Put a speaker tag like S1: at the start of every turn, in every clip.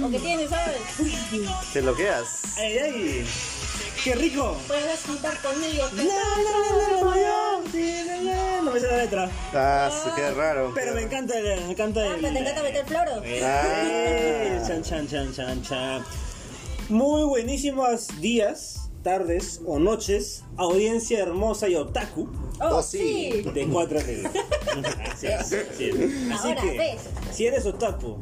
S1: Lo que tienes, ¿sabes?
S2: Te bloqueas.
S3: ¡Ay, ay! ¡Qué rico!
S1: Puedes contar conmigo.
S3: La, la, la, la, la, la, la, la. No me sé la letra.
S2: Ah, su, qué raro.
S3: Pero me encanta el. Me encanta
S1: Ah,
S3: el.
S1: pero te encanta meter floro.
S3: Eh,
S2: Ah,
S3: Chan, chan, chan, chan, chan. Muy buenísimos días, tardes o noches, audiencia hermosa y otaku
S1: Oh,
S2: Oh, sí.
S1: sí.
S3: de 4 a 6. Así es, así es. Así
S1: Ahora
S3: que,
S1: ves.
S3: si eres otaku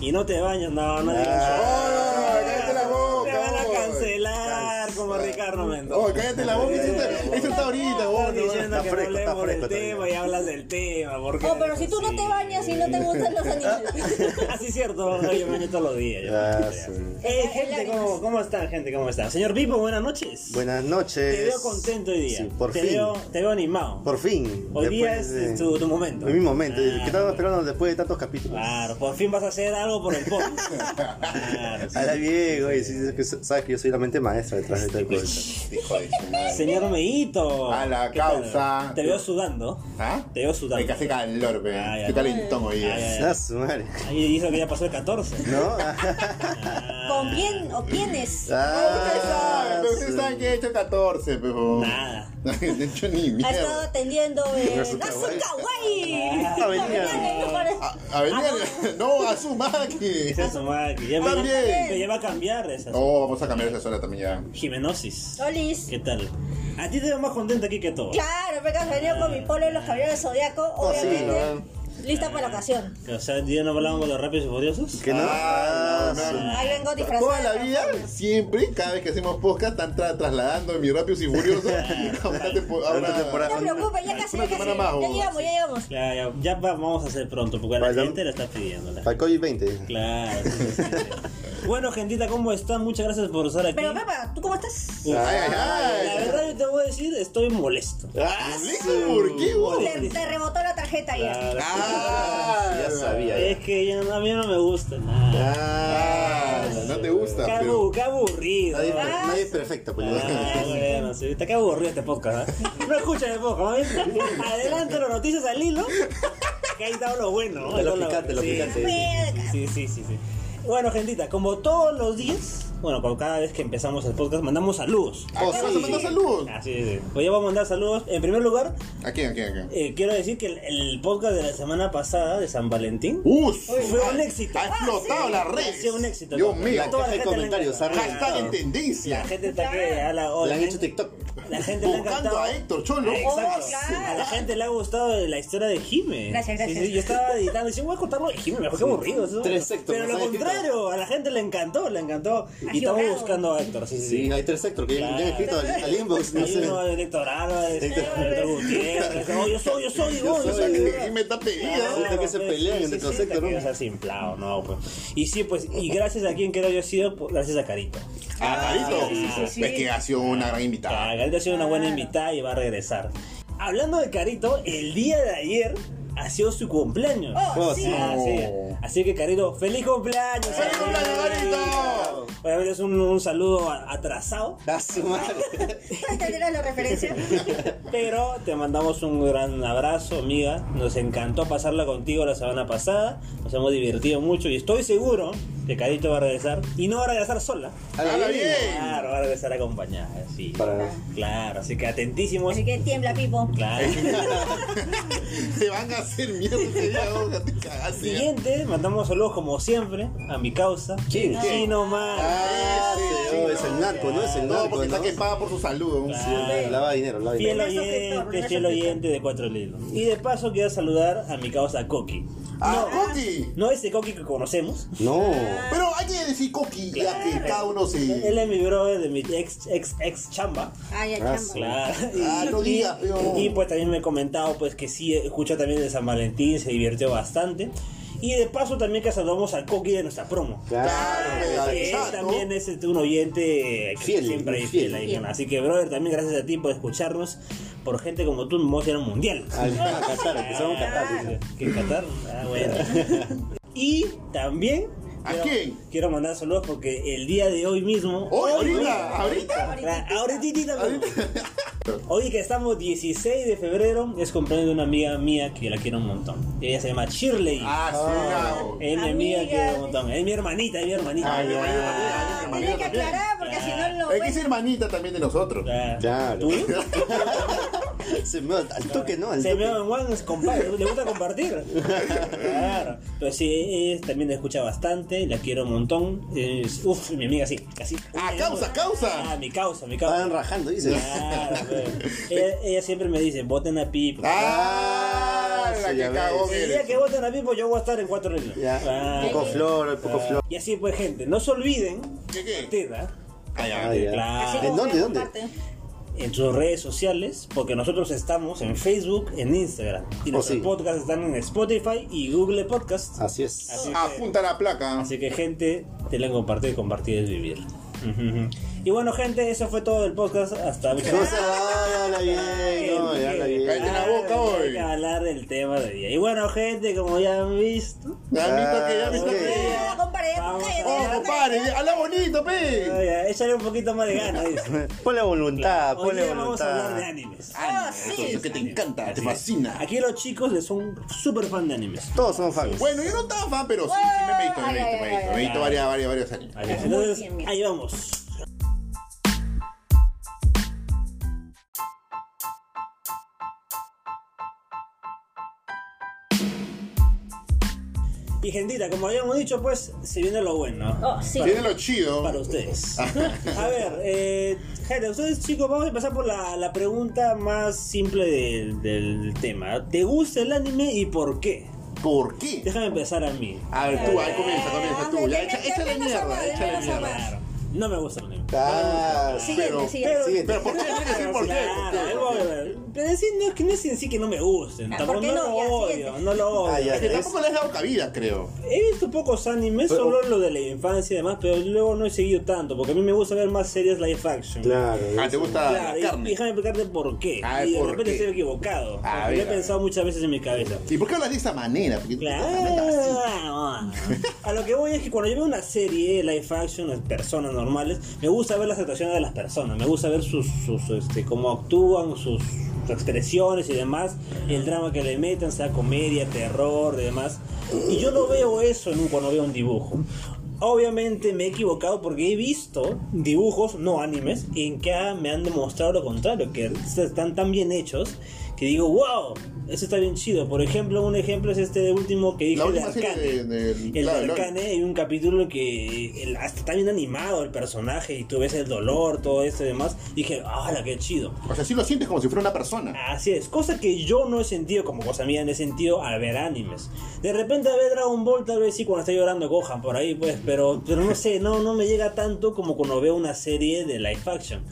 S3: y no te bañas, no, no digas
S2: Ah,
S3: eso.
S4: no, no, cállate la boca,
S3: Te van a
S4: boy.
S3: cancelar como Ricardo Mendoza.
S4: Oh, cállate la boca, eso está, eso está ahorita,
S3: Estás
S4: vos.
S3: diciendo
S2: está
S3: que
S2: fresco,
S3: no
S2: está
S3: hablemos
S2: fresco
S3: del
S2: todavía.
S3: tema y hablas del tema. Porque
S1: Oh, pero si tú no te bañas y no te gustan los animales.
S3: Así es cierto, no, yo me baño todos los días. yo.
S2: Ah, su.
S3: Hey, gente, ¿cómo, ¿cómo están, gente? ¿Cómo están? Señor Pipo, buenas noches.
S2: Buenas noches.
S3: Te veo contento hoy día.
S2: Sí, por
S3: te
S2: fin.
S3: Veo, te veo animado.
S2: Por fin.
S3: hoy día es
S2: Después de-
S3: tu, tu momento. Ah.
S2: Mi momento.
S3: Claro,
S2: Que estaba esperando después de tantos capítulos.
S3: Claro, por fin vas a hacer algo por el podcast. claro. sí.
S2: Ahora bien, Ah, oye, sí, es que sabes que yo soy la mente maestra detrás de
S3: Este
S2: esta cosa.
S4: Hijo de su madre.
S3: Señor Meito.
S4: A la
S3: ¿qué tal?
S4: causa.
S3: Te veo sudando.
S4: ¿Ah?
S3: Te veo sudando.
S4: Me casé calor, pe.
S3: Ay, ay.
S4: Qué calentón hoy
S3: Ay, ay.
S4: es.
S2: Ah, su madre.
S3: Ahí dijo que ya pasó el 14.
S2: ¿No? Ah,
S1: ¿Con quién o quiénes?
S4: Ustedes saben, Ah, pero Este ustedes
S2: su-
S4: saben que he hecho 14, pe. bo.
S3: Nada.
S4: No he hecho ni
S1: Ha estado
S4: mierda.
S1: atendiendo eh,
S2: Nasuka Way.
S1: Nasuka Way.
S2: Ah, venía.
S4: A, Ah, a venir, no, a su máquina.
S3: Esa es su madre, que ya me-
S4: También.
S3: Te lleva a cambiar esa.
S4: Oh, vamos a cambiar esa zona también ya.
S3: Gimenosis.
S1: Olis.
S3: ¿Qué tal? A ti te veo más contento aquí que todo.
S1: Claro, me has venido con mi polo de los caballeros zodiaco,
S4: Oh,
S1: obviamente. Lista para la ocasión.
S3: O sea, ya no hablábamos de los rápidos y furiosos.
S2: ¿Que no?
S4: Ah,
S2: Ah,
S4: no,
S2: su-
S1: Ahí vengo disfrazado.
S4: Toda la vida, siempre, cada vez que hacemos podcast, están tra- trasladando mi rápido y furioso a una tempo- a
S2: A una
S4: una-
S2: temporada.
S1: No te preocupes, ya casi, ya
S4: Una
S1: casi.
S4: semana más,
S1: Ya
S4: vos.
S1: llegamos, ya llegamos.
S3: Ya, ya, ya va- vamos a hacer pronto, porque a la
S2: Vaya.
S3: gente lo está pidiendo. la-
S4: Ah.
S2: Para el COVID-20.
S3: Claro. sí, sí, sí. bueno, gentita, ¿cómo están? Muchas gracias por estar aquí.
S1: Pero Pepa, ¿tú cómo estás?
S3: Uf,
S4: Ay, ay, ay.
S3: La verdad, yo te voy a decir, estoy molesto.
S2: Ah,
S4: Molesto, ¿Por qué, vos?
S1: Te, te rebotó la tarjeta ya.
S3: Claro.
S4: Ah,
S2: Ya sabía.
S3: Es que ya no- a mí no me gusta nada.
S4: Ah, no te gusta,
S3: Qué,
S4: pero.
S3: abu- qué aburrido.
S2: Nadie, nadie es perfecto, pues.
S3: Ah, bueno, sí, está que aburrido este podcast. ¿eh? No escuchas el podcast, ¿no? Adelante las noticias al hilo. Que ahí está lo bueno. ¿no?
S2: De lo
S3: Ahí está
S2: picante, lo
S3: sí,
S2: picante.
S1: Verga.
S3: Sí, sí, sí, sí. Bueno, gentita, como todos los días, bueno, como cada vez que empezamos el podcast, mandamos saludos.
S4: Ah, ¿qué vas a mandar saludos?
S3: Así es. Hoy vamos a mandar saludos. En primer lugar,
S4: ¿A quién, a quién, a quién?
S3: eh, quiero decir que el, el podcast de la semana pasada de San Valentín
S4: ¡Uf!
S3: fue un éxito. Ah,
S4: Ha
S2: Uh,
S4: explotado la red.
S3: Ha sido un éxito.
S4: Dios
S3: papá.
S4: mío.
S3: A toda
S2: La caja de
S3: gente le ha
S2: comentarios,
S3: encantado.
S2: ha
S4: Hashtag en
S3: La
S4: tendencia.
S3: gente está que a la
S2: Le
S3: ola.
S2: han hecho TikTok.
S3: La gente le ha
S4: Buscando
S3: encantado.
S4: a Héctor Cholo.
S3: Exacto.
S1: Oh, claro.
S3: A la gente le ha gustado la historia de Jime.
S1: Gracias, gracias.
S3: Sí, sí, yo estaba editando y decía, voy a contarlo de Jime, mejor que aburrido. eso".
S2: Tres sectos,
S3: Pero
S2: nos
S3: lo
S2: han escrito.
S3: contrario, a la gente le encantó, le encantó. Y estamos
S1: llorado.
S3: buscando a Héctor, sí, sí.
S2: Sí, hay tres sectores que ya- ya han escrito al, al inbox. No
S3: Hay
S2: sé.
S3: uno de Héctor Álvarez,
S2: Héctor-
S3: Héctor Gutiérrez, no, yo soy, yo soy, yo
S2: Yo
S3: soy.
S4: O
S3: yo
S4: sea,
S3: soy.
S4: que aquí me está
S3: Claro,
S4: pedido.
S2: Siento que se
S3: pues,
S2: pelean entre los
S3: siento
S2: sectores,
S3: que,
S2: ¿no?
S3: O sea, simplado, no, pues. Y sí, pues, y gracias a quien creo yo he sido, pues, gracias a Carito.
S4: Ah, Carito.
S1: sí, sí, sí.
S4: Es que ha sido una gran invitada.
S3: Ah, Carito ha sido una buena invitada y va a regresar. Hablando de Carito, el día de ayer ha sido su cumpleaños.
S1: Oh, sí.
S3: Ah, sí. Así que Carito, feliz cumpleaños.
S4: ¡Feliz cumpleaños, Carito!
S3: Obviamente es un, un saludo a- atrasado,
S2: A Ah, su madre.
S1: ¿Tendrás la referencia?
S3: pero te mandamos un gran abrazo, amiga. Nos encantó pasarla contigo la semana pasada. Nos hemos divertido mucho y estoy seguro que Carito va a regresar. Y no va a regresar sola.
S4: ¡Hala bien!
S3: Claro, va a regresar acompañada. Sí.
S2: Para-
S3: Ah, Claro, así que atentísimos.
S1: Así que tiembla, Pipo.
S3: Claro.
S4: Se van a hacer mierda ese día, vos, te cagaste. ya.
S3: Siguiente, mandamos saludos como siempre a mi causa.
S2: ¿Quién?
S3: Chino Man.
S2: Ah, sí, oh, es el narco, ¿no? Es el
S4: No,
S2: narco,
S4: porque
S2: ¿no?
S4: está que paga por su saludo.
S2: Sí, lava dinero, lava
S3: Fiel
S1: Primer suscriptor,
S2: dinero.
S3: oyente,
S1: primer
S3: fiel
S1: suscriptor.
S3: oyente de Cuatro Libros. Y de paso quiero saludar a mi causa Coqui.
S4: ¡Ah, Coqui!
S3: No ese Coqui que conocemos.
S2: No.
S4: Pero hay que decir Coqui, ya que cada uno
S3: Él
S4: se.
S3: es mi brother de mi ex, ex, ex chamba.
S1: Ay, ay,
S2: Ah,
S1: chamba.
S2: sí.
S3: Claro. Y,
S4: Ah, no digas, pero-
S3: y, pues también me he comentado pues que sí, escuchó también de San Valentín, se divirtió bastante. Y de paso también que saludamos al Coqui de nuestra promo.
S4: Claro,
S3: Que él
S4: chato.
S3: también es este, un oyente eh, que
S2: Fiel,
S3: siempre es
S2: fiel.
S3: fiel. ahí, ¿no? Así que, brother, también gracias a ti por escucharnos. Por gente como tú, vamos a ir a un mundial.
S4: Ah,
S2: Al a
S3: Ah,
S2: Qatar, empezamos en Qatar. dice.
S3: Que Qatar, ah, bueno. y también
S4: ¿A quién?
S3: Quiero mandar saludos porque el día de hoy mismo.
S4: Hoy,
S3: mismo-
S4: ahorita, ahorita.
S3: Ahora- Ahorita. Hoy que estamos 16 de febrero, es cumpleaños de una amiga mía que la quiero un montón. Ella se llama Shirley.
S4: Ah, sí,
S3: es mi amiga que
S1: Amiga.
S3: quiero un montón. Es mi hermanita, es mi hermanita.
S4: Ah, ya.
S1: Ah,
S4: Hermanita
S1: Tiene que
S4: también.
S1: aclarar porque si no lo
S4: Gabo. Es que
S1: ven.
S4: es hermanita también de nosotros.
S3: Ah,
S2: Claro.
S3: ¿Tú?
S2: Se me al toque, ¿no? Al
S3: Se me
S2: toque.
S3: en Juan, es compadre, le gusta compartir. Claro. Pues sí, es, también la escucha bastante, la quiero un montón. Es- uf, mi amiga sí, casi.
S4: Ah, causa, causa.
S3: Ah, mi causa, mi causa.
S2: Van rajando, dices.
S3: Claro, pues. ella, ella siempre me dice, voten a Pipo.
S4: Ah,
S2: Ah,
S4: la
S2: sí,
S4: que
S2: ya ves.
S4: cagó,
S3: el día
S4: mire.
S3: que voten a Pipo yo voy a estar en cuatro reinos.
S2: Ya.
S3: Claro.
S2: poco flor, poco flor.
S3: Y así pues gente, no se olviden
S4: ¿Qué, qué?
S3: compartir, ¿ah?
S4: Ah, ya.
S2: Ah, ya.
S1: Así
S3: Claro,
S1: como
S2: ¿En dónde,
S1: se
S2: dónde?
S1: comparten.
S3: en sus redes sociales, porque nosotros estamos en Facebook, en Instagram. Y
S2: Oh,
S3: nuestros
S2: sí. Ah.
S3: podcasts están en Spotify y Google Podcasts.
S2: Así es.
S3: Así que-
S4: Apunta la placa.
S3: Así que gente, te la compartir, compartir es vivir. Ujú, ujú. Y bueno gente, eso fue todo el podcast. Hasta muchas
S2: Cosa, ah, dale bien, no, ya habla bien.
S4: Cállate la boca hoy.
S3: Hay que hablar del tema de día. Y bueno gente, como ya han visto,
S4: ¿Ya han visto que ya han visto
S2: Ah,
S4: que?
S2: ok.
S1: Ya, compadre, ya,
S3: Vamos.
S1: cállate,
S4: Oh,
S1: ya,
S4: compadre, habla bonito,
S3: ah,
S4: pe.
S3: ya, échale un poquito más de ganas. dice.
S2: Ponle voluntad,
S3: Hoy
S2: ponle
S3: día vamos a hablar de
S2: voluntad.
S3: animes.
S1: Ah, sí.
S4: Eso que te encanta, te fascina.
S3: Aquí los chicos les son súper fan de animes.
S2: Todos somos fans.
S4: Bueno, yo no estaba fan, pero sí, sí me he visto, me he
S1: Ay,
S4: visto, me he
S1: ay,
S4: visto. Me he
S3: ay,
S4: visto
S3: ay.
S4: varias, varias, varias años.
S3: Ahí es.
S1: Muy bien,
S3: Entonces,
S1: bien.
S3: ahí vamos. Y gentita, como habíamos dicho, pues se viene lo bueno
S1: Oh, sí.
S4: Tiene lo chido.
S1: Oh.
S3: para ustedes. A ver, eh, gente, ustedes chicos, vamos a empezar por la, la pregunta más simple del, del tema. ¿Te gusta el anime y por qué?
S4: ¿Por qué?
S3: Déjame empezar a mí.
S4: A ver, tú, ahí comienza, comienza tú. Ya,
S1: Ay,
S4: echa,
S1: ay,
S4: échale
S1: ay, no
S4: mierda,
S1: somos,
S4: échale
S1: no somos.
S4: mierda.
S3: No me gusta el anime.
S2: Ah,
S1: Siguiente,
S4: pero-
S1: siguiente.
S2: pero- siguiente.
S4: Pero ¿por qué? Tiene que decir por qué.
S3: Claro,
S4: ¿por qué?
S3: ahí voy a ver. Pero decir no, es que no es en sí que no me gusten.
S1: Ah,
S3: Tampoco
S1: ¿por qué
S3: no,
S1: no?
S3: lo
S1: Ya,
S3: odio,
S1: siguiente.
S3: no lo odio.
S2: Ah, ya.
S4: Es que tampoco le has dado cabida, creo.
S3: He visto pocos animes,
S2: Pero-
S3: solo lo de la infancia y demás, pero luego no he seguido tanto, porque a mí me gusta ver más series live action.
S2: Claro.
S4: Ah, ¿te gusta
S3: Claro,
S4: la
S3: y- y
S4: carne?
S3: déjame explicarte por qué.
S4: Ah,
S3: y de
S4: ¿por
S3: repente
S4: qué? Ah,
S3: estoy equivocado.
S4: A
S3: porque
S4: ver,
S3: lo he
S4: a ver.
S3: pensado muchas veces en mi cabeza.
S4: ¿Y por qué hablas de esa manera? Porque tú estás hablando así.
S3: Claro. A lo que voy es que cuando yo veo una serie live action, las personas normales, me gusta ver las actuaciones de las personas, me gusta ver sus, sus este, cómo actúan, sus, sus expresiones y demás, el drama que le meten, sea comedia, terror y demás. Y yo no veo eso en un- cuando veo un dibujo. Obviamente me he equivocado porque he visto dibujos, no animes, en que ah, me han demostrado lo contrario, que están tan bien hechos que digo, wow, eso está bien chido. Por ejemplo, un ejemplo es este último que dije
S4: La
S3: de
S4: última serie
S3: Arcane.
S4: de- del-
S3: El
S4: claro,
S3: de
S4: el-
S3: Arcane hay un capítulo que el- hasta está bien animado el personaje y tú ves el dolor, todo eso y demás. Dije, ¡hala, qué chido!
S4: O sea, sí lo sientes como si fuera una persona.
S3: Así es, cosa que yo no he sentido como cosa mía, no he sentido al ver animes. De repente al ver Dragon Ball, tal vez sí cuando está llorando Gohan por ahí, pues, pero, pero no sé, no, no me llega tanto como cuando veo una serie de live action.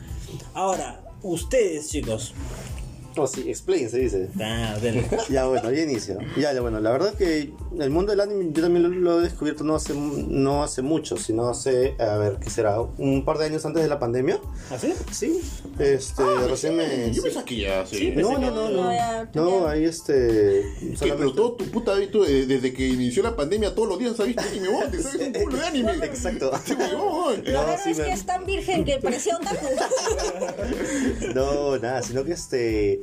S3: Ahora, ustedes, chicos,
S2: Oh, sí, explain, se dice.
S3: ah, dele.
S2: Ya bueno, ya inicio. Ya, ya bueno, la verdad que el mundo del anime yo también lo, lo he descubierto no hace, no hace mucho, sino hace, a ver, ¿qué será? Un par de años antes de la pandemia.
S3: ¿Así?
S2: Sí, este,
S4: Ah,
S2: recién me...
S4: Yo
S2: sí.
S4: pensaba que ya, sí.
S3: Sí,
S2: No, no, no,
S1: No,
S2: no.
S1: ya, tú
S2: No,
S1: ya.
S2: ahí este...
S4: Sí, pero
S2: solamente-
S4: todo tu puta vida, tú, eh, desde que inició la pandemia, todos los días sabes que me voy, te sabes un culo de anime.
S2: Eh, Exacto.
S4: Este huevón.
S1: Lo
S2: No,
S1: raro
S2: sí
S1: es
S2: me-
S1: que es tan virgen que parecía otaku.
S2: No, nada, sino que este.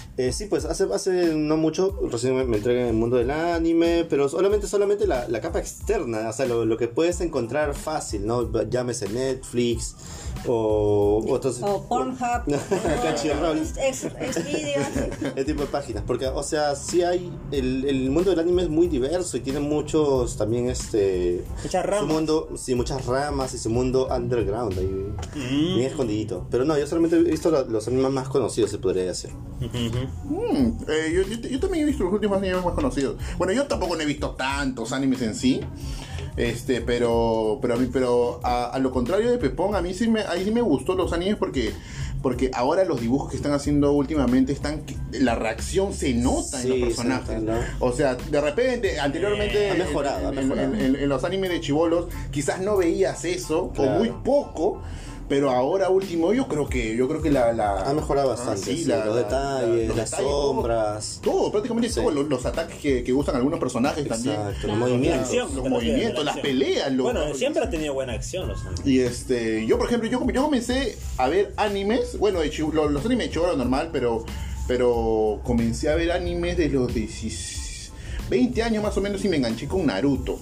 S2: eh, sí, pues hace, hace no mucho, recién me, me entré en el mundo del anime, pero solamente, solamente la, la capa externa, o sea, lo, lo que puedes encontrar fácil, ¿no? Llámese Netflix o otros.
S1: O Pornhub. o
S2: Crunchyroll.
S1: Ex, ex
S2: Ese tipo de páginas, porque, o sea, sí hay. El, el mundo del anime es muy diverso y tiene muchos también este.
S3: Muchas
S2: Su
S3: ramas.
S2: mundo, sí, muchas ramas y su mundo underground ahí.
S4: Mm.
S2: Bien escondidito. Pero no, yo solamente he visto la- los animes más conocidos, se podría decir.
S4: Mm, eh, yo, yo- yo también he visto los últimos animes más conocidos. Bueno, yo tampoco no he visto tantos animes en sí. Este, pero pero a mí pero a, a lo contrario de Pepón, a mí sí me ahí sí me gustó los animes porque porque ahora los dibujos que están haciendo últimamente están que- la reacción se nota en
S2: Sí,
S4: los
S2: se
S4: personajes.
S2: nota, ¿no? Eh,
S4: O sea, de repente anteriormente
S2: Ha
S4: en-
S2: mejorado, ha
S4: en-
S2: mejorado.
S4: en- en- en los animes de chivolos quizás no veías eso
S2: Claro.
S4: o muy poco Pero ahora último, yo creo que, yo creo que la, la-
S2: Ha mejorado
S4: Ah,
S2: bastante.
S4: sí,
S2: sí,
S4: la-
S2: los
S4: la-
S2: detalles,
S4: los
S2: las
S4: detalles, todo.
S2: sombras.
S4: Todo, prácticamente
S2: Sí.
S4: todos los, los ataques que, que usan algunos personajes también.
S2: Exacto, los
S1: Claro.
S3: La
S2: movimientos.
S3: acción,
S4: Los
S3: te refieres,
S4: movimientos,
S3: la
S4: las
S3: acción.
S4: peleas, los-
S3: Bueno,
S4: los-
S3: siempre ha tenido buena acción los animes.
S4: Y este, yo por ejemplo, yo, yo comencé a ver animes, bueno, de Chibu- lo- los animes de Chibolo normal, pero, pero comencé a ver animes de los 16, 20 años más o menos y me enganché con Naruto.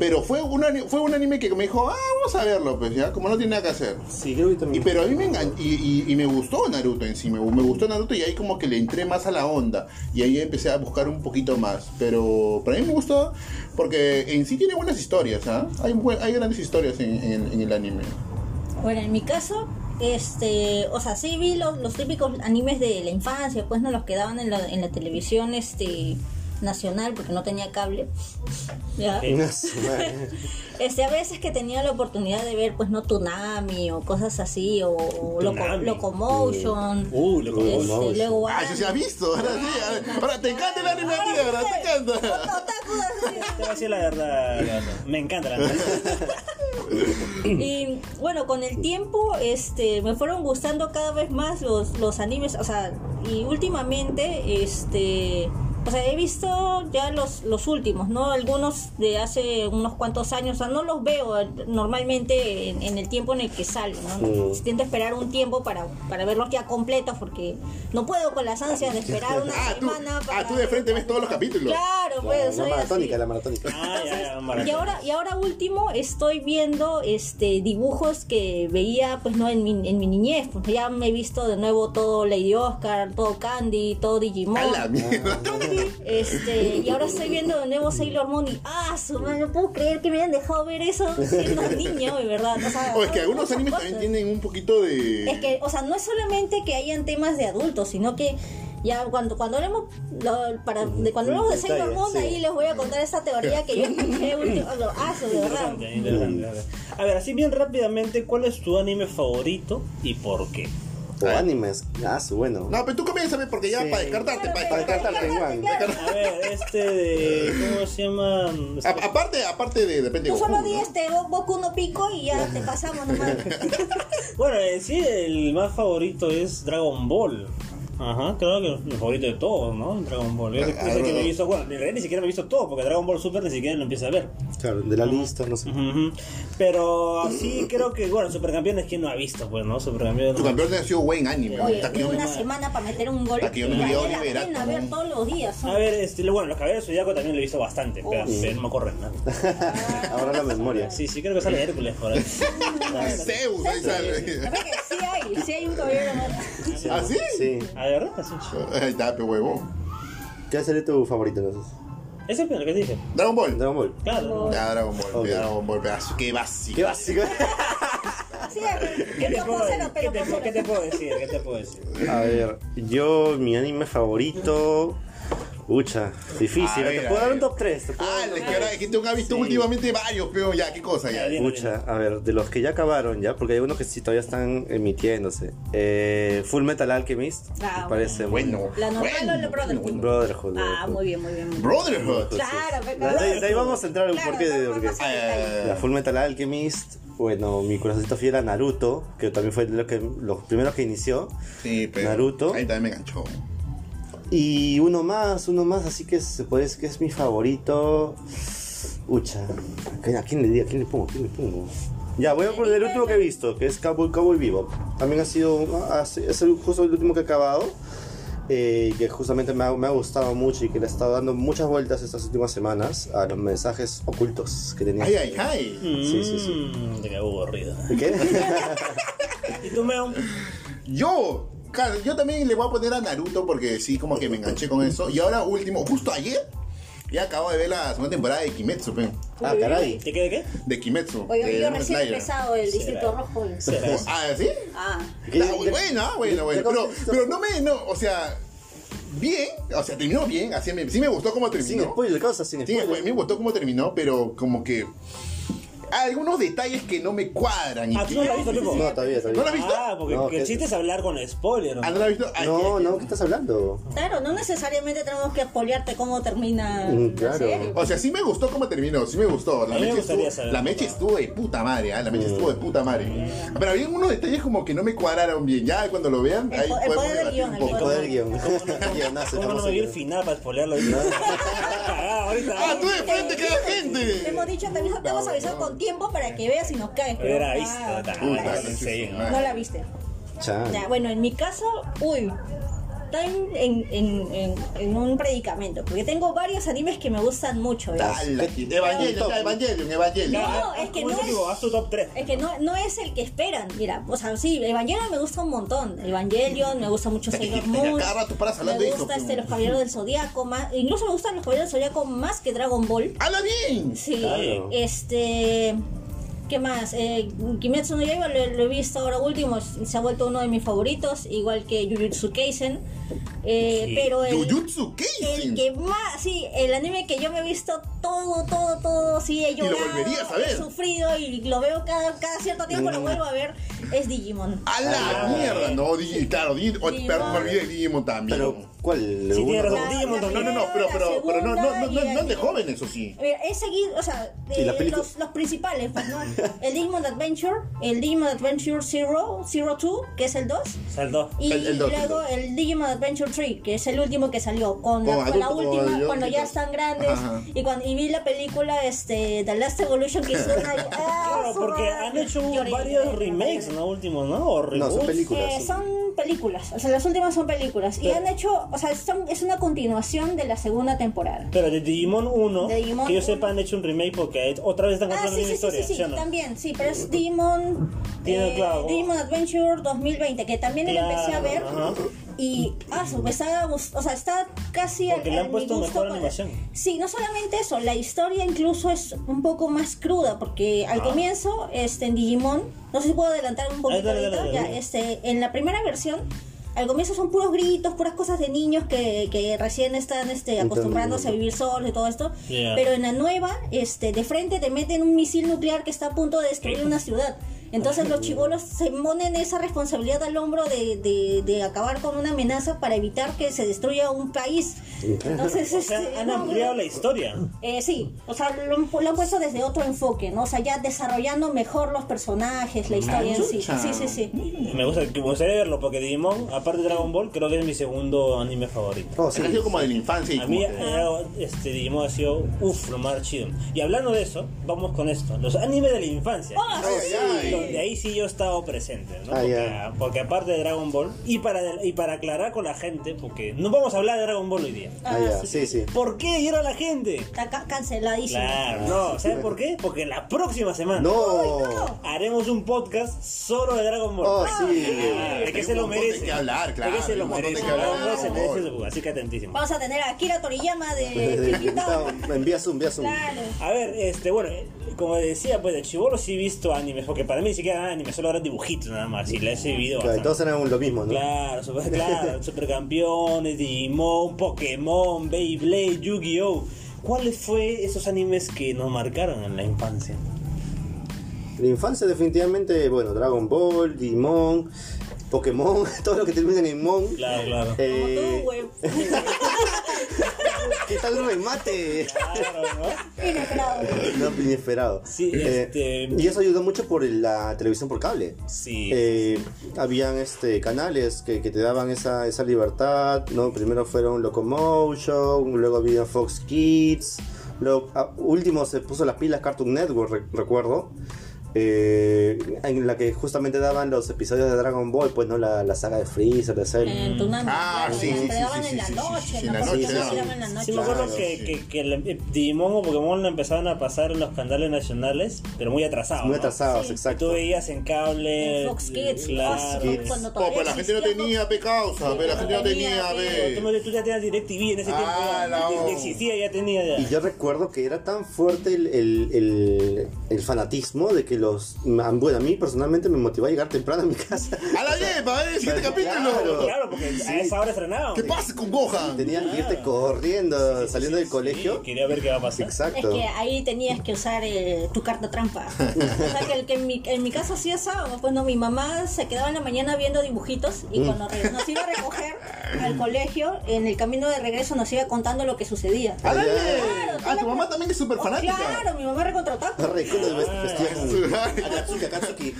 S4: Pero fue un, ani- fue un anime que me dijo, ah, vamos a verlo, pues ya, como no tiene nada que hacer.
S2: Sí, creo que
S4: Y,
S2: también.
S4: pero a mí me engan- y, y- y me gustó Naruto en sí, me, me gustó Naruto y ahí como que le entré más a la onda y ahí empecé a buscar un poquito más. Pero para mí me gustó porque en sí tiene buenas historias, ¿ah? hay, buen- hay grandes historias en, en- en el anime.
S5: Bueno, en mi caso, este, o sea, sí vi los, los típicos animes de la infancia, pues no los que daban en la, en la televisión este, nacional, porque no tenía cable. ¿ya? Este, a veces que tenía la oportunidad de ver, pues no Tsunami o cosas así, o, o Loco-
S3: Toonami.
S5: Locomotion.
S3: Uh, lo
S5: este,
S3: como
S2: Locomotion.
S5: luego
S4: Ah, sí se ha visto, ahora sí, ahora- ahora te encanta el anime a ti, ahora te encanta.
S5: ah,
S3: Te voy a decir la verdad. Leandro. Me encanta la verdad.
S4: Mm.
S5: Y bueno, con el tiempo este, me fueron gustando cada vez más los, los animes, o sea, y últimamente, este, o sea, he visto ya los, los últimos, ¿no? Algunos de hace unos cuantos años, o sea, no los veo eh, normalmente en, en el tiempo en el que salen, ¿no?
S2: Sí.
S5: Tiendo a esperar un tiempo para, para verlos ya completos porque no puedo con las ansias de esperar una
S4: Ah, tú,
S5: semana
S4: ah,
S5: para...
S4: tú de frente ves todos los capítulos.
S5: Claro, pues,
S2: la
S5: soy
S2: maratónica,
S5: así.
S2: la maratónica.
S3: Ah, ya, ya,
S5: Y
S3: maravilla.
S5: ahora, y ahora último estoy viendo este dibujos que veía pues no en mi, en mi niñez, pues ya me he visto de nuevo todo Lady Oscar, todo Candy, todo Digimon.
S4: A la mierda.
S5: Este, y ahora estoy viendo de nuevo Sailor Moon y ah, su madre, no puedo creer que me hayan dejado ver eso siendo niño, de verdad. O, sea,
S4: O es que algunos
S5: muchas
S4: animes
S5: cosas.
S4: también tienen un poquito de...
S5: Es que, o sea, no es solamente que hayan temas de adultos, sino que ya cuando cuando hablemos lo- para, de cuando hablemos de
S2: Detalle,
S5: Sailor Moon
S2: sí.
S5: ahí les voy a contar esa teoría que yo escuché último, lo- ah, su- de verdad.
S3: Interesante, interesante. A ver, así bien rápidamente, ¿cuál es tu anime favorito y por qué?
S2: O animes. Ah, su bueno.
S4: No, pero tú comienzas porque ya
S2: Sí.
S4: para descartarte, para
S2: Para
S4: descartarte.
S2: descartarte, Juan.
S3: A ver, este de. ¿Cómo se llama?
S4: A- aparte, aparte de, depende
S5: Tú
S4: Goku,
S5: solo
S4: ¿no?
S5: di este Bo- Boku no pico y ya te pasamos nomás.
S3: Bueno, en sí, el más favorito es Dragon Ball. Ajá, creo que el favorito de todos, ¿no? Dragon Ball. Yo después de que me he visto, bueno, en realidad ni siquiera me he visto todo, porque Dragon Ball Super ni siquiera lo empiezo a ver.
S2: Claro, de la lista, no sé.
S3: Ujú. Pero así creo que, bueno, Supercampeones, ¿quién no ha visto? Pues, ¿no? Supercampeones.
S4: Tu campeón ha sido buen anime.
S5: Oye,
S4: Hasta que yo
S5: tengo
S4: me-
S5: una semana para meter un gol.
S4: Hasta que yo me
S5: Vale
S4: olvidé
S5: la
S4: Oliverato,
S5: pena
S4: ¿no?
S5: ver todos los días.
S3: A ver, este, lo- bueno, los caballeros de Zodiaco también lo he visto bastante, pero eh, no me corren nada.
S4: Ah.
S2: Ahora la memoria.
S3: Sí, sí, creo que sale Hércules por ahí.
S4: Zeus, ahí
S5: La
S4: sale.
S5: verdad que sí hay, sí hay un caballero más.
S4: ¿Ah, sí?
S2: Sí.
S3: ¿Ah, de verdad? Sí.
S4: Ahí está, pe huevo.
S2: ¿Qué sería tu favorito entonces?
S3: Ese es lo que te dije.
S4: Dragon Ball.
S2: Dragon Ball.
S3: Claro.
S4: Ya, Dragon Ball,
S2: Ok.
S4: Dragon Ball, pedazo. Qué básico.
S2: Qué básico.
S5: Sí, hay,
S3: ¿Qué te,
S5: pero
S3: puedo,
S5: pónselo,
S3: qué
S5: pero
S3: te-
S5: pónselo.
S3: qué te puedo decir? ¿Qué te puedo decir?
S2: A ver, yo, mi anime favorito. Ucha, difícil.
S4: A ver,
S2: te
S4: a
S2: puedo dar
S4: ver.
S2: un top 3.
S4: Ah, es que ahora es que tú has visto últimamente varios, pero ya, qué cosa ya.
S3: Ya,
S2: Ucha, a ver, de los que ya acabaron ya, porque hay unos que sí todavía están emitiéndose. Eh, Full Metal Alchemist,
S5: Ah,
S2: me parece
S4: Este, Bueno.
S5: La normal
S4: bueno,
S5: o la Brotherhood.
S4: bueno.
S2: Brotherhood.
S5: Ah, muy bien, muy bien. muy bien.
S4: Brotherhood.
S5: Claro, pero-
S2: De ahí- de ahí vamos a entrar un
S5: Claro,
S2: porqué de
S5: vamos a
S2: por qué.
S5: pasar.
S2: La
S4: Eh,
S2: Full Metal Alchemist, bueno, mi corazoncito fiel a Naruto, que también fue de lo que, los primeros que inició.
S4: sí, pero.
S2: Naruto.
S4: Ahí también me enganchó.
S2: Y uno más, uno más, así que se puede decir que es mi favorito. Ucha, ¿a quién- ¿a quién le digo? ¿A quién le pongo? ¿A quién le pongo? Ya, voy a por el último que he visto, que es Cowboy, Cowboy Vivo. También ha sido, un- ha- ha- es el- justo el último que he acabado, eh, que justamente me ha, me ha gustado mucho y que le he estado dando muchas vueltas estas últimas semanas a los mensajes ocultos que tenía.
S4: Ay, ay, ay.
S2: Sí, sí, sí.
S3: Mm, Te cago aburrido.
S2: ¿Qué?
S3: ¿Y tú, Meo?
S4: Yo. Claro, yo también le voy a poner a Naruto porque sí, como que me enganché con eso. Y ahora último, justo ayer, ya acabo de ver la segunda temporada de Kimetsu, pe.
S2: ah, caray.
S3: ¿Te quedé qué?
S4: De Kimetsu.
S5: Oye,
S4: de
S5: yo
S4: Demon
S5: recién he
S4: Slayer.
S5: empezado el Distrito Rojo.
S3: Será.
S4: Ah, ¿sí?
S5: Ah,
S2: ¿Qué?
S4: Ah, bueno, bueno, bueno, bueno. Pero, pero no me, no, o sea, bien, o sea, terminó bien, así me, sí me gustó cómo
S2: Sin
S4: terminó.
S2: spoiler, causa, sin
S4: Sí,
S2: spoiler.
S4: me gustó cómo terminó, pero como que algunos detalles que no me cuadran. y
S3: Ah,
S4: que-
S3: ¿tú no la has visto, Pepo?
S2: No, todavía, todavía.
S4: ¿No la has visto?
S3: Ah, porque
S2: No,
S3: que el
S2: que-
S3: chiste es hablar con spoiler. ¿no?
S4: Ah, ¿no la has visto? Ay,
S2: No,
S4: ay,
S2: no, ¿qué estás hablando?
S5: Claro, no necesariamente tenemos que apoyarte cómo termina
S2: Mm,
S5: la
S2: claro.
S5: serie.
S4: O sea, sí me gustó cómo terminó, sí me gustó. La
S3: A mí me
S4: mecha
S3: gustaría
S4: estuvo,
S3: saber
S4: la
S3: cómo
S4: mecha
S3: acaba.
S4: estuvo de puta madre, ¿ah? la mecha estuvo de puta madre. Pero había unos detalles como que no me cuadraron bien. Ya cuando lo vean,
S5: El
S4: ahí
S5: po- el
S4: podemos
S5: poder del
S4: debatir
S5: guión,
S4: un
S5: el
S4: poco.
S2: El poder guión.
S3: ¿Cómo no,
S2: Guionazo,
S3: ¿Cómo no
S2: estamos
S3: me vi el
S2: en-
S3: final para spoilearlo? Cagada,
S4: Ah,
S3: ahorita.
S4: tú de frente, queda
S5: Te
S4: gente.
S5: hemos dicho, te aviso- te hemos avisado con tiempo para que veas y nos caes. pero
S3: Era ahí.
S5: nada,
S3: está,
S4: Uy,
S3: está,
S4: la
S3: sí, sí,
S4: madre.
S5: No la viste.
S2: Chan.
S5: Ya, bueno, en mi caso, uy, está en, en, en, en- en un predicamento. Porque tengo varios animes que me gustan mucho. ¿eh?
S4: Ala, Evangelion, ya, Evangelion, Evangelion.
S5: No, es que
S3: ¿Cómo
S5: no
S3: eso,
S5: es-
S3: digo, Haz tu top 3.
S5: Es que no, no es el que esperan, mira, o sea, sí, Evangelion me gusta un montón, Evangelion, me gusta mucho Sailor
S4: Y a
S5: Moon,
S4: cada rato paras hablando
S5: me
S4: de eso,
S5: gusta
S4: pero-
S5: este, los Caballeros del Zodíaco, más, incluso me gustan los Caballeros del Zodíaco más que Dragon Ball,
S4: ¡Hala bien!
S5: sí,
S3: Claro.
S5: este, ¿qué más? Eh, Kimetsu no Yaiba lo, lo he visto ahora último, se ha vuelto uno de mis favoritos, igual que Jujutsu Kaisen, eh,
S3: Sí.
S5: pero el...
S4: Jujutsu
S5: El
S4: Kaisen.
S5: que más, sí, el anime que yo me he visto todo, todo, todo, sí, he
S4: lo
S5: llorado,
S4: volverías a Mm. ver.
S5: he sufrido y lo veo cada, cada cierto tiempo, lo vuelvo a ver, es Digimon.
S4: ¡A la
S5: Ah.
S4: mierda! No, Digi- claro, Digi- o-
S5: Digimon.
S4: perdón, me olvidé de Digimon también.
S2: Pero, ¿cuál?
S3: Sí,
S2: ¿Uno,
S3: tiene
S2: dos?
S3: razón. Digimon
S4: No, no, no,
S5: primera,
S4: pero,
S5: la
S4: pero, pero no, no,
S5: segunda
S4: no, no,
S5: y
S4: no de
S5: el-
S4: joven, eso sí.
S5: Mira, he seguido, o sea,
S2: ¿Y la
S5: eh,
S2: película?
S5: los, los principales, pues, ¿no? El Digimon Adventure, el Digimon Adventure Zero, Zero Two, que es el 2,
S3: Saltó.
S5: y
S4: El- el dos,
S5: luego
S4: el
S5: el Digimon Adventure 3, que es el último que salió, con, la,
S4: Con
S5: con la
S4: adultos, con
S5: última,
S4: adultos.
S5: cuando ya están grandes,
S4: Ajá.
S5: y cuando y vi la película este, The Last Evolution que hicieron ahí. ah,
S3: Claro,
S5: su
S3: porque
S5: madre.
S3: han hecho
S5: Lloré,
S3: varios
S5: lloré,
S3: remakes,
S5: lloré.
S3: ¿no? Últimos, ¿no? O
S2: No, son
S3: reboots.
S2: películas.
S5: Eh, son películas, o sea, las últimas son películas. Y
S3: Pero-
S5: han hecho, o sea, son- es una continuación de la segunda temporada.
S3: Pero de Digimon 1,
S5: De Digimon
S3: que yo
S5: 1.
S3: sepa, han hecho un remake porque otra vez están
S5: Ah,
S3: contando la
S5: sí, sí,
S3: misma
S5: sí,
S3: historia.
S5: sí, sí,
S3: ¿sí o no?
S5: también, sí, pero es Demon,
S3: Tiene, claro.
S5: Demon Adventure 2020, que también lo empecé a ver.
S3: Claro, ajá.
S5: Y, ah, su, me está, gust- o sea, está casi
S3: Porque le han
S5: mi
S3: puesto
S5: gusto
S3: mejor
S5: con-
S3: animación.
S5: Sí, no solamente eso, la historia incluso es un poco más cruda, porque al comienzo, este, en Digimon, no sé si puedo adelantar un poquito
S3: Ah. dale, dale,
S5: ahorita,
S3: dale,
S5: ya,
S3: dale.
S5: este, en la primera versión. Al comienzo son puros gritos, puras cosas de niños que, que recién están este, acostumbrándose a vivir solos y todo esto.
S3: Yeah.
S5: Pero en la nueva, este, de frente te meten un misil nuclear que está a punto de destruir una ciudad. Entonces los chibolos se ponen esa responsabilidad al hombro de, de- de acabar con una amenaza para evitar que se destruya un país. Entonces,
S3: O sea,
S5: este,
S3: han
S5: no,
S3: ampliado
S5: no.
S3: la historia.
S5: Eh, sí, o sea, lo, han pu- lo han puesto desde otro enfoque, ¿no? O sea, ya desarrollando mejor los personajes, la historia en sí.
S4: chucha.
S5: Sí, sí, sí.
S3: Me gusta, me gustaría verlo porque Digimon, aparte de Dragon Ball, creo que es mi segundo anime favorito.
S2: Oh,
S4: Se
S2: sí.
S4: ha sido como de la infancia y
S3: A mí
S4: como que-
S3: eh, este Digimon ha sido uff, lo más chido. Y hablando de eso, vamos con esto, los animes de la infancia.
S5: Ah,
S4: Ay,
S5: sí.
S4: ay, ay.
S3: Donde ahí sí yo he estado presente, ¿no?
S2: Ah,
S3: porque,
S2: ya.
S3: porque aparte de Dragon Ball, y para, y para aclarar con la gente, porque no vamos a hablar de Dragon Ball hoy día.
S2: Ah, ya, sí, sí.
S3: ¿Por qué llora la gente?
S5: Está ca- canceladísimo.
S3: Claro, no, ¿sabes por qué? Porque la próxima semana
S2: No.
S3: haremos un podcast solo de Dragon Ball.
S2: Oh, sí.
S3: Ah, de que
S4: Hay
S3: se
S4: un
S3: lo
S4: montón
S3: merece.
S4: de que hablar, claro,
S3: De que se
S4: hay
S3: lo
S4: un montón de
S3: merece.
S4: que hablar,
S3: Dragon Ball se
S4: por
S3: merece
S4: favor.
S3: su jugo, así que atentísimo.
S5: Vamos a tener a Akira Toriyama de Chiquito.
S2: No, envía Zoom, envía Zoom.
S5: Claro.
S3: A ver, este, bueno, eh, como decía, pues de chivolo sí he visto animes, porque para mí ni siquiera eran animes, solo eran dibujitos nada más, y les he vivido.
S2: Claro, y todos
S3: bastante.
S2: eran lo mismo, ¿no?
S3: Claro, super, claro, supercampeones, Digimon, Pokémon, Beyblade, Yu-Gi-Oh! ¿Cuáles fue esos animes que nos marcaron en la infancia?
S2: La infancia definitivamente, bueno, Dragon Ball, Digimon, Pokémon, todo lo que termina en Mon.
S3: Claro, claro.
S5: Como tú,
S2: Eh,
S5: güey.
S2: ¿Qué tal el remate?
S3: Claro, ¿no?
S5: Inesperado.
S2: No, inesperado.
S3: Sí,
S2: Eh,
S3: este-
S2: Y eso ayudó mucho por la televisión por cable.
S3: Sí.
S2: Eh, habían este, canales que, que te daban esa, esa libertad, ¿no? Primero fueron Locomotion, luego había Fox Kids, luego, a- último se puso las pilas Cartoon Network, re- recuerdo. eh, en la que justamente daban los episodios de Dragon Ball, pues no la, la saga de Freezer, de Cell.
S5: En Tunami,
S4: Ah,
S5: claro,
S4: sí,
S5: te
S4: sí, sí,
S5: daban
S4: sí,
S5: en la
S4: sí, sí, sí,
S5: noche,
S4: sí, en la
S5: ¿no? Porque
S4: noche,
S5: se daban
S4: ah.
S5: en la noche.
S3: Sí, me acuerdo
S2: Claro,
S3: que,
S2: sí.
S3: que, que el- eh, Digimon o Pokémon lo empezaban a pasar en los canales nacionales, pero muy atrasados.
S2: Muy
S3: ¿no?
S2: atrasados,
S5: Sí.
S3: Que Tú
S2: exacto.
S3: veías en cable. eh,
S5: En Fox Kids,
S3: claro.
S5: Fox
S2: Kids.
S5: cuando
S4: Oh,
S5: todavía
S4: pues la gente no
S5: existía
S4: tenía pe causa, pero la
S5: no
S4: gente no
S5: tenía,
S4: tenía
S5: pe.
S4: pe.
S3: Tú, tú ya tenías DirecTV en ese
S4: Ah, la
S3: tiempo. ya-
S4: o-
S3: Ya existía, ya tenía.
S2: Y
S3: Ya.
S2: yo recuerdo que era tan fuerte el, el- el- el fanatismo de que lo los. a- Bueno, a mí personalmente me motivó a llegar temprano a mi casa.
S4: ¡A la yepa, eh! ¡Siguiente capítulo!
S3: Claro, porque a esa hora estrenaron.
S4: ¿Qué pasa con Gohan?
S2: Tenías que irte corriendo, saliendo del colegio.
S3: Sí, quería ver qué va a pasar.
S5: Es
S2: Exacto.
S5: que ahí tenías que usar eh, tu carta trampa. o sea, que, el que en, mi, en mi caso hacía sábado, pues no, mi mamá se quedaba en la mañana viendo dibujitos
S4: Mm.
S5: y cuando re- nos iba a recoger al colegio, en el camino de regreso nos iba contando lo que sucedía.
S4: ¡A la ye!
S5: Claro,
S4: Ah,
S5: tú
S4: tu
S5: la-
S4: mamá también es súper
S5: Oh,
S4: fanática.
S5: Claro, mi mamá recontrataba.
S2: Recuerdo de vestía con. Akatsuki, Akatsuki.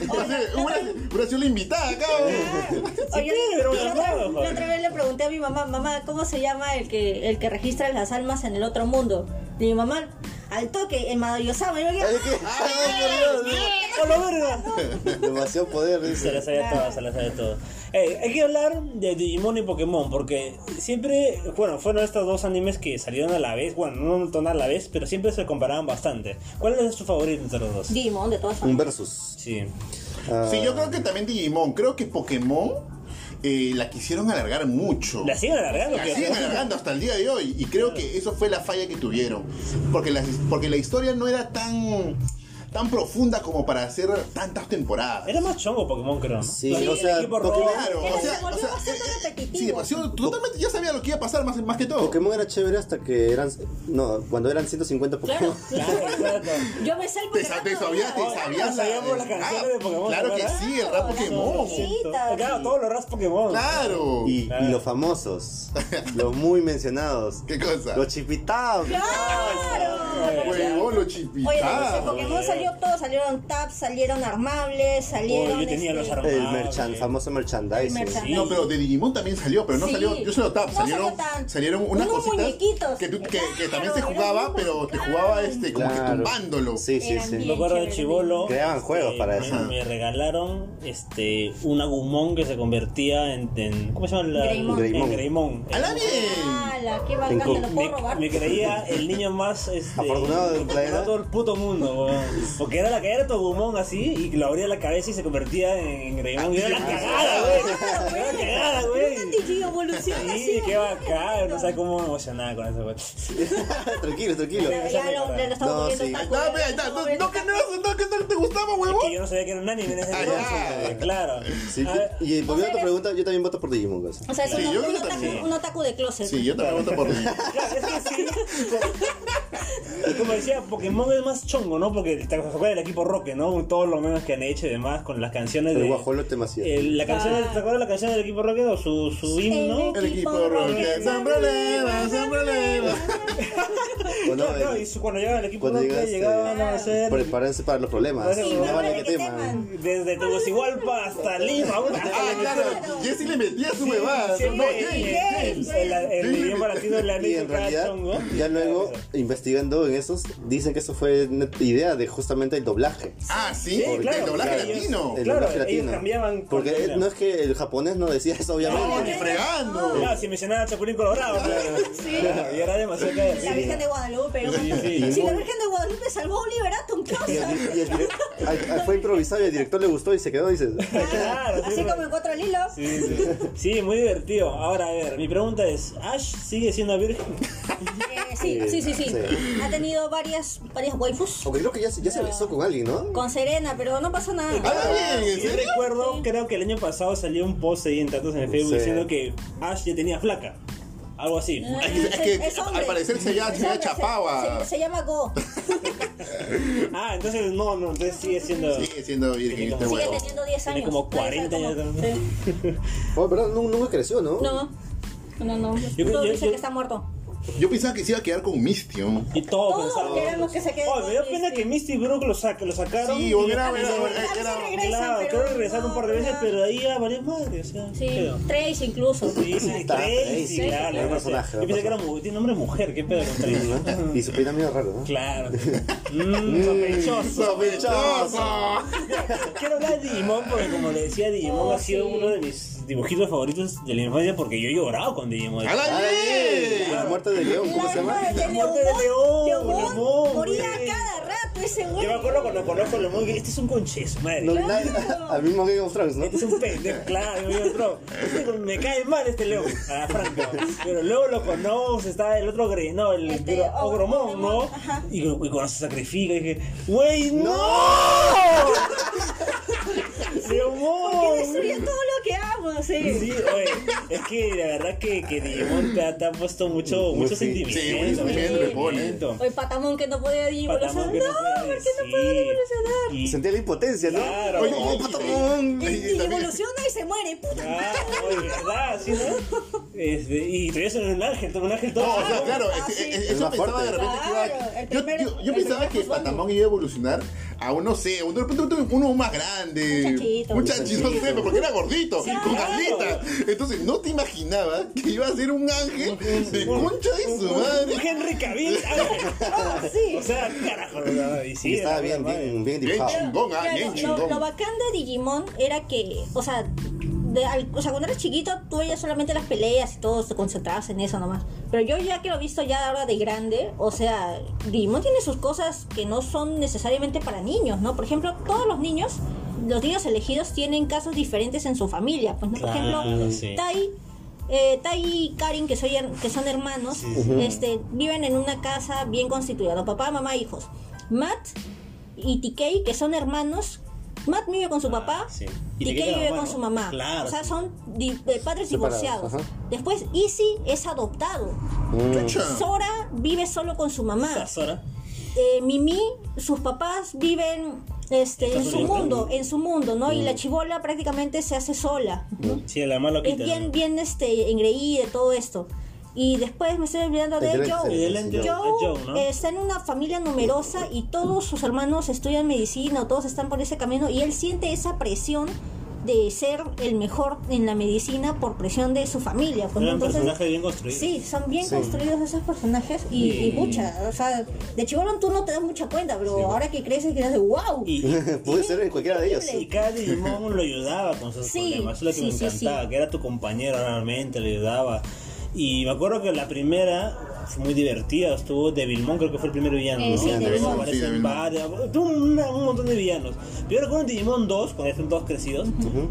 S4: Hubiera sido la invitada acá.
S5: Oye,
S3: Sí, pero
S5: la, otra,
S3: bueno,
S5: la otra vez le pregunté a mi mamá, mamá, ¿cómo se llama el que el que registra las almas en el otro mundo? Y mi mamá, al toque, en Madayosama. Y yo,
S2: Ay, ¿qué? Ay, por Dios.
S3: ¡A la verga!
S2: Demasiado poder,
S3: Se las
S2: dice.
S3: sabía todas, se las sabía todas. Ey, hay que hablar de Digimon y Pokémon, porque siempre, bueno, fueron estos dos animes que salieron a la vez, bueno, no un montón a la vez, pero siempre se comparaban bastante. ¿Cuál es tu favorito entre los dos?
S5: Digimon, de todas
S2: Un
S5: formas.
S2: versus.
S3: Sí.
S2: Ah,
S4: Sí, yo creo que también Digimon. Creo que Pokémon eh, la quisieron alargar mucho.
S3: ¿La siguen alargando?
S4: La
S3: ¿Qué?
S4: siguen alargando hasta el día de hoy. Y creo que eso fue la falla que tuvieron. Porque la, porque la historia no era tan, tan profunda como para hacer tantas temporadas.
S3: Era más chongo Pokémon, creo. ¿no?
S2: Sí,
S3: Lo-
S2: o
S3: el
S2: sea,
S3: equipo
S2: Pokémon-
S3: rojo.
S4: Claro,
S5: Es
S4: o
S5: que
S4: sea,
S5: se volvió
S4: o sea,
S5: bastante
S4: eh, eh,
S5: repetitivo.
S4: Sí, demasiado, totalmente ya sabía lo que iba a pasar más, más que todo.
S2: Pokémon era chévere hasta que eran. No, cuando eran 150
S5: Claro,
S2: Pokémon.
S5: claro.
S3: Exacto.
S5: Yo me sé el
S4: Te, sa- te
S5: Pokémon
S4: sabías, te
S5: todavía.
S4: sabías.
S3: sabíamos las
S4: eh,
S3: canciones
S4: ah,
S3: de Pokémon,
S4: Claro que
S3: ¿verdad?
S4: sí, el rap Pokémon.
S5: Chiquita,
S3: Claro,
S5: sí.
S3: todos los ras Pokémon.
S4: Claro.
S2: Y, y los famosos, los muy mencionados,
S4: ¿Qué cosa?
S2: los chipitados.
S5: Claro.
S4: Huevón, los
S5: Oye, desde
S4: chipitados.
S5: Pokémon salió todo, salieron tabs, salieron armables, salieron.
S3: Uy, yo tenía los
S5: este,
S3: armables.
S2: El
S3: Ah,
S2: merchan,
S3: ok.
S2: famoso merchandising.
S5: El merchan-
S4: No, pero de Digimon también salió, pero no
S5: Sí.
S4: salió. Yo solo tap,
S5: No salió
S4: salieron,
S5: tan-
S4: salieron unas
S5: unos
S4: cositas
S5: muñequitos.
S4: que, tú- que, que también
S5: Claro,
S4: se
S5: eran
S4: jugaba,
S5: unos
S4: pero te
S5: muñequitos.
S4: jugaba este como que
S2: Claro.
S4: tumbándolo.
S2: Sí, sí,
S5: Eran
S2: sí.
S5: bien.
S3: Me acuerdo de
S5: chévere.
S3: Chibolo.
S2: Creaban juegos para
S3: Este, me,
S2: eso.
S3: Me regalaron este, un agumón que se convertía en. en- ¿Cómo se llama? La,
S5: Greymon.
S2: Greymon.
S3: En Greymon. Eh,
S4: ¡Hala bien!
S5: ¡Hala! ¡Qué bacán!
S2: En
S5: ¿Te lo
S2: co-
S5: puedo
S3: Me,
S5: robar?
S3: me creía el niño más este,
S2: Afortunado del planeta.
S3: de todo el puto mundo, weón. Porque era la que era tu agumón así y lo abría la cabeza y se convertía en Greymon. Y era
S2: Ah,
S3: la
S5: Ah,
S3: cagada, güey. Era la cagada, güey.
S5: evoluciona
S3: Sí, qué bacán. No sé cómo me emocionaba con eso, güey.
S2: tranquilo, tranquilo.
S5: Ya, ya lo, le- lo estamos
S2: No,
S5: viendo
S2: sí.
S5: tal
S4: No,
S5: cual,
S4: ve, ahí está.
S5: estamos
S4: no,
S5: viendo
S4: no, que
S5: tal
S4: no, no, que no te gustaba,
S3: Que
S4: huevón.
S3: yo no sabía que era un anime en ese
S4: Ah,
S3: entonces,
S4: ya.
S3: güey, claro. Ah,
S2: Sí,
S3: A ver,
S2: y volviendo a tu
S5: eres-
S2: pregunta, yo también voto por Digimon. pues.
S5: O sea, es
S4: Sí,
S5: un,
S4: yo creo
S5: un
S4: que también.
S5: otaku, un otaku de closet.
S4: Sí, yo también voto por Digimon. Ah,
S3: Claro, es que sí. Y como decía, Pokémon es más chongo, ¿no? Porque te acuerdas del equipo Roque, ¿no? Con Todos los memes que han hecho y demás, con las canciones
S2: El
S3: de.
S2: guajolote Macías.
S3: el- la canción,
S5: Ah.
S3: ¿Te acuerdas la canción del equipo Roque o su, su himno?
S4: El equipo Rocket, sin problema, sin problema.
S2: ¿O no?
S3: No, no, y
S2: El-
S3: su- cuando llegaba el equipo
S2: eh, cuando
S3: Roque,
S2: llegaste-
S3: llegaban a hacer.
S2: Preparense para los problemas.
S3: Sí,
S2: No
S3: no
S2: vale
S5: vale
S2: que
S5: que
S2: teman.
S5: teman.
S3: Desde Tegucigalpa hasta Lima, una
S4: Ah, claro, Jessy le metía su huevada.
S3: Sí,
S4: No,
S3: sí,
S4: James,
S3: el-
S4: James.
S3: el- El
S4: James
S3: idioma
S4: le-
S3: latino le han
S2: Y en
S3: hecho cada
S2: realidad,
S3: chongo.
S2: ya luego, investigando en esos, dicen que eso fue net- idea de justamente el doblaje.
S4: Ah, sí,
S3: Sí,
S4: porque
S3: claro,
S4: el doblaje
S3: claro,
S4: latino.
S2: El
S3: Claro,
S2: doblaje
S3: ellos
S2: latino.
S3: cambiaban
S2: Porque
S3: contenido.
S2: no es que el japonés no decía eso,
S4: No, ni
S2: obviamente.
S4: fregando.
S3: Claro, si mencionaba Chapulín Colorado, claro. Claro, Y era demasiado que-
S5: La Virgen de Guadalupe. ¿no?
S3: Sí.
S5: Si la Virgen de Guadalupe salvó a Oliveratum, ¿qué
S2: Y el-
S5: pasa?
S2: y el direct- al- al- fue improvisado y el director le gustó y se quedó, dices.
S3: Claro, sí,
S5: Así
S3: pero-
S5: como encuentro el hilo.
S3: Sí, sí. Sí, muy divertido. Ahora, a ver, mi pregunta es, ¿Ash sigue siendo virgen?
S5: Eh, sí, sí, sí, sí.
S2: Sí.
S5: Ha tenido varias, varias waifus
S2: Aunque creo que ya, se- ya se besó con alguien, ¿no?
S5: con Serena, pero no pasa nada.
S4: Habla Ah, bien, ¿en
S3: Yo
S4: serio?
S3: recuerdo, creo que el año pasado salió un post ahí en Tatos en el Facebook
S2: Sí.
S3: diciendo que Ash ya tenía flaca. Algo así.
S5: Ah.
S4: Es que, es que
S5: Eh, hombre.
S4: al parecer se ya,
S5: Es
S4: se ya
S5: hombre,
S4: chapaba.
S5: se- se llama Go.
S3: Ah, entonces no, no, entonces sigue siendo...
S4: Sigue siendo virgen este
S5: Sigue
S4: huevo.
S5: teniendo 10
S3: Tiene
S5: años.
S3: como 40
S5: Todavía está como-
S3: ya.
S5: Sí.
S2: Oh, ¿verdad? Nu- Nunca creció, ¿no?
S5: No. No, no.
S3: Yo-
S5: Todos
S3: yo-
S5: dicen
S3: yo-
S5: que está muerto.
S4: Yo pensaba que se iba a quedar con Mistio.
S3: Y todo
S5: Todos queremos que se quede
S3: Oh,
S5: con
S3: me dio pena
S5: Misty.
S3: que Misty y Brooke lo, sac- lo sacaron.
S4: Sí, o
S3: y-
S4: era-
S5: A
S4: era-
S5: veces
S4: era- era-
S5: regresan,
S3: Claro,
S5: pero
S3: creo que regresaron un par de
S5: no,
S3: veces,
S5: no.
S3: pero ahí ya varias madres. O sea,
S5: Sí,
S3: pero-
S5: tres incluso.
S3: Sí, sí,
S2: Está
S3: Tracy,
S2: Tracy, era
S3: claro.
S2: un
S3: no sé.
S2: personaje,
S3: Yo
S2: era
S3: pensé
S2: un
S3: que era mu- tiene nombre de mujer, qué pedo con Tracy, ¿no?
S2: Y su peinado medio raro, ¿no?
S3: Claro. Mm, sospechoso.
S4: ¡Sospechoso!
S3: Quiero hablar de Digimon porque como le decía, Digimon
S5: Oh,
S3: ha sido
S5: sí.
S3: uno de mis dibujitos favoritos de la infancia porque yo he llorado con Digimon.
S4: ¡Hala
S2: Ay,
S4: bien!
S2: La muerte de León, ¿cómo se llama?
S5: La
S3: muerte de León,
S5: León,
S3: León,
S5: moría
S3: güey.
S5: cada rato
S1: ese
S3: Yo me
S1: güey.
S3: acuerdo cuando conozco lo muy este es un conches, madre.
S2: No, nadie- al mismo Game of Thrones, ¿no?
S3: Este es un pendejo, claro, me entró. Este, me cae mal este León, a Franco. Pero luego lo conoces, está el otro gre, no, el
S1: Este,
S3: gro-
S1: o-
S3: Ogromón, ¿no?
S1: ajá.
S3: Y, y cuando se sacrifica, dije, ¡Wey, no!
S1: Que
S3: ¡Leomón!
S1: destruyó todo lo que amo, sí.
S3: Sí, oye, es que la verdad que, que Digimon te ha, te ha puesto mucho, mucho
S2: sí,
S3: sentimiento.
S4: sí, mucho sentimiento le pone.
S3: sentimiento.
S5: Oye, Patamón que no podía
S3: Patamón
S5: evolucionar.
S3: que
S5: No,
S3: puede
S5: ¿por qué no
S3: decir.
S5: puedo evolucionar?
S3: Y-
S2: Sentía la impotencia, ¿no?
S3: Claro.
S2: Oye, oh, Patamón.
S1: Y,
S4: Sí,
S1: y
S4: también.
S1: evoluciona y se muere, puta.
S3: Ah, oye, ¿verdad? Sí, ¿no? Este, y todavía son un ángel, todo un ángel todo.
S4: No, o sea,
S3: ¿no?
S4: claro,
S1: Ah,
S4: es-
S1: sí.
S4: es-
S2: Es
S4: eso
S2: más
S4: pensaba
S2: fuerte.
S4: de repente que
S1: Claro,
S4: iba.
S1: el
S4: yo-
S1: primer-
S4: yo, yo
S1: el
S4: pensaba
S1: primer
S4: que
S1: Fusbando.
S4: Patamón iba a evolucionar a un, no sé, un, de repente un- uno más grande.
S5: Muchachito.
S4: Muchachito, no sé,
S2: Muchachito.
S4: porque era gordito, con
S1: claro.
S4: alitas. Entonces, no te imaginabas que iba a ser un ángel de concha de su
S3: Un
S4: madre.
S3: Henry Cavill ángel.
S5: Ah,
S3: O sea, carajo, ¿verdad? Y sí,
S2: Y estaba
S3: la
S2: bien,
S3: verdad, eh.
S2: bien, bien
S4: Bien
S2: dibujado.
S4: chingón, ah,
S5: Claro,
S4: bien
S5: lo,
S4: chingón.
S5: lo bacán de Digimon era que, o sea, de al- o sea, cuando eras chiquito tú veías solamente las peleas y todo, te concentrabas en eso nomás. Pero yo ya que lo he visto ya ahora de grande, o sea, Digimon tiene sus cosas que no son necesariamente para niños, ¿no? Por ejemplo, todos los niños, los niños elegidos tienen casos diferentes en su familia. Pues, ¿no? Por
S3: Claro,
S5: ejemplo,
S3: sí.
S5: Tai... eh, Tai y Karin, que, soy, her- que son hermanos, este, viven en una casa bien constituida, ¿no? papá, mamá, hijos. Matt y TK, que son hermanos, Matt vive con su papá,
S3: Ah, sí. Y
S5: y
S3: TK
S5: TK
S3: la
S5: vive
S3: mamá,
S5: con
S3: ¿no?
S5: su mamá.
S3: Claro,
S5: o sea,
S3: sí.
S5: son di- de padres
S2: Separados,
S5: divorciados.
S2: ajá.
S5: Después, Izzy es adoptado.
S4: Chucha.
S5: Sora vive solo con su
S3: Esa
S5: mamá.
S3: Sora.
S5: Eh, Mimi, sus papás viven este, en
S3: Estados
S5: su
S3: Unidos,
S5: mundo,
S3: ¿no?
S5: en su mundo, ¿no?
S2: Mm.
S5: Y la chivola prácticamente se hace sola.
S3: Sí, la mano
S5: Es
S3: quita.
S5: bien, bien este, engreída y todo esto. Y después me estoy olvidando de
S2: Excelente,
S5: Joe.
S2: excelente.
S5: Joe,
S3: A Joe, ¿no?
S5: eh, está en una familia numerosa y todos sus hermanos estudian medicina, o todos están por ese camino y él siente esa presión de ser el mejor en la medicina por presión de su familia. pues,
S3: Era un
S5: entonces-
S3: personaje bien construido.
S5: Sí, son bien
S2: Sí.
S5: construidos esos personajes y,
S3: Y-
S5: y pucha, o sea, de chibolón tú no te das mucha cuenta, pero ahora que creces que dices, wow.
S3: Y,
S2: Puede ser en cualquiera de ellos.
S3: y cada Digimon lo ayudaba con sus
S5: Sí,
S3: problemas. Eso es lo que
S5: sí,
S3: me
S5: sí, sí.
S3: encantaba, que era tu compañero realmente, le ayudaba. Y me acuerdo que la primera fue muy divertida. Estuvo Devilmon, creo que fue el primer villano.
S5: Eh,
S3: ¿no?
S5: sí,
S3: Aparecen
S5: Devilmon.
S4: Sí, Devilmon.
S3: varios- tuvo una- un montón de villanos. Yo recuerdo en Digimon 2, cuando ya están todos crecidos,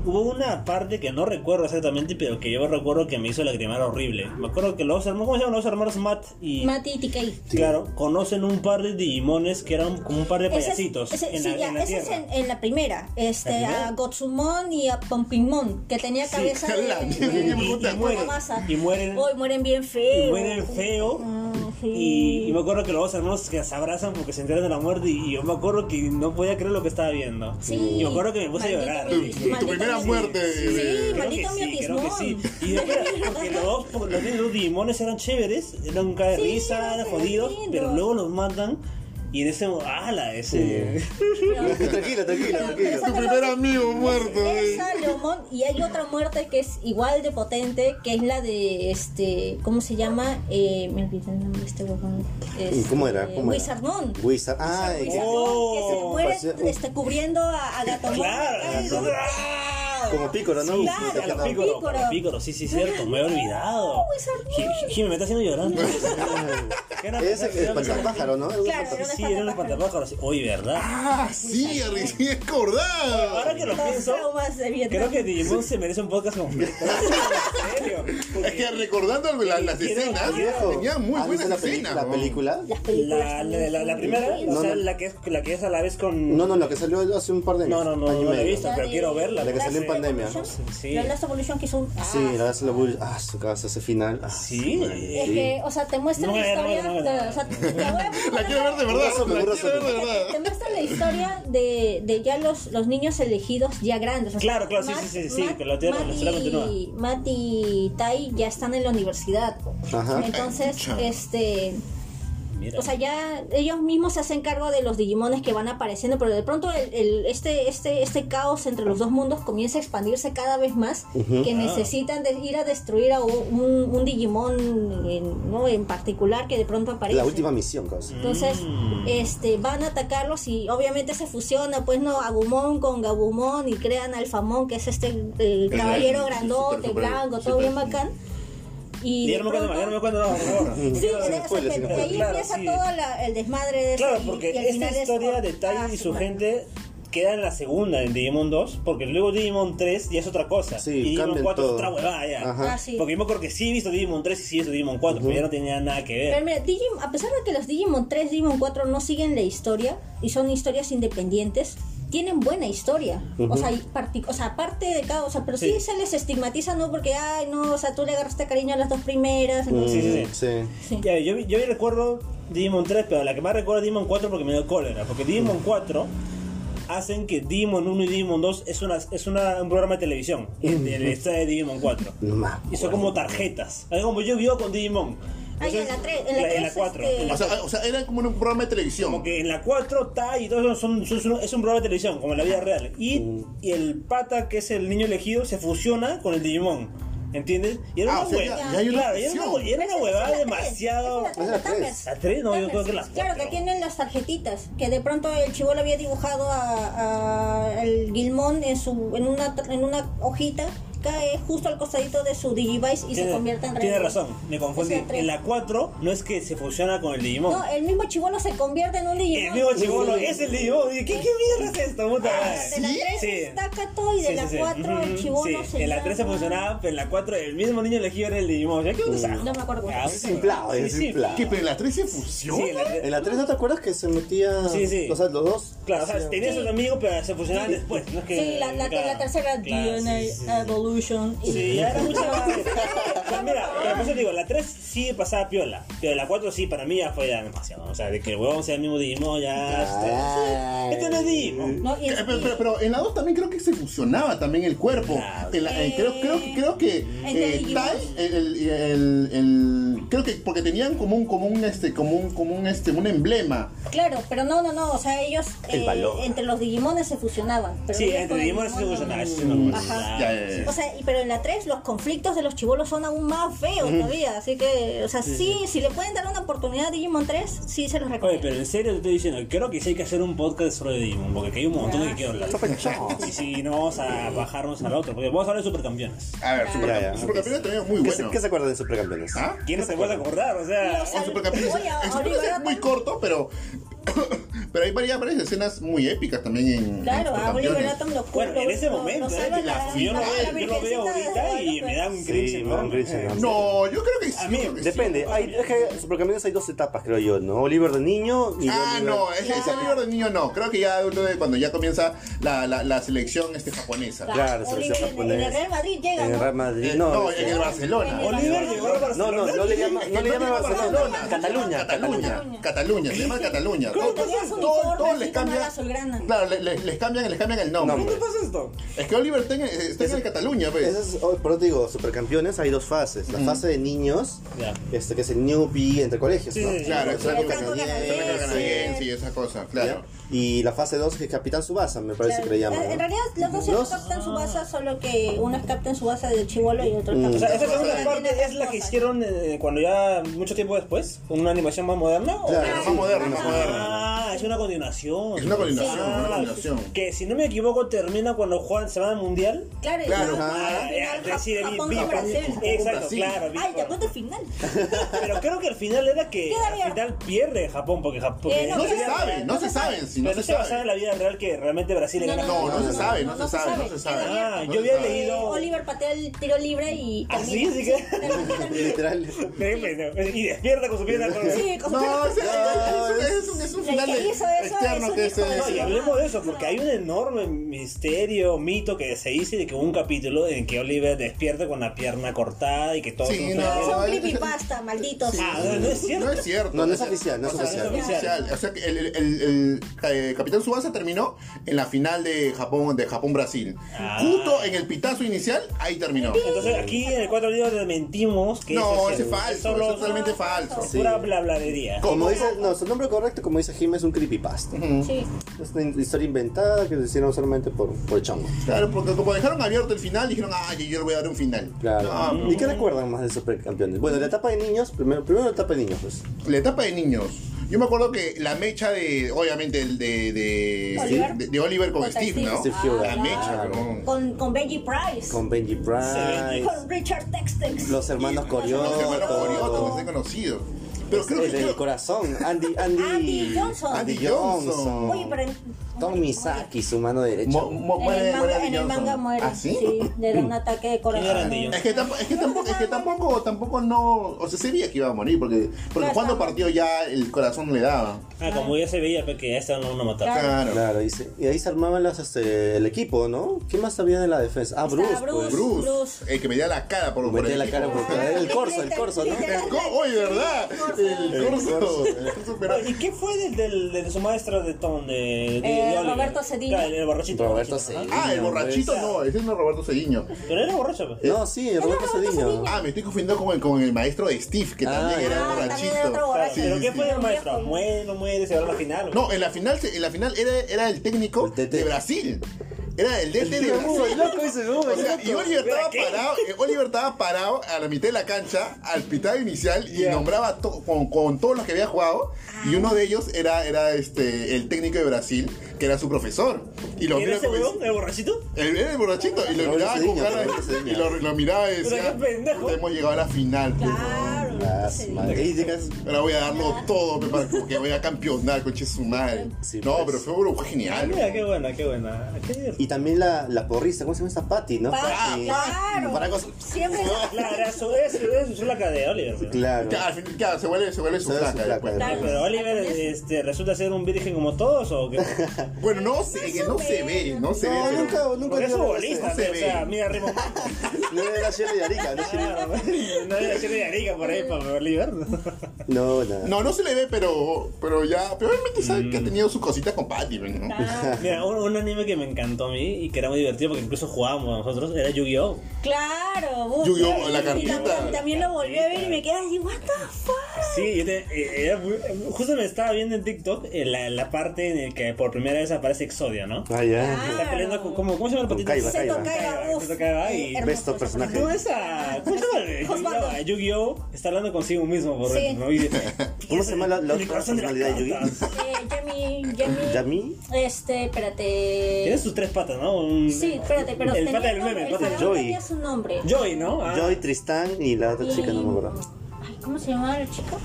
S3: hubo una parte que no recuerdo exactamente, pero que yo recuerdo que me hizo lagrimar horrible. Me acuerdo que los hermanos, ¿cómo se llaman los hermanos Matt y
S5: Mati y TK.
S3: Claro, conocen un par de Digimones que eran como un par de
S5: Ese es-
S3: payasitos
S5: ese-
S3: en,
S5: sí,
S3: la,
S5: ya,
S3: en la
S5: ese es
S3: tierra.
S5: en, en la primera. Este,
S3: ¿La primera?
S5: a Gotsumon y a Pompimon, que tenía cabeza de,
S4: la-
S5: de-
S4: y-
S5: de
S4: y
S3: mueren,
S5: masa.
S3: y mueren.
S5: Hoy mueren bien
S3: Y
S5: feo.
S3: mueren feo.
S5: Ah, sí.
S3: Y, y me acuerdo que los dos hermanos que se abrazan porque se enteran de la muerte. Y yo me acuerdo que no podía creer lo que estaba viendo.
S5: Sí.
S3: Y me acuerdo que me puse a
S5: Maldito
S3: llorar.
S4: Tu,
S5: maldito.
S4: tu primera muerte.
S5: Sí,
S3: Creo que
S5: maldito
S3: sí, creo que sí.
S5: miotismón.
S3: Y después, porque los dos, porque los dos Digimones eran chéveres, eran cae de
S5: Sí,
S3: risa, eran
S5: eran
S3: jodidos,
S5: lindos.
S3: pero luego los matan. Y en ese. ¡Hala! Ese.
S2: Tranquilo, tranquilo, tranquilo.
S4: Tu primer amigo muerto. eh.
S5: Esa, Leomón, y hay otra muerte que es igual de potente, que es la de este, ¿cómo se llama? Eh, me olvidé el nombre de este huevón.
S2: ¿Y cómo era? ¿Cómo era?
S5: Wizardmon.
S2: Wizard. Ah,
S5: Wizardmon,
S2: ya.
S3: Oh.
S5: que se muere este, cubriendo a, a Gatomon.
S3: Claro.
S5: Ay,
S3: Gatomon.
S5: no.
S2: Como Pícoro, ¿no?
S5: Sí,
S2: Como
S5: claro,
S2: Tejano.
S5: Como Pícoro.
S3: Pícoro, como Pícoro, sí, sí, cierto, me he olvidado.
S5: Wizardmon.
S3: Ji- Jimmy, me está haciendo llorando.
S2: Es el- el
S3: pájaro.
S2: pantapájaro, ¿no?
S5: Claro, era un
S3: Sí, era un espantapájaro. sí. Oye, ¿verdad?
S4: Ah, sí, recién acordado.
S3: Ahora que lo
S5: Los
S3: pienso,
S5: traumas de Vietnam.
S3: creo que Digimon se merece un podcast completo. En serio.
S4: Es que recordando la- las
S3: Tiene-
S4: escenas,
S2: Viejo,
S4: tenía muy
S2: ¿has visto
S4: buenas
S2: Ah, la peli-
S4: escenas.
S2: La
S4: ¿no?
S2: película.
S5: Las películas
S3: La, la,
S5: también
S3: la- la
S5: son
S3: primera,
S5: increíbles.
S3: o sea,
S2: No, no.
S3: la que es, la que es a la vez con.
S2: No, no, la que salió hace un par de años.
S3: no, no, no,
S2: año y
S3: no la he
S2: medio.
S3: visto, pero
S5: de-
S3: quiero verla.
S2: La que salió en
S3: porque-
S2: pandemia.
S3: Sí.
S5: La Last Evolution que es un... ah,
S2: Sí, la verdad se la bull. Ah, su casa, ese final. Ah,
S3: Sí.
S2: su madre,
S5: Es
S2: sí.
S5: que, o sea, te muestran
S3: No,
S5: la
S3: no,
S5: historia...
S3: no, no, no.
S5: de- o sea, te- te voy a poner
S4: La quiero ver de verdad.
S2: Brazo,
S4: La
S2: brazo.
S4: quiero ver de
S5: Te te
S4: verdad.
S5: muestran la historia de, de ya los, los niños elegidos ya grandes. o sea,
S3: Claro, claro, sí, sí, sí, sí, que la tierra- la historia
S5: y- Matt y Tai ya están en la universidad.
S2: Ajá.
S5: Entonces,
S4: Ay, pucha.
S5: este...
S3: Mira.
S5: O sea, ya ellos mismos se hacen cargo de los Digimones que van apareciendo, pero de pronto el, el- este, este, este caos entre los dos mundos comienza a expandirse cada vez más, que
S3: Ah.
S5: necesitan de- ir a destruir a un, un Digimon en, ¿no? en particular que de pronto aparece.
S2: La última misión, causa.
S5: Entonces,
S3: Mm.
S5: este, van a atacarlos y obviamente se fusiona, pues no, Agumon con Gabumon y crean Alfamón, que es este el
S4: El
S5: caballero
S4: gran-
S5: grandote,
S4: súper, súper,
S5: blanco, todo
S4: súper.
S5: bien bacán. Y
S3: Ya no me
S5: de
S3: acuerdo más, ya no me
S5: pronto-
S3: acuerdo más, por
S5: Sí,
S3: favor.
S2: Claro,
S5: en-
S2: sin
S5: o sea,
S2: spoilers,
S5: que
S2: sin
S5: de ahí
S2: spoilers.
S3: Claro,
S5: empieza
S3: sí.
S5: todo la- el desmadre de
S3: Claro,
S5: eso y-
S3: porque
S5: y al
S3: esta
S5: final es
S3: historia
S5: por-
S3: de
S5: ah,
S3: Tai y su
S5: madre.
S3: gente queda en la segunda en Digimon 2, porque luego Digimon 3 ya es otra cosa.
S2: Sí,
S3: y Digimon
S2: cambian
S3: 4 es
S2: todo.
S3: otra huevada ya.
S2: Ajá.
S5: Ah, sí.
S3: Porque yo me acuerdo que sí he visto Digimon 3 y sí he visto Digimon 4, pero ya no tenía nada que ver.
S5: Pero mira, Digimon- a pesar de que los Digimon 3, Digimon 4 no siguen la historia y son historias independientes, tienen buena historia. o, sea, y parti- o sea, aparte de cada. O sea, pero sí.
S3: Sí.
S5: se les estigmatiza, ¿no? Porque, ay, no, o sea, tú le agarraste cariño a las dos primeras.
S2: Mm,
S5: entonces-
S3: sí, sí.
S5: Sí.
S3: Ya, yo, yo recuerdo Digimon 3, pero la que más recuerdo es Digimon 4 porque me dio cólera. Porque
S5: Mm.
S3: Digimon 4 hacen que Digimon 1 y Digimon 2 es, una, es una, un programa de televisión.
S5: Mm.
S3: En en el estado de Digimon 4.
S2: No más.
S3: Y son como tarjetas. Algo como yo vivo con Digimon.
S5: Ah, ya, en la tres- en la tres,
S3: 4.
S5: este,
S4: O sea, o sea, era como un programa de televisión.
S3: Como que en la 4 está y todo eso son- son- son- es un programa de televisión, como en la vida real. Y,
S5: Mm.
S3: y el pata, que es el niño elegido, se fusiona con el Digimon. ¿Entiendes? Y era
S4: Ah,
S3: una
S4: o sea,
S3: hueva.
S4: ya- ya hay una
S3: Claro, y era una,
S4: fusión.
S3: y era una huevada
S5: Es la tres,
S3: demasiado.
S5: es la tres,
S2: Es la tres.
S5: Tamers.
S3: ¿La tres? No, yo creo
S5: Tamers.
S3: que las
S5: Claro, que
S3: cuatro.
S5: tienen las tarjetitas. Que de pronto el chivo le había dibujado a, a el Gilmón en, su, en, una, en una hojita, cae justo al costadito de su Digivice y se convierte en rey.
S3: Tiene razón, me confundí.
S5: Es la tres.
S3: en la 4 no es que se fusiona con el Digimon.
S5: No, el mismo chivolo se convierte en un Digimon.
S3: el mismo chivolo es el Digimon. ¿Qué, qué mierda es esto? Puta
S5: Ah, de la
S3: madre?
S5: 3
S3: Sí.
S5: está Kato y de
S3: Sí,
S5: la
S3: sí, sí.
S5: 4 el
S3: Ujú,
S5: chivolo
S3: sí.
S5: se
S3: En la 3 se
S5: llama-
S3: funcionaba, pero en la 4 el mismo niño elegido era el Digimon. ¿Ya qué onda?
S5: No me acuerdo.
S3: Ah,
S2: Es simplado, es
S3: sí, sí.
S2: simplado.
S4: Que pero las tres se fusionan.
S3: Sí, en la tres-
S2: En la 3 no te acuerdas que se metía.
S3: Sí, sí.
S2: O sea, los dos.
S3: Claro, o sea, este-
S2: hacían-
S3: tenías un amigo, pero se fusionaban después. No es que,
S5: Sí, la, la,
S3: claro,
S5: la tercera eh,
S3: claro,
S5: DNA
S3: sí, sí, sí.
S5: Evolution. y-
S3: Sí, ya era mucha madre. O sea, Mira, pero por eso te digo, la 3 sí pasaba piola, pero la 4 sí, para mí ya fue ya demasiado. O sea, de que el huevón sea el mismo Digimon, ya.
S2: Ay.
S3: este, Este no es Digimon.
S5: No, y-
S4: Que- Pero, pero- pero en la 2 también creo que se fusionaba también el cuerpo.
S3: Claro.
S4: En la- eh, creo, creo, creo que
S5: Entre
S4: eh,
S5: Digimon.
S4: Tai, el, el- el- el- creo que porque tenían como un, como un este, como un, como un este, un emblema.
S5: Claro, pero no, no, no, o sea, ellos
S2: El
S5: eh,
S2: valor.
S5: entre los Digimones se fusionaban. Pero
S3: Sí,
S5: ellos
S3: entre
S5: con el
S3: Digimon se Ah,
S5: Digimon no.
S3: fusionaba.
S5: Ajá.
S4: Ya, ya, ya.
S5: O sea, y- pero en la 3 los conflictos de los chivolos son aún más feos todavía, así que, o sea, sí, si le pueden dar una oportunidad a Digimon 3, sí se los
S3: Oye,
S5: recomiendo.
S3: pero en serio te estoy diciendo, creo que sí hay que hacer un podcast sobre Digimon, porque aquí hay un montón de que quiero hablar. Y si no vamos a bajarnos al otro, porque vamos a hablar de supercampeones.
S4: A
S2: Ya,
S4: ver,
S2: ya.
S4: Supercampeones Supercampeones también es muy
S2: ¿Qué, se,
S4: bueno.
S2: ¿Qué se acuerdan de Supercampeones?
S4: ¿Ah?
S3: ¿Quién no se puede acordar? O sea,
S5: Los-
S4: El Supercampeones
S5: Oye,
S4: el Supercampeones
S5: ahorita-
S4: es muy corto, pero pero hay varias, varias escenas muy épicas también en
S5: Claro, a Oliver
S4: Supercampeones.
S5: Atom lo cu-
S3: bueno,
S5: lo-
S3: en ese
S5: lo- lo
S3: momento, ¿eh?
S5: salva
S3: Que la-
S5: la-
S3: yo lo
S5: la
S3: veo, yo lo veo
S5: Virgencita de
S3: ahorita y me da un
S2: Sí,
S3: cringe.
S2: me da un
S3: enorme.
S2: cringe enorme.
S4: No, yo creo que sí.
S3: A mí-
S4: yo creo que sí.
S2: Depende, hay, es que Supercampeones hay dos etapas, creo yo, ¿no? Oliver de niño y.
S4: Ah,
S2: Oliver-
S4: no, ese, ese
S5: Claro.
S4: libro de niño no. Creo que ya de adulto, de cuando ya comienza la, la, la selección este, japonesa.
S2: Claro, se
S5: Oliver
S2: les
S5: en- en el Real Madrid llega,
S2: En el
S5: ¿no?
S2: Real Madrid,
S4: Eh,
S2: no.
S4: no,
S2: ese-
S4: en el Barcelona.
S3: Oliver llegó a
S2: no,
S3: Barcelona.
S2: no, no le llama, no le llama Barcelona. Cataluña,
S4: Cataluña,
S2: Cataluña.
S4: Cataluña, Cataluña, se llama Cataluña.
S5: ¿Cómo
S4: Todo-
S5: tenías un
S4: todo-
S5: uniforme
S4: todo
S5: así
S4: les
S5: como
S4: cambia-
S5: la azulgrana?
S4: Claro, le- le- les cambian, les cambian el nombre.
S3: ¿Qué te pasa esto?
S4: Es que Oliver ten- está en el Cataluña, pues.
S2: Ese es, oh, por eso te digo, Supercampeones hay dos fases. La fase de niños,
S3: Ya.
S2: este que es el newbie entre colegios,
S3: Sí,
S2: ¿no?
S3: sí, sí.
S4: Claro,
S2: El
S4: exacto.
S2: franco
S5: franco
S2: canadiense,
S4: Franco
S5: canadiense.
S4: canadiense y esa cosa,
S2: ¿ya?
S4: claro.
S2: Y la fase 2 que es Capitán Subasa, me parece que le
S5: En-
S2: llaman.
S5: En
S2: ¿no?
S5: realidad los dos
S2: Los-
S5: se captan su
S4: Ah.
S5: base, solo que uno es captan su base del chivolo y
S4: Mm.
S5: otro
S3: O
S5: captan
S3: sea,
S5: su
S3: esa
S5: base
S3: segunda
S5: de
S3: parte es la que
S5: cosas.
S3: hicieron eh, cuando ya mucho tiempo después, con una animación más moderna. ¿o?
S2: Claro,
S4: Pero más
S2: sí.
S4: moderno, más moderno.
S3: Ah, es una continuación.
S4: Es una continuación,
S3: Ah,
S4: una continuación.
S3: Que si no me equivoco termina cuando Juan se va al mundial.
S5: Claro, y
S4: Claro,
S5: luego
S4: ah,
S5: al
S3: Ah,
S5: final,
S3: ya, decide
S5: Japón con
S3: vi- vi-
S5: Brasil.
S3: Exacto,
S4: Brasil.
S3: claro. vi-
S5: Ay, de acuerdo al final.
S3: Pero creo que al final era que
S5: Queda
S3: al
S5: abierto.
S3: final pierde Japón porque Japón.
S5: Eh,
S4: No se
S5: pero-
S4: sabe, no se sabe, si no
S3: pero
S4: se
S3: no se basaba
S4: sabe.
S3: en la vida real que realmente Brasil le gana. a
S4: No,
S3: Japón.
S4: no se sabe, no se sabe, no se sabe.
S5: Queda
S3: Ah,
S5: abierto.
S3: yo había
S4: sabe.
S5: Eh,
S3: leído.
S5: Oliver patea el tiro libre y
S3: ¿Ah, sí?
S5: termina.
S3: ¿Sí que?
S5: termina, termina.
S2: Literal.
S3: Qué pendejo. Y despierta con su pierna. con-
S5: Sí, con su
S4: No,
S5: pierna.
S4: ese- ese- ese es un- es un
S5: El que
S4: final
S5: hizo eso
S4: externo
S5: es un
S4: que
S5: hijo de
S4: es-
S3: No, y
S5: su-
S3: hablemos de eso, porque hay un enorme misterio, mito que se dice de que hubo un capítulo en que Oliver despierta con la pierna cortada y que todo
S4: Sí,
S3: es un
S4: no.
S5: Es
S3: feo.
S5: un creepypasta, malditos.
S3: Ah, no, no es cierto.
S4: No es cierto.
S2: No, no es oficial, no es
S4: O sea,
S2: oficial.
S4: es oficial. O sea, que el, el- el- el, eh, Capitán Subasa terminó en la final de Japón de Japón Brasil.
S3: Ah.
S4: Justo en el pitazo inicial, ahí terminó.
S3: Entonces aquí en el 4 libros mentimos que
S4: No,
S3: ese
S4: ese es falso,
S3: solo
S4: es totalmente falso.
S3: es pura blabladería.
S2: Como dice, no, su nombre correcto, como dice Jim, es un creepypasta.
S5: Sí.
S2: Es una in- historia inventada que lo hicieron solamente por, por el chongo.
S4: Claro, porque como dejaron abierto el final, dijeron, ay, yo le voy a dar un final.
S2: Claro.
S4: No,
S2: ¿Y qué recuerdan más de Supercampeones? Bueno, la etapa de niños, primero, primero la etapa de niños, pues.
S4: la etapa de niños. Yo me acuerdo que la mecha de, obviamente, el de, de,
S1: Oliver.
S4: de- de Oliver con
S5: Con
S4: Steve,
S5: Steve.
S4: ¿no?
S2: Steve Hugo. Ah,
S4: la mecha, weón.
S5: Con, con Benji Price.
S2: Con Benji Price,
S5: Con Richard Textex.
S2: los hermanos Corioto,
S4: Los hermanos Corioto, que se han conocido. Pero creo
S2: el
S4: que.
S2: del corazón, Andy, Andy,
S5: Andy Johnson.
S2: Andy
S4: Andy Johnson.
S2: Johnson.
S5: Oye, pero en,
S2: Tom Misaki, su mano derecha.
S4: Mo- mo-
S5: en
S4: muere-
S5: el
S4: muere
S5: manga, en el
S4: Johnson.
S5: manga muere.
S4: ¿Ah, sí?
S5: le da un ataque de
S3: ¿Quién era
S5: corazón.
S3: Andy Johnson?
S4: Es que, tampoco, es, que tampoco, es que tampoco, tampoco no. O sea, se veía que iba a morir, porque, porque
S5: Claro,
S4: cuando
S5: está.
S4: partió ya el corazón le daba.
S3: Ah, como ya se veía, pues, que a esta no lo mataron.
S4: Claro.
S2: Claro, y, se- y ahí se armaban las, este, el equipo, ¿no? ¿Quién más sabía de la defensa? Ah,
S5: Estaba
S2: Bruce.
S5: Bruce.
S2: pues.
S4: Bruce,
S5: Bruce.
S4: el que me dio la cara por, por
S2: Metía
S4: el
S2: la
S4: equipo.
S2: cara por el corso, el corso, ¿no?
S4: El co- oye, ¿verdad? El corso. El corso, pero-
S3: ¿Y qué fue del, del, de su maestro de Tom? De, de,
S5: Eh,
S3: de Oliver?
S5: Roberto Cedillo.
S3: Claro, el borrachito.
S2: Roberto
S3: borrachito,
S2: Cedillo.
S3: ajá.
S4: Ah, el borrachito no, ese no es Roberto Cediño.
S3: Pero era borracho,
S4: Eh,
S3: pues.
S2: No, sí, Roberto Cediño.
S4: Ah, me estoy confundiendo con el, con el maestro de Steve, que también
S2: Ah,
S4: era un
S5: ah, también
S4: borrachito.
S5: era otro borracho.
S4: Sí,
S3: ¿Pero
S4: sí,
S3: qué
S4: sí.
S3: fue el maestro?
S5: Viejo.
S3: Muere, no muere, se va a la final.
S4: No, en la final, se- en la final era, era el técnico
S2: El DT.
S4: de Brasil. Era el DT de Brasil. O sea, y Oliver estaba parado, eh, Oliver estaba parado a la mitad de la cancha, al pitado inicial, y nombraba to- con, con todos los que había jugado, y uno de ellos era, era este el técnico de Brasil, que era su profesor. Y lo
S3: ¿Quién era
S4: miraba
S3: ese
S4: como-
S3: huevón? ¿El borrachito?
S4: el, era el borrachito, y lo
S2: Roberto
S4: miraba con
S2: Cediño,
S4: cara
S2: Roberto
S4: de-
S2: Cediño.
S4: y lo, lo miraba y decía,
S3: Pero qué pendejo.
S4: "Puta, hemos llegado a la final. pe,
S5: Claro,
S2: Ah,
S5: Roberto
S2: su
S5: Cedillo.
S2: madre. Y digas,
S4: Ahora voy a darlo todo pe, para que voy a campeonar, coche su madre.
S2: Sí,
S4: no,
S2: pues.
S4: pero fue, bro, fue genial.
S3: Mira, qué buena, qué buena. Qué divertido.
S2: Y también la, la porrista, ¿cómo se llama esa? Patty, ¿no?
S5: Patty, claro.
S2: Para cosas-
S5: Siempre.
S3: Claro, era su, era su, era su flaca de Oliver. pues.
S2: Claro.
S4: Ya, al final, ya, se vuelve, se vuelve su
S2: Se vuelve su
S4: flaca
S2: flaca,
S4: después.
S2: ¿no?
S5: Claro.
S3: Pero Oliver este, resulta ser un virgen como todos o qué?
S4: Bueno, no se, que no se ve, no se ve.
S2: No,
S4: pero-
S2: nunca, nunca
S3: Porque es
S2: dio-
S3: futbolista,
S4: se
S3: ¿no? o
S4: ve.
S3: sea, mira Rimo.
S2: No era Shirley Arica, no
S3: Ah.
S2: Shirley-
S3: No debe decir de Arica por ahí para Oliver.
S2: No, nada.
S4: No, no se le ve, pero, pero ya, pero obviamente sabe
S3: Mm.
S4: que ha tenido sus cositas con Patty, ¿no?
S5: Claro.
S3: Mira, un, un anime que me encantó a mí y que era muy divertido porque incluso jugábamos nosotros era Yu-Gi-Oh!
S5: Claro, vos-
S4: Yu-Gi-Oh, la
S5: y
S4: cartita.
S5: también- También lo volví a ver y me quedé así, what the fuck.
S3: Sí, yo te- eh, era muy- justo me estaba viendo en TikTok eh, la, la parte en la que por primera vez aparece Exodia, ¿no?
S2: Ah, ya.
S3: Está peleando con, ¿cómo, cómo se llama el
S2: Con
S3: patito?
S2: Kaiba,
S5: Seto
S2: Kaiba.
S5: Kaiba, uf,
S3: Seto Kaiba y-
S5: eh, hermoso
S2: Besto
S5: ese
S2: personaje.
S3: ¿Cómo es a- ¿Cómo se llama?
S5: Husband.
S3: el- Yu-Gi-Oh! Está hablando consigo mismo por
S5: Sí.
S3: ¿no? Y dice,
S2: ¿Cómo se llama la- la
S3: "El
S2: otra
S3: corazón de las
S2: personalidad de
S3: cartas".
S5: Eh, Yami, Yami.
S2: ¿Yami?
S5: Este,
S3: Tiene
S5: espérate.
S3: sus tres patas, ¿no? Un-
S5: Sí, espérate, pero
S3: El
S5: tenía
S3: pata del
S5: nombre,
S3: meme,
S5: el
S3: el pata del
S5: faraón
S2: Joey.
S5: tenía su nombre.
S3: Joy, ¿no? Ah,
S2: Joy, Tristán y la otra
S5: Y-
S2: chica, no me acuerdo.
S5: Ay, ¿cómo se llamaba el chico?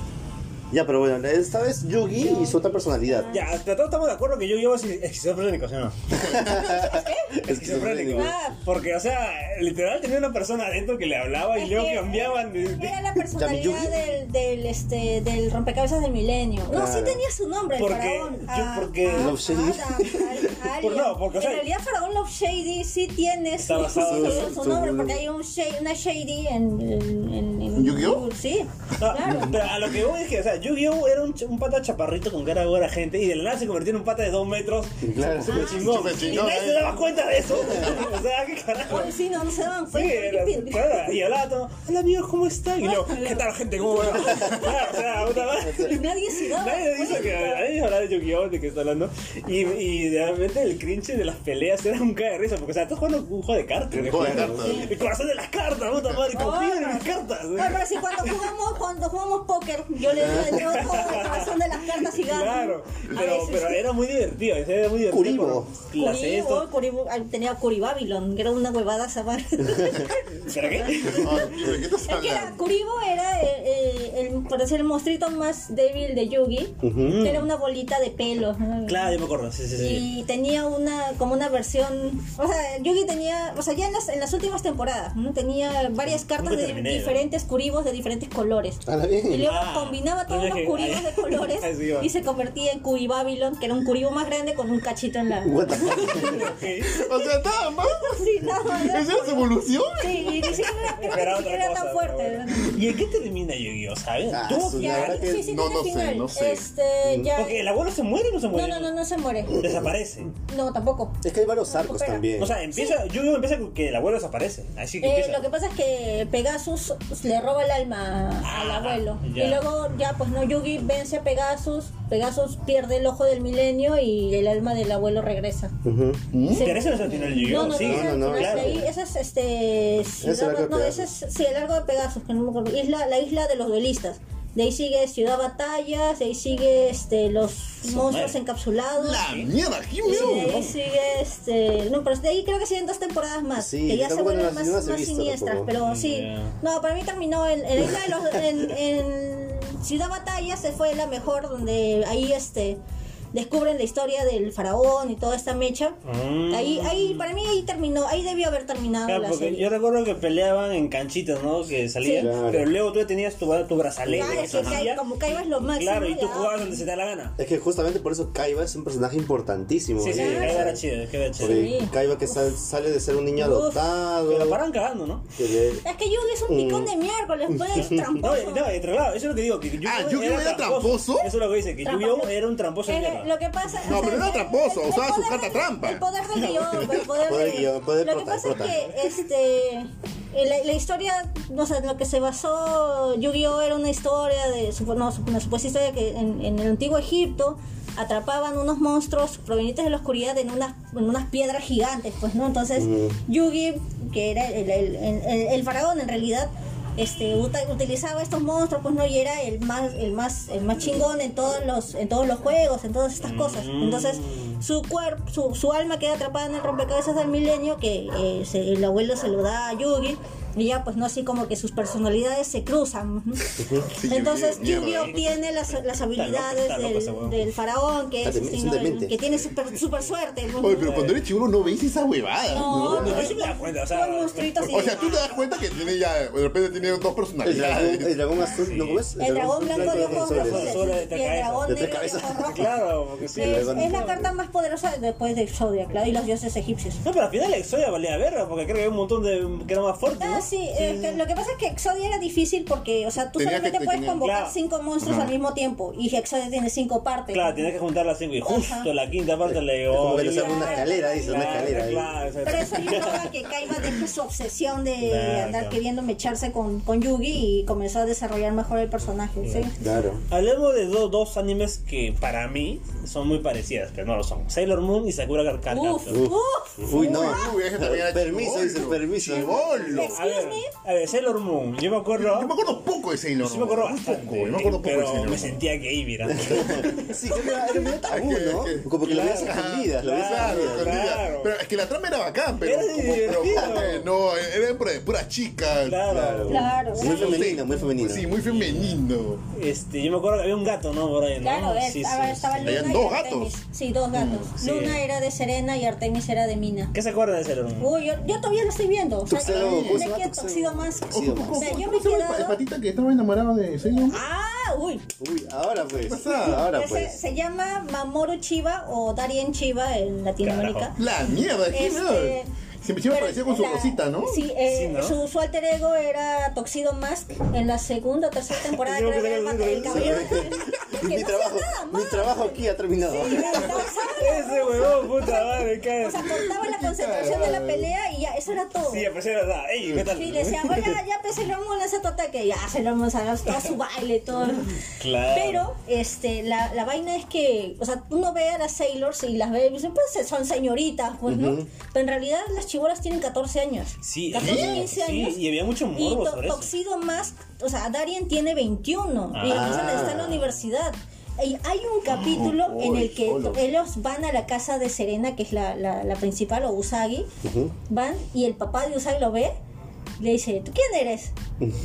S2: Ya, pero bueno, esta vez Yugi y su otra personalidad.
S3: Ya, pero todos estamos de acuerdo que Yu-Gi-Oh! es esquizofrénico, ¿sí o no? Esquizofrénico.
S5: Ah.
S3: Porque, o sea, literal tenía una persona adentro que le hablaba y
S5: Es
S3: luego
S5: que
S3: cambiaban. de- de-
S5: Era la personalidad
S2: Yugi.
S5: del, del, este, del rompecabezas del milenio. No, sí
S2: Claro.
S5: tenía su nombre, el
S3: Porque-
S5: faraón.
S3: yo-
S5: Ah,
S3: porque-
S5: ah,
S2: Love Shady.
S5: Adam, Al- Alien.
S3: Por- no, porque, o sea-
S5: en realidad Faraón Love Shady sí tiene su,
S3: Está basado
S5: su-
S2: en-
S5: su nombre, porque hay un Shady, una Shady en... en, en, en-
S4: ¿Yu-Gi-Oh?
S5: Sí,
S3: No,
S5: claro.
S3: Pero a lo que voy es que, o sea, Yu-Gi-Oh! era un, ch- un pata chaparrito con cara de buena gente y de la nada se convirtió en un pata de dos metros.
S2: Claro.
S5: Ah,
S3: Súper chingón.
S4: Súper
S3: Y
S4: chingón,
S3: nadie
S4: eh.
S3: se daba cuenta de eso. o sea, qué carajo.
S5: Ay, sí, no, no se daban
S3: Sí,
S5: cuenta. qué
S3: era-
S5: pendejo.
S3: claro, y hablaba todo, hola amigos, ¿cómo están? Y luego, ¿qué tal gente? ¿Cómo va? Claro, o sea, puta madre.
S5: Nadie se daba
S3: Nadie dice que
S5: cuenta.
S3: nadie habla de Yu-Gi-Oh! de que está hablando. Y, y realmente el cringe de las peleas era un cae de risa, porque o sea, estás jugando un juego de cartas.
S4: Un juego de cartas.
S3: El corazón de las cartas, puta madre, confía en las cartas. ¿eh?
S5: Bueno, pero si cuando jugamos, cuando jugamos póker, yo le digo, yo juego el corazón de las cartas y gano.
S3: Claro,
S5: A
S3: pero,
S5: veces
S3: pero
S5: sí.
S3: era muy divertido, ese era muy divertido.
S2: Kuribo.
S3: por Las
S5: Curibó,
S3: esto.
S5: Curibó, ah, tenía Curi Babylon, que era una huevada esa madre.
S3: ¿Será qué?
S4: Ay, ¿De qué estás
S5: Es que era,
S4: hablando?
S5: Kuribo era, eh, eh, el, por decir, el monstruito más débil de Yugi, que era una bolita de pelo. ¿no?
S3: Claro, yo me acuerdo, sí, sí, sí.
S5: Y tenía una, como una versión, o sea, Yugi tenía, o sea, ya en las, en las últimas temporadas, ¿no? tenía varias cartas
S3: Nunca
S5: de
S3: terminé, ¿no?
S5: diferentes curibos de diferentes colores.
S2: A la
S5: Y
S2: bien.
S5: luego
S3: Ah,
S5: combinaba todos
S3: mira
S5: los
S3: que-
S5: curibos de colores
S3: Así va.
S5: y se convertía en Curi Babylon, que era un curibo más grande con un cachito en la...
S2: What the fuck?
S4: O sea, estaba mal.
S5: Sí, nada más.
S4: ¿Esa era su evolución?
S5: Sí, y ni siquiera era, creo que ni
S3: Era otra
S5: siquiera era
S3: cosa,
S5: tan
S3: pero
S5: fuerte.
S3: bueno. ¿Y en qué termina Yu-Gi-Oh? ¿Sabes?
S2: Ah,
S3: Tuvo
S2: su-
S3: que-
S2: la
S5: Ya,
S2: verdad que
S5: sí, sí,
S4: no,
S5: tiene
S4: no sé,
S5: final.
S4: no sé.
S5: Este, ya...
S3: Porque el abuelo se muere o no se
S5: No,
S3: muere.
S5: no, no, no se muere.
S3: Desaparece.
S5: No, tampoco.
S2: Es que hay varios arcos
S5: Recupera.
S2: también.
S3: O sea, empieza, Yu-Gi-Oh empieza con que el abuelo desaparece. Así que
S5: Eh,
S3: empieza.
S5: lo que pasa es que Pegasus le roba el alma al
S3: Ah,
S5: abuelo.
S3: ya.
S5: Y luego ya, pues no, Yugi vence a Pegasus, Pegasus pierde el ojo del milenio y el alma del abuelo regresa.
S2: Ujú.
S4: ¿Mm?
S5: Se-
S3: Pero ese no es el final de Yu-Gi-Oh.
S5: No, no,
S3: sí.
S5: no, no,
S2: no, no,
S5: ese-
S3: claro.
S5: ahí- ese es este.
S2: el
S5: no,
S2: arco de
S5: no, ese es
S2: Pegasus.
S5: sí, el largo de Pegasus, que no me acuerdo. Isla, la isla de los duelistas. De ahí sigue Ciudad Batallas, de ahí sigue este, los monstruos
S3: madre.
S5: encapsulados.
S4: La mierda, qué
S5: Y de
S4: miedo.
S5: ahí sigue este. No, pero de ahí creo que siguen dos temporadas más.
S2: Sí,
S5: que ya se
S2: tampoco
S5: vuelven
S2: las-
S5: más,
S2: no las he
S5: más
S2: visto
S5: siniestras.
S2: tampoco.
S5: Pero sí.
S3: Ya.
S5: No, para mí terminó en, en la isla de los- en- en Ciudad Batalla se fue la mejor, donde ahí este descubren la historia del faraón y toda esta mecha.
S3: Mm.
S5: Ahí, ahí, para mí ahí terminó, ahí debió haber terminado
S3: Claro,
S5: la
S3: Ah, porque
S5: serie.
S3: yo recuerdo que peleaban en canchitas, ¿no? Que salían,
S2: Sí. Claro.
S3: pero luego tú tenías tu, tu brazalete.
S5: Claro,
S3: que
S5: que
S3: salía,
S5: cae- como caibas lo máximo,
S3: Claro, y tú
S5: ya.
S3: jugabas donde se te da la gana.
S2: Es que justamente por eso Kaiba es un personaje importantísimo.
S3: Sí, sí,
S2: ¿eh?
S3: que era chido, que era chido.
S2: Porque
S5: Sí.
S2: Kaiba que sal- sale de ser un niño
S5: Uf.
S3: Pero la
S2: adoptado.
S3: paran cagando, ¿no?
S2: que le-
S5: Es que Yugi es un picón de miércoles, pues
S3: No, eh,
S5: tramposo.
S3: no, entre lado, eso es lo que digo. Que Yu-Gi-Oh!
S4: Ah, ¿Yu-Gi-Oh! era tramposo.
S3: Eso es lo que dice, que
S5: Tramposo.
S3: Yu-Gi-Oh! era un tramposo de
S5: Eh,
S3: mierda.
S5: lo que pasa
S4: No, pero era tramposo,
S5: el- el
S4: usaba su
S5: poder
S4: carta
S5: del-
S4: trampa.
S5: El poder del guión, el poder,
S2: Poder
S5: del
S2: guión, poder
S5: Lo que
S2: prota-
S5: pasa
S2: prota.
S5: es que este, eh, la, la historia, no sé, en lo que se basó Yu-Gi-Oh! era una historia de, supo- no, sup- una supuesta historia que en, en el antiguo Egipto atrapaban unos monstruos provenientes de la oscuridad en unas, en unas piedras gigantes, pues, ¿no? Entonces, Yugi, que era el, el- el- el- el faraón en realidad, este, uta- utilizaba estos monstruos, pues no, y era el más, el más, el más chingón en todos los, en todos los juegos, en todas estas cosas.
S3: Mm.
S5: Entonces, su cuerpo, su, su alma queda atrapada en el rompecabezas del milenio, que eh, se- el abuelo se lo da a Yugi, y ya pues no así como que sus personalidades se cruzan. Entonces,
S4: Yugi,
S5: Yugi
S4: mierda.
S5: obtiene las, las habilidades
S3: está loco ese
S5: del,
S3: huevón.
S5: del faraón, que, es,
S2: Está demente,
S5: este, ¿no?
S2: es demente.
S5: que tiene super, super suerte.
S4: Oye, pero cuando eres chivolo no veis esa huevada.
S5: No,
S4: ¿no?
S5: no,
S3: yo sí me da cuenta, o sea-
S5: Con monstruitos y
S4: O sea, tú te das cuenta que tiene ya, de repente tiene dos
S2: El dragón, el
S4: personalidades.
S2: dragón azul, ¿no ¿Cómo es?
S5: El dragón blanco de ojos
S2: azules.
S5: azules
S3: Solo de
S5: y el
S3: tres
S5: dragón
S2: cabezas. De
S5: negro
S2: tres
S5: de ojos
S2: cabezas.
S5: rojos.
S3: Claro, porque sí.
S5: Es,
S2: dragón.
S5: es la carta más poderosa después de Exodia, claro, y los dioses egipcios.
S3: No, pero al final Exodia valía verga, porque creo que había un montón de que era más fuerte.
S5: Ah,
S3: ¿no?
S5: sí, eh, que lo que pasa es que Exodia era difícil porque, o sea, tú
S4: Tenía
S5: solamente
S4: que-
S5: puedes
S4: tenía-
S5: convocar
S3: Claro.
S5: cinco monstruos al mismo tiempo y Exodia tiene cinco partes.
S3: Claro, tienes que juntar las cinco y justo
S5: Ajá.
S3: la quinta parte le
S2: Es como
S3: llegó.
S2: que le
S3: Claro,
S2: sale una escalera, dice, una escalera. ahí.
S3: claro, o sea,
S5: Pero eso ayudó a que Kaiba deje su obsesión de
S3: Claro,
S5: andar
S3: claro.
S5: queriendo mecharse con, con Yugi y comenzó a desarrollar mejor el personaje. ¿sí?
S2: Claro.
S3: Hablemos de dos, dos animes que para mí son muy parecidas, pero no lo son. Sailor Moon y Sakura Card Captor.
S5: Uf,
S2: Uf.
S5: uf.
S2: Uy, no.
S4: Uy, ese también era
S2: Permiso,
S4: chibolo.
S2: dice, permiso.
S4: Chibolo.
S3: A ver, a ver, Sailor Moon, yo me acuerdo.
S4: Yo me acuerdo poco de Sailor
S3: sí me acuerdo
S4: Moon, muy
S3: bastante,
S4: poco, yo me acuerdo poco de
S3: pero
S4: Sailor
S3: me
S4: Moon.
S3: sentía gay, mira.
S2: Sí, que era, era medio tabú,
S4: Es que-
S2: ¿no?
S4: es que-
S2: Como que lo veías
S4: Claro,
S2: escondidas, lo veías
S4: claro,
S2: escondidas.
S4: escondidas.
S3: claro.
S4: Pero es que la trama era bacán, pero.
S3: Era
S4: como- pero,
S3: divertido.
S4: eh, no, era pura, pura chica.
S3: claro.
S5: Claro.
S2: Muy femenino,
S4: Sí.
S2: muy femenino.
S4: Sí, muy femenino.
S3: Este, yo me acuerdo que había un gato, ¿no? Por ahí, ¿no?
S5: Claro, es-
S3: Sí,
S5: a ver,
S3: sí,
S5: estaba
S3: sí. Mm,
S5: Luna
S4: Habían
S5: y
S4: dos
S5: Artemis.
S4: gatos.
S5: Sí, dos gatos.
S3: sí.
S5: Luna era de Serena y Artemis era de Mina.
S3: ¿Qué se acuerda de Sailor Moon?
S5: Uy, yo, yo todavía lo estoy viendo. O sea,
S2: Tuxedo,
S5: me
S2: ¿cómo se llama?
S5: quedo
S2: Tuxedo.
S5: Tuxedo más.
S2: Tuxedo Mask.
S5: O sea, yo me he
S4: ¿Cómo se llama el pa- el
S5: quedado.
S4: patita que estaba enamorado de Sailor Moon?
S5: Ah, uy.
S2: Uy, ahora pues.
S4: pasa?
S2: Ahora
S5: Ese
S2: pues.
S5: Se llama Mamoru Chiba o Darien Chiba en Latinoamérica.
S4: La mierda, ¿qué
S5: Este,
S4: Se me hicieron
S5: pero
S4: parecer con su
S5: la-
S4: rosita, ¿no?
S5: Sí, eh,
S3: Sí, ¿no?
S5: Su, su alter ego era Toxido Mask en la segunda o tercera temporada.
S3: Yo
S5: creo que
S3: pensé
S5: era el,
S3: que-
S5: el caballero. que
S2: Mi
S5: no
S2: trabajo,
S5: hacía nada más.
S2: mi trabajo aquí ha terminado.
S3: Ese huevón, puta madre, cae.
S5: O sea, cortaba la concentración de la pelea y ya, eso era todo.
S3: Sí, aparecía la verdad. Ey, ¿qué tal?
S5: Sí, le decían, bueno, ya pues Sailor Moon lanza tu ataque, ya Sailor Moon saca todo su baile, todo.
S3: Claro.
S5: Pero, este, la, la vaina es que, o sea, uno ve a las Sailors y las ve y dice, pues son señoritas, pues, ¿no? Pero en realidad las chibolas tienen 14 años.
S3: Sí,
S5: 14,
S3: ¿eh?
S5: 15
S3: Sí,
S5: años.
S3: y había mucho
S5: Y
S3: morbo
S5: to-
S3: sobre eso.
S5: Toxido Mask, o sea, Darien tiene 21 y
S2: Ah.
S5: empiezan a estar en la universidad. Y hay
S3: Ah,
S5: un capítulo
S4: Oh,
S5: en el que
S4: solo.
S5: ellos van a la casa de Serena, que es la, la, la principal, o Usagi, van y el papá de Usagi lo ve, le dice, ¿tú quién eres?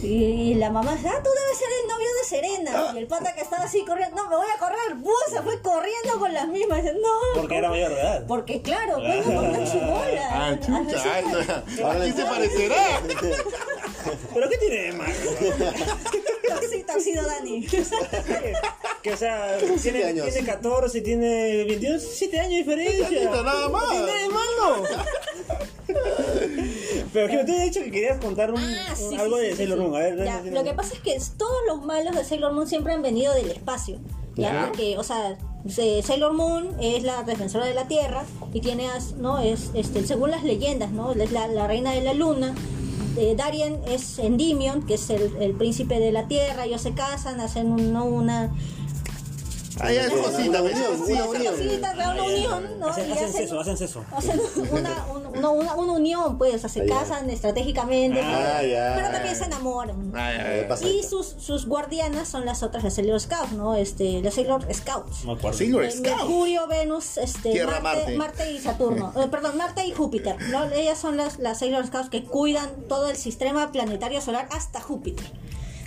S5: Y la mamá dice, ah, tú debes ser el novio de
S3: Ah.
S5: Serena. Y el pata que estaba así corriendo, no, me voy a correr, ¡buh! se fue corriendo con las mismas, dice, no.
S3: Porque era Ah. mayor de edad.
S5: Porque claro, pues no con una chibola.
S4: Ah, chucha.
S5: Así que-
S4: ¿A quién se parecerá?
S5: eh,
S3: ¿Pero qué tiene de malo?
S5: Toxi- Toxido Dani.
S3: Que o sea, tiene,
S2: años.
S3: tiene 14, tiene 21, 7 años de diferencia.
S4: Tantito, nada más.
S3: No tiene nada de malo. Pero que tú has dicho que querías contar un,
S5: Ah, sí,
S3: un-
S5: sí,
S3: algo
S5: sí,
S3: de
S5: sí,
S3: Sailor
S5: sí.
S3: Moon. A ver,
S5: Ya,
S3: dime, dime.
S5: Lo que pasa es que todos los malos de Sailor Moon siempre han venido del espacio. ¿ya?
S2: Ya.
S5: Porque, o sea, se- Sailor Moon es la defensora de la Tierra y tiene, as- ¿no? Es, este, según las leyendas, ¿no? Es la, la reina de la luna. Eh, Darien es Endymion, que es el, el príncipe de la Tierra. Ellos se casan, hacen un- ¿no? una
S4: Ah, ya es
S2: Una
S4: cosita, pues.
S2: unión,
S4: Sí,
S2: una
S4: sí,
S2: unión.
S5: Sí, tal vez una unión, ¿no?
S3: Ah, Hacen,
S5: Y
S3: hacen
S5: hacen-
S3: eso, hacen eso.
S5: hacen una, un- una, una- una unión, pues, o sea, se
S2: Ah, ya.
S5: casan estratégicamente,
S2: Ah,
S5: pero,
S2: ya.
S5: pero también se enamoran.
S4: Ay, ay,
S2: Eh,
S4: ay.
S2: pasa.
S5: Y sus, sus guardianas son las otras, las Sailor Scouts, ¿no? Este, las Sailor Scouts.
S3: No me acuerdo.
S4: Silver
S5: Eh,
S4: Scout.
S5: Mercurio, Venus, este,
S4: Tierra,
S5: Marte,
S4: Marte.
S5: Marte y Saturno. Eh, perdón, Marte y Júpiter. ¿no? Ellas son las, las Sailor Scouts que cuidan todo el sistema planetario solar hasta Júpiter.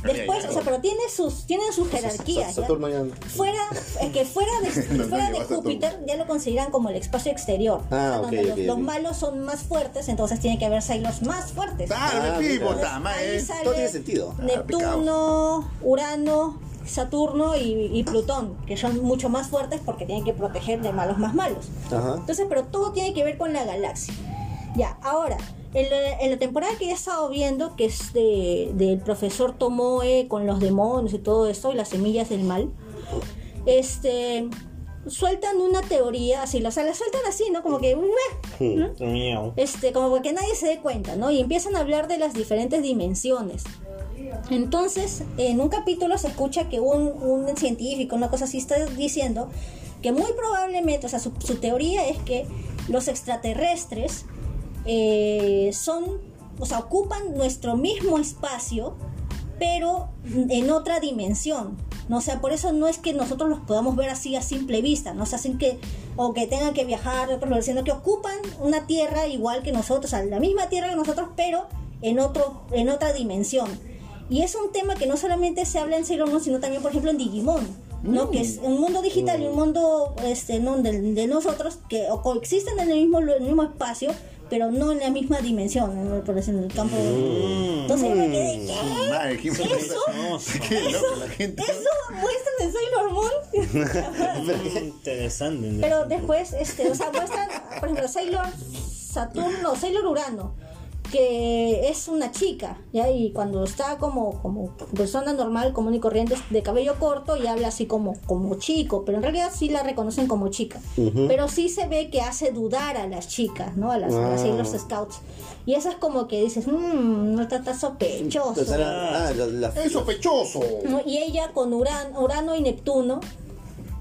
S5: Después, o sea, pero tiene sus, tienen sus jerarquías. ¿ya?
S2: Saturno ya.
S5: Fuera, eh, que fuera de,
S4: No, no
S5: fuera de
S4: llegó a Saturno.
S5: Júpiter ya lo consideran como el espacio exterior.
S2: Ah,
S5: donde
S2: ok,
S5: los,
S2: ok,
S5: los
S2: ok.
S5: malos son más fuertes, entonces tiene que haber Sailors más fuertes.
S4: Claro,
S2: Ah,
S4: mi
S2: mira.
S4: pipo,
S5: Entonces,
S4: tama,
S5: ahí
S4: eh.
S5: sale
S2: Todo tiene sentido. Ah,
S5: Neptuno, Urano, Saturno y, y Plutón, que son mucho más fuertes porque tienen que proteger de malos más malos.
S2: Ajá.
S5: Entonces, pero todo tiene que ver con la galaxia. Ya, ahora, en la, en la temporada que he estado viendo, que es de, del profesor Tomoe con los demonios y todo esto, y las semillas del mal, este, sueltan una teoría así, o sea, la sueltan así, ¿no? Como que... "Meh",
S3: Miau.
S5: este, como para que nadie se dé cuenta, ¿no? Y empiezan a hablar de las diferentes dimensiones. Entonces, en un capítulo se escucha que un, un científico, una cosa así, está diciendo que muy probablemente, o sea, su, su teoría es que los extraterrestres eh, son, o sea, ocupan nuestro mismo espacio, pero en otra dimensión. ¿no? O sea, por eso no es que nosotros los podamos ver así a simple vista, ¿no? O sea, sin que, o que tengan que viajar, otros lugares, sino que ocupan una tierra igual que nosotros, o sea, la misma tierra que nosotros, pero en, otro, en otra dimensión. Y es un tema que no solamente se habla en Sailor Moon, sino también, por ejemplo, en Digimon, ¿no? Que es un mundo digital y un mundo este, ¿no? de, de nosotros que o coexisten en el mismo, lu- en el mismo espacio, pero no en la misma dimensión, ¿no? por ejemplo, en el campo. Entonces, yo me
S4: Mm.
S5: quedé, ¿qué?
S4: Ay, qué
S5: Eso,
S4: Qué loco la gente.
S5: eso muestran en Sailor Moon.
S3: Interesante.
S5: Pero después, este, o sea, muestran, por ejemplo, Sailor Saturno, Sailor Urano, que es una chica, ¿ya? Y cuando está como, como persona normal, común y corriente, de cabello corto y habla así como, como chico, pero en realidad sí la reconocen como chica. Pero sí se ve que hace dudar a las chicas, ¿no? A las, a las
S2: Ah.
S5: Sailor Scouts. Y eso es como que dices, mmm, no está tan sospechoso.
S2: Pues era- ah, la- la-
S5: Eh,
S4: Es sospechoso.
S5: ¿no? Y ella con Urano, Urano y Neptuno.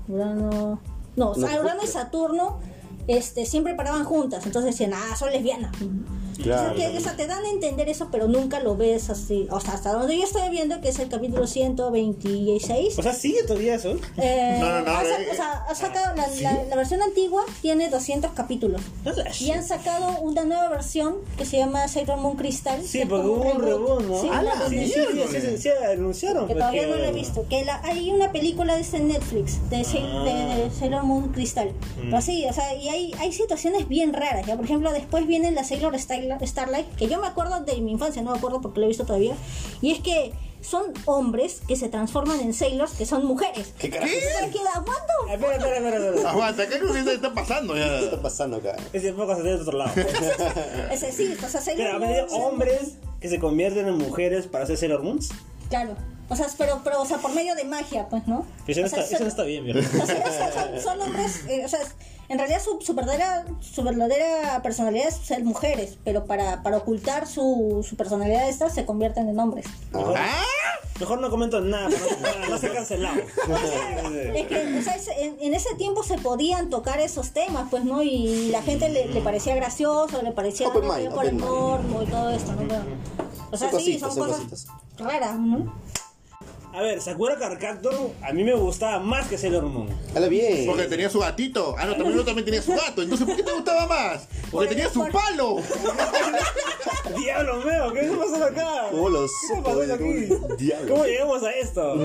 S5: Urano. No, o sea,
S2: No,
S5: Urano y
S2: Júpiter.
S5: Saturno este, siempre paraban juntas. Entonces decían, ah, son lesbianas. Entonces,
S2: Claro.
S5: que- o sea, te dan a entender eso, pero nunca lo ves así. O sea, hasta donde yo estoy viendo, que es el capítulo 126.
S3: O sea, sigue todavía eso.
S5: eh,
S4: No, no, no,
S5: han sa-
S4: eh,
S5: o sea, han sacado la, la- la versión antigua tiene 200 capítulos. Y han sacado una nueva versión que se llama Sailor Moon Crystal. que
S3: Sí,
S5: es
S3: porque
S5: como
S3: hubo un reboot, ¿no?
S5: Sí,
S4: ¡A la
S5: donde-
S3: Sí, sí, sí, sí, sí, sí, anunciaron.
S5: que
S3: pues,
S5: todavía no lo he
S3: que-
S5: visto. Que la- hay una película de este en Netflix, de, Sail-
S3: Ah. Mm.
S5: de- de Sailor Moon Crystal. Pero sí, o sea, y hay, hay situaciones bien raras. ¿ya? Por ejemplo, después viene la Sailor Starla- Starlight, que yo me acuerdo de mi infancia, no me acuerdo porque lo he visto todavía. Y es que son hombres que se transforman en Sailors, que son mujeres.
S2: ¿Qué carajo
S5: Y se queda, "What the
S3: Ah, Espera, espera, espera, espera.
S4: Aguanta, ¿qué creo que está pasando ya?
S2: está pasando acá?
S3: Ese poco se de otro lado.
S5: f-?" Es decir, o sea, Sailor
S3: Pero a
S5: Moon-
S3: ver, hombres que se convierten en mujeres para hacer Sailor Moons.
S5: Claro. O sea, pero, pero, o sea, por medio de magia, pues, ¿no?
S3: Eso
S5: O
S3: no
S5: sea,
S3: está, eso
S5: son-
S3: no está bien, viejo.
S5: O sea, o sea, son, son hombres, eh, o sea, es- en realidad su, su verdadera, su verdadera personalidad es ser mujeres, pero para, para ocultar su, su personalidad esta se convierten en hombres.
S4: ¿Ah?
S3: Mejor no comento nada para no, no ser cancelado.
S5: Es que, o sea, es- en, en ese tiempo se podían tocar esos temas, pues, ¿no? Y la gente le, le parecía gracioso, le parecía
S2: Open
S5: gracioso
S2: mind,
S5: por el
S2: open mind.
S5: morbo y todo esto, ¿no? Pero, o sea,
S2: Son
S5: sí,
S2: cositas,
S5: son
S2: son
S5: cosas
S2: cositas.
S5: raras, ¿no?
S3: A ver, Sakura Carcactor a mí me gustaba más que Sailor Moon.
S2: Hala bien.
S4: Porque tenía su gatito. Ah, no, también uno también tenía su gato. Entonces, ¿por qué te gustaba más? Porque tenía su palo.
S3: Diablo mío, ¿qué está pasando acá?
S2: ¿Cómo lo
S3: ¿Qué está
S2: supo,
S3: pasando
S2: güey?
S3: aquí?
S2: Diablo.
S3: ¿Cómo llegamos a esto?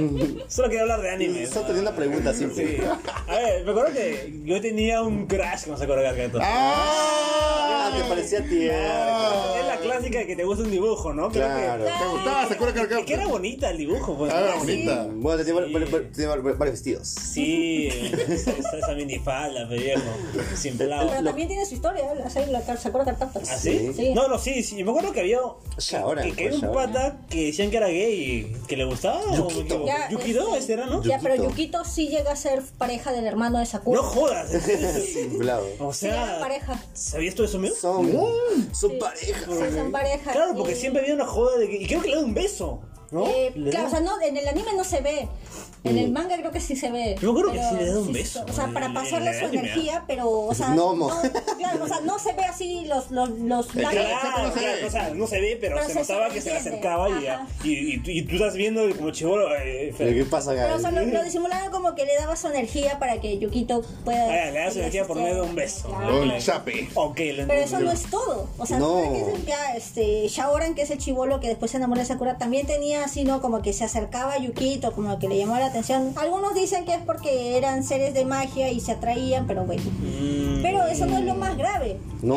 S3: Solo quería hablar de anime.
S2: Está teniendo una pregunta
S3: Sí.
S2: simple.
S3: A ver, me acuerdo que yo tenía un crush con Sakura Carcactor.
S2: Ah,
S4: ¡Ah!
S2: te parecía tierno.
S3: Es la clásica de que te gusta un dibujo, ¿no? Creo
S2: Claro.
S4: ¿Te gustaba? ¿Se acuerda
S3: Que,
S4: cargar?
S3: es que era bonita el dibujo, pues.
S4: Ah, era bonita.
S2: Bueno, tenía var- var- var- tenía var- var- varios vestidos.
S3: Sí, esa, esa minifalda, pe, viejo. Sin
S5: Pero
S3: plavo.
S5: también tiene su historia, ¿eh? la Sailor Sakura Carcaptor.
S3: ¿Ah, sí?
S5: Sí.
S3: No, no, sí, sí. Me acuerdo que había.
S2: Ya, ahora,
S3: que, que
S2: pues,
S3: era un
S2: ahora.
S3: pata que decían que era gay y que le gustaba. o me equivoco?
S5: Ya,
S3: Yukido,
S5: este,
S3: ese era, ¿no?
S5: Ya, pero
S2: Yukito.
S5: Yukito sí llega a ser pareja del hermano de Sakura.
S3: No jodas.
S2: Bravo.
S3: O
S5: Sí, eran
S3: sea,
S5: pareja.
S3: ¿sabías tú eso, mío?
S2: Son, son pareja.
S5: Sí, son pareja.
S3: Claro, porque
S5: Y-
S3: siempre había una joda de que. Y creo que le da un beso. ¿No?
S5: Eh,
S3: ¿Le
S5: claro,
S3: da?
S5: o sea, no, en el anime no se ve. En el manga creo que sí se ve.
S3: Yo creo que
S5: Pero
S3: sí le da un
S5: sí,
S3: beso,
S5: O sea,
S3: le-
S5: para
S3: le-
S5: pasarle
S3: le
S5: su
S3: anime, ¿ah?
S5: energía, pero, o sea,
S2: No, mo.
S5: claro, o sea, no se ve así los, los, los
S4: Claro,
S5: labios.
S4: exacto, no se
S3: claro,
S4: ve.
S3: o sea, no se ve, pero,
S5: Pero
S3: se,
S5: se
S3: notaba que se le
S5: sobreentiende.
S3: acercaba y,
S5: Ajá.
S3: y, y, tú- y tú estás viendo como chivolo. Eh,
S2: Pero ¿qué pasa
S5: Pero, o sea, lo,
S2: acá?
S5: lo disimularon como que le daba su energía para que Yukito pueda.
S3: Ah, le da su energía por medio de un beso.
S5: Claro.
S4: Con el chape.
S3: Ok, lo
S5: Pero eso
S3: entendí.
S5: no es todo. O sea,
S2: No.
S5: no. que es el- ya, este, Shaoran, que es el chivolo que después se enamora de Sakura, también tenía así, ¿no? Como que se acercaba a Yukito, como que le llamó la atención. Algunos dicen que es porque eran seres de magia y se atraían, pero bueno. Pero eso no es lo más grave. Lo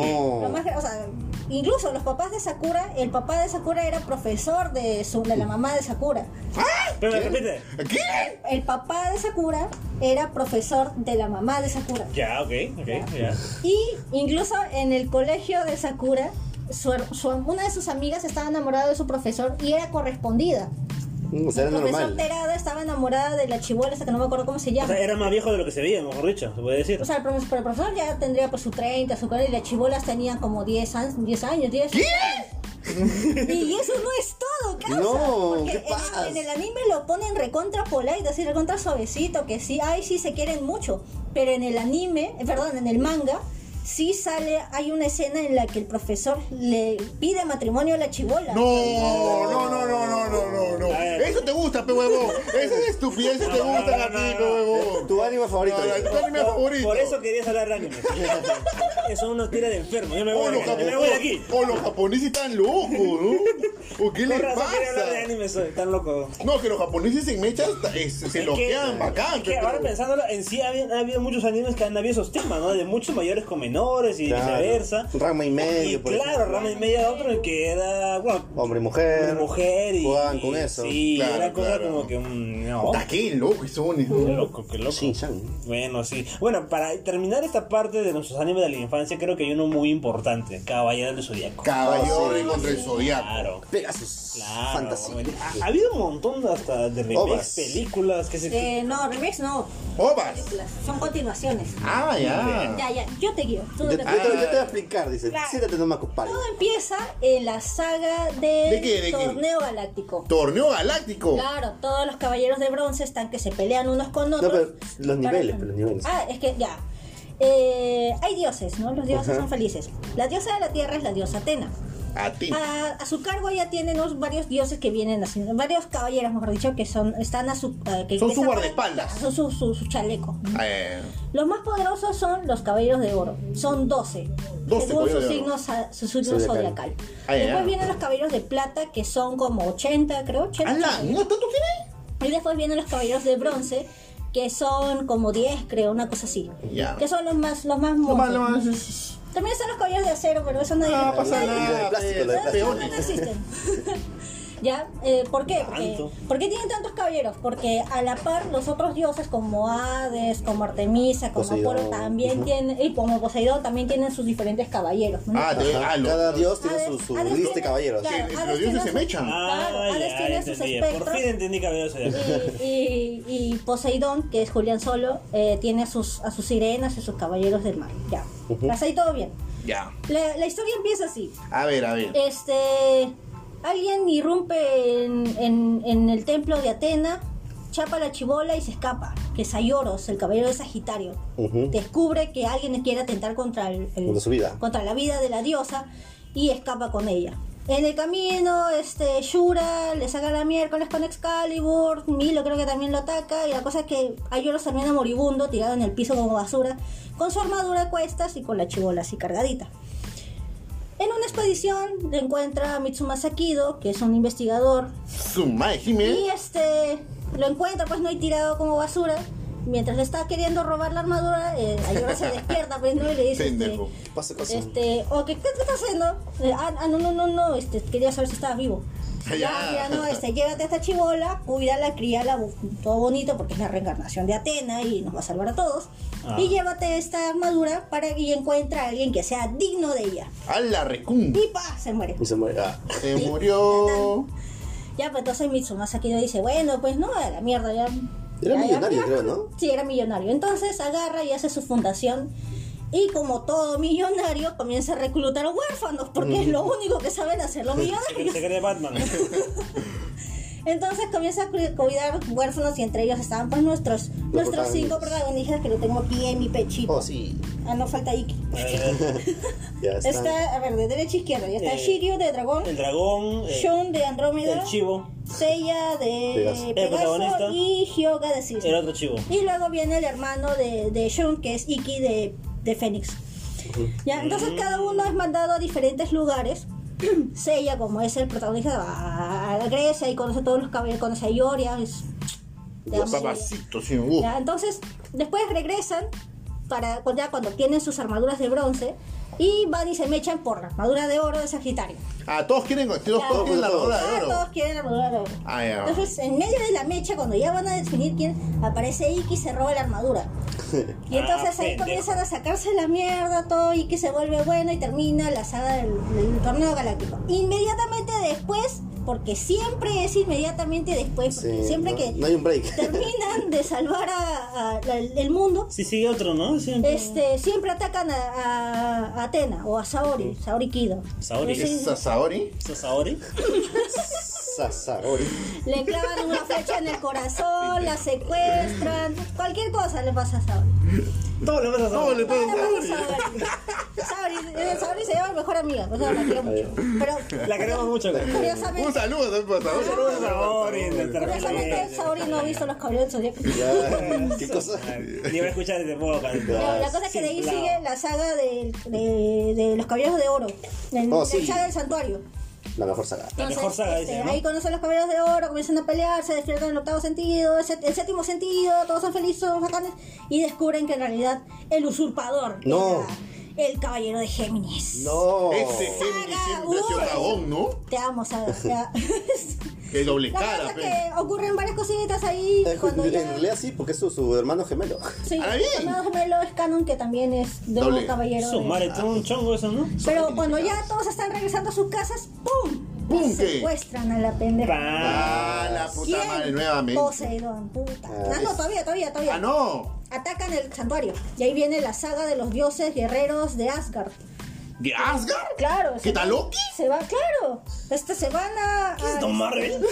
S2: No.
S5: más gra- o sea, incluso los papás de Sakura, el papá de Sakura era profesor de, su, de la mamá de Sakura.
S3: Pero repite.
S4: ¿Qué?
S5: El papá de Sakura era profesor de la mamá de Sakura.
S3: Ya, ok, ok, ya.
S5: Y incluso en el colegio de Sakura, su her- su- una de sus amigas estaba enamorada de su profesor y era correspondida.
S2: O sea,
S5: el
S2: era
S5: profesor
S2: normal.
S5: Terada estaba enamorada de la chibola, esa que no me acuerdo cómo se
S3: O
S5: llama.
S3: sea, era más viejo de lo que se veía, mejor dicho, se puede decir.
S5: O sea, el profesor, pero el profesor ya tendría pues su 30, su 40, y las chibolas tenían como 10, an- 10 años, 10 Y eso no es todo, causa.
S2: No,
S5: porque
S2: ¿qué
S5: en-
S2: pasa?
S5: En, el anime lo ponen recontra polite, así recontra suavecito, que sí, ay, sí se quieren mucho. Pero en el anime, eh, perdón, en el manga, sí sale, hay una escena en la que el profesor le pide matrimonio a la chibola.
S4: No, no, no, no, no, no, no, no.
S3: A ver.
S4: Eso te gusta, pe huevón. Esas estupideces te
S3: No, no,
S4: gustan a
S3: no,
S4: ti,
S3: no.
S4: pe huevón.
S2: Tu ánimo favorito.
S4: No, no, tu anime favorito.
S3: Por eso querías hablar de anime. Eso uno tira de enfermo. Yo me
S4: O
S3: voy,
S4: los,
S3: yo me
S4: japoneses,
S3: voy de aquí.
S4: o los japoneses están locos, ¿no? ¿O qué
S3: Con
S4: les
S3: razón quería hablar de
S4: pasa?
S3: anime, soy tan loco.
S4: No, que los japoneses en mechas eh, se se
S3: Es
S4: loquean
S3: que-
S4: bacán.
S3: es que
S4: pe,
S3: ahora
S4: pero-
S3: pensándolo, en sí ha habido, ha habido muchos animes que han habido esos temas, ¿no? De muchos mayores con menores y
S2: Claro.
S3: viceversa.
S2: Rama y medio,
S3: Y
S2: por
S3: claro,
S2: ejemplo.
S3: Rama y media de otro en que era, bueno,
S2: Hombre y mujer.
S3: mujer y...
S2: Jugaban con eso.
S3: Sí,
S4: Claro,
S3: era cosa
S4: claro.
S3: como que... mm, no,
S4: Puta, qué locos son.
S3: qué
S4: ¿no?
S3: loco, qué loco.
S2: Sí, chan.
S3: Bueno, sí. Bueno, para terminar esta parte de nuestros animes de la infancia, creo que hay uno muy importante, Caballero del Zodíaco.
S4: Caballero de contra el zodiaco.
S3: Claro.
S2: Pegasus.
S3: Claro, Ah,
S2: Fantasía.
S3: bueno, ha, ha habido un montón de hasta de remakes,
S2: Ovas.
S3: películas que se
S5: Eh, no, remix no,
S4: ¡Obas!
S5: son continuaciones.
S4: Ah, ya.
S5: Ya, ya, yo te guío. tú no
S3: ah,
S5: te
S2: Yo, yo te,
S5: preocupes.
S2: yo te voy a explicar, dice.
S5: Claro.
S2: Siéntate nomás, compadre.
S5: Todo empieza en la saga del
S4: ¿De qué, de qué?
S5: torneo galáctico.
S4: Torneo galáctico.
S5: Claro, todos los caballeros de bronce están que se pelean unos con otros.
S2: pero los niveles, pero los niveles.
S5: Ah, es que ya. Eh, hay dioses, ¿no? Los dioses son felices. La diosa de la tierra es la diosa Atena.
S4: A ti.
S3: Ah.
S5: A, a su cargo ya tienen unos- varios dioses que vienen haciendo, varios caballeros, mejor dicho, que son están a su. eh, que-
S4: Son
S5: que
S4: su
S5: están-
S4: guardaespaldas.
S5: Son su, su- su chaleco.
S4: Eh,
S5: Los más poderosos son los caballeros de oro. Son 12.
S4: 12
S5: según
S4: caballeros
S5: su
S4: de
S5: signo,
S4: oro.
S5: sa- su signo
S2: Zodiacal.
S5: zodiacal.
S4: Ah, ya,
S5: Después
S4: ya.
S5: vienen los caballeros de plata, que son como 80, creo. 80
S4: ¡Ala!
S5: caballeros.
S4: ¿No tanto tiene?
S5: Y después vienen los caballeros de bronce, que son como 10, creo, una cosa así.
S4: Ya.
S5: Que son los más los más
S4: No más,
S5: monstruos.
S4: no más. es-
S5: También están los caballeros de acero, pero eso nadie
S4: No pasa
S5: nadie-
S2: la de
S4: nada.
S2: plástico, la de
S4: pe,
S5: no, no, no,
S4: peones.
S5: no existen. ¿Ya? eh, ¿Por qué? Porque,
S3: Tanto.
S5: ¿Por qué tienen tantos caballeros? Porque a la par los otros dioses como Hades, como Artemisa, como
S2: Poseidón.
S5: Apolo también
S2: Ujú.
S5: tienen, y como Poseidón también tienen sus diferentes caballeros. ¿no?
S4: Ah,
S3: Eh,
S4: de, ah,
S2: Ajá.
S4: lo-
S2: Cada dios tiene
S5: Hades-
S2: su, su
S5: Hades
S2: lista de
S5: tiene-
S2: caballeros.
S5: claro,
S4: que-
S5: Hades
S4: los dioses
S5: tiene
S4: se
S5: su-
S4: mechan.
S5: Claro,
S3: Ah,
S5: Hades
S3: ya,
S5: tiene
S3: ya
S5: sus
S3: entendí. Por
S5: espectros.
S3: fin entendí Caballero del Zodíaco.
S5: y, y- y Poseidón, que es Julián Solo, eh, tiene a sus, a sus sirenas y sus caballeros del mar. Ya. Hasta ahí todo bien.
S4: Ya.
S5: La, la historia empieza así.
S4: A ver, a
S3: Eh.
S4: ver.
S5: Este. Alguien irrumpe en, en- en el templo de Atena, chapa la chibola y se escapa. Que es Aioros, el caballero de Sagitario.
S2: Ujú.
S5: Descubre que alguien quiere atentar contra, el- el-
S2: Contra su vida.
S5: contra la vida de la diosa y escapa con ella. En el camino, este, Shura le saca la miércoles con Excalibur, Milo creo que también lo ataca, y la cosa es que Ayoros termina moribundo, tirado en el piso como basura, con su armadura a cuestas y con la chibola así cargadita. En una expedición le encuentra a Mitsuma Sakido, que es un investigador,
S4: Sumae
S5: y
S4: Jime.
S5: este lo encuentra, pues no hay tirado como basura. Mientras le está queriendo robar la armadura, eh, Ayora se despierta, pues no, y le dice: este,
S4: Pendejo.
S2: Pasa cosas.
S5: este, o que, ¿qué, qué estás haciendo? Eh, ah, ah, no, no, no, no, este, quería saber si estabas vivo.
S4: Ya.
S5: Ya, ya, no, este, llévate a esta chibola, cuídala, críala, bu- todo bonito, porque es la reencarnación de Atena y nos va a salvar a todos.
S3: Ah.
S5: Y llévate esta armadura para que encuentre a alguien que sea digno de ella.
S4: A la recum.
S5: Y pa, se muere.
S2: Y se muere. Ah.
S4: Se murió.
S5: Ya, pues entonces Mitsuma Sakido dice, bueno, pues no, a la mierda, ya. ya,
S2: Era
S5: ya,
S2: millonario,
S5: ya.
S2: creo, ¿no?
S5: Sí, era millonario. Entonces agarra y hace su fundación. Y como todo millonario, comienza a reclutar
S2: Mm.
S5: huérfanos, porque es lo único que saben hacer los
S3: Se
S5: millonarios.
S3: cree Batman.
S5: Entonces comienza a cu- cuidar huérfanos y entre ellos estaban pues nuestros, nuestros cinco protagonistas que lo tengo aquí en mi pechito.
S2: Oh, sí.
S5: Ah, no falta Iki.
S2: Ya está.
S5: Está, a ver, de derecha a izquierda. Ya está
S3: Eh,
S5: Shiryu de Dragón,
S3: El dragón, eh,
S5: Shun de
S3: el
S5: Andrómeda,
S3: chivo,
S5: Seiya de
S2: Pegaso.
S5: Pegaso
S3: protagonista.
S5: y Hyoga de Cisne.
S3: el otro chivo.
S5: Y luego viene el hermano de, de Shun, que es Iki de, de Fénix. Ya, entonces cada uno es mandado a diferentes lugares. Seiya, como es el protagonista, va a Grecia y conoce a todos los caballeros, conoce a Ioria. es- te amo, Ioria.
S4: Papacito, sí, uh.
S5: Ya, entonces, después regresan para cu- ya cuando tienen sus armaduras de bronce y van y se mechan por la armadura de oro de Sagitario.
S4: Ah, todos quieren, todos, todos quieren la
S2: todos.
S4: rola
S5: Ah,
S4: de
S5: todos
S4: oro.
S5: quieren la armadura de oro.
S4: Ah, ya.
S5: Entonces, en medio de la mecha, cuando ya van a definir quién, aparece Iki y se roba la armadura. Y entonces
S3: Ah,
S5: ahí
S3: pendejo.
S5: comienzan a sacarse la mierda, todo, Iki se vuelve bueno y termina la saga del, del torneo galáctico. Inmediatamente después, porque siempre es inmediatamente después, porque
S2: Sí,
S5: siempre
S2: no,
S5: que
S2: no hay un break.
S5: terminan de salvar a- a- la- el mundo,
S3: Sí, sigue otro, ¿no? Sí,
S5: este, siempre atacan a, a- a Atena o a Saori, Saori Kido.
S3: Saori.
S5: Sí, sí,
S4: ¿Es
S5: sí.
S4: Sasaori?
S3: Sasaori.
S2: Sasagori.
S5: Le clavan una flecha en el corazón, la secuestran, cualquier cosa le pasa a Saori.
S3: Todo le pasa a
S5: Todo le
S3: Saori.
S5: pasa a Saori. Saori, eh, Saori se llama mi mejor amiga, por eso la quiero mucho. Pero
S3: La queremos mucho. güey.
S4: Un
S5: curiosamente,
S4: saludo también para Sasaori.
S3: Saludos a Saori. nuestra
S5: curiosamente
S3: referencia.
S5: Saori no ha visto los caballeros del Zodiaco.
S2: Ya, ¿Qué cosa?
S3: Ni va a escuchar este podcast.
S5: Pero la cosa es que de ahí
S3: Claro.
S5: sigue la saga del- de, de los caballeros de oro, en
S2: Oh,
S5: la
S2: sí.
S5: saga del santuario.
S2: La mejor saga.
S3: La mejor saga,
S5: este,
S3: dice, ¿no?
S5: Ahí conocen los caballeros de oro, comienzan a pelear, se despiertan el octavo sentido, el, sé- el séptimo sentido, todos son felices, todos son bacanes, y descubren que en realidad el usurpador
S2: No.
S5: era el caballero de Géminis.
S2: No.
S4: Ese Géminis Este siempre ha sido
S5: Uy.
S4: dragón, ¿no?
S5: Te amo, saga. ya.
S4: Que doble
S5: La cosa
S4: cara,
S5: es
S4: pe.
S5: que ocurren varias cositas ahí
S2: Eh,
S5: cuando
S2: En
S5: ya...
S2: realidad sí, porque es su, su hermano gemelo.
S5: Sí,
S4: Ah, bien.
S5: el hermano gemelo es canon que también es de
S4: Doble.
S5: un caballero.
S3: Su
S5: de-
S3: madre, tiene un chongo eso, ¿no?
S5: Pero cuando ya todos están regresando a sus casas, ¡pum!
S4: ¡Pum,
S5: La
S4: qué!
S5: Secuestran a la pendeja.
S3: Pa.
S4: Ah, la puta madre, nuevamente.
S5: Poseidón, puta.
S2: Ah,
S5: Ah, no,
S2: es-
S5: todavía, todavía, todavía.
S4: Ah, no.
S5: atacan el santuario. Y ahí viene la saga de los dioses guerreros de Asgard.
S4: ¿De Asgard?
S5: Claro.
S4: ¿Qué
S5: se
S4: tal,
S5: va-
S4: Loki?
S5: Se va, claro. Este, se van a,
S3: ¿Qué es
S5: a-
S3: Don Marvel?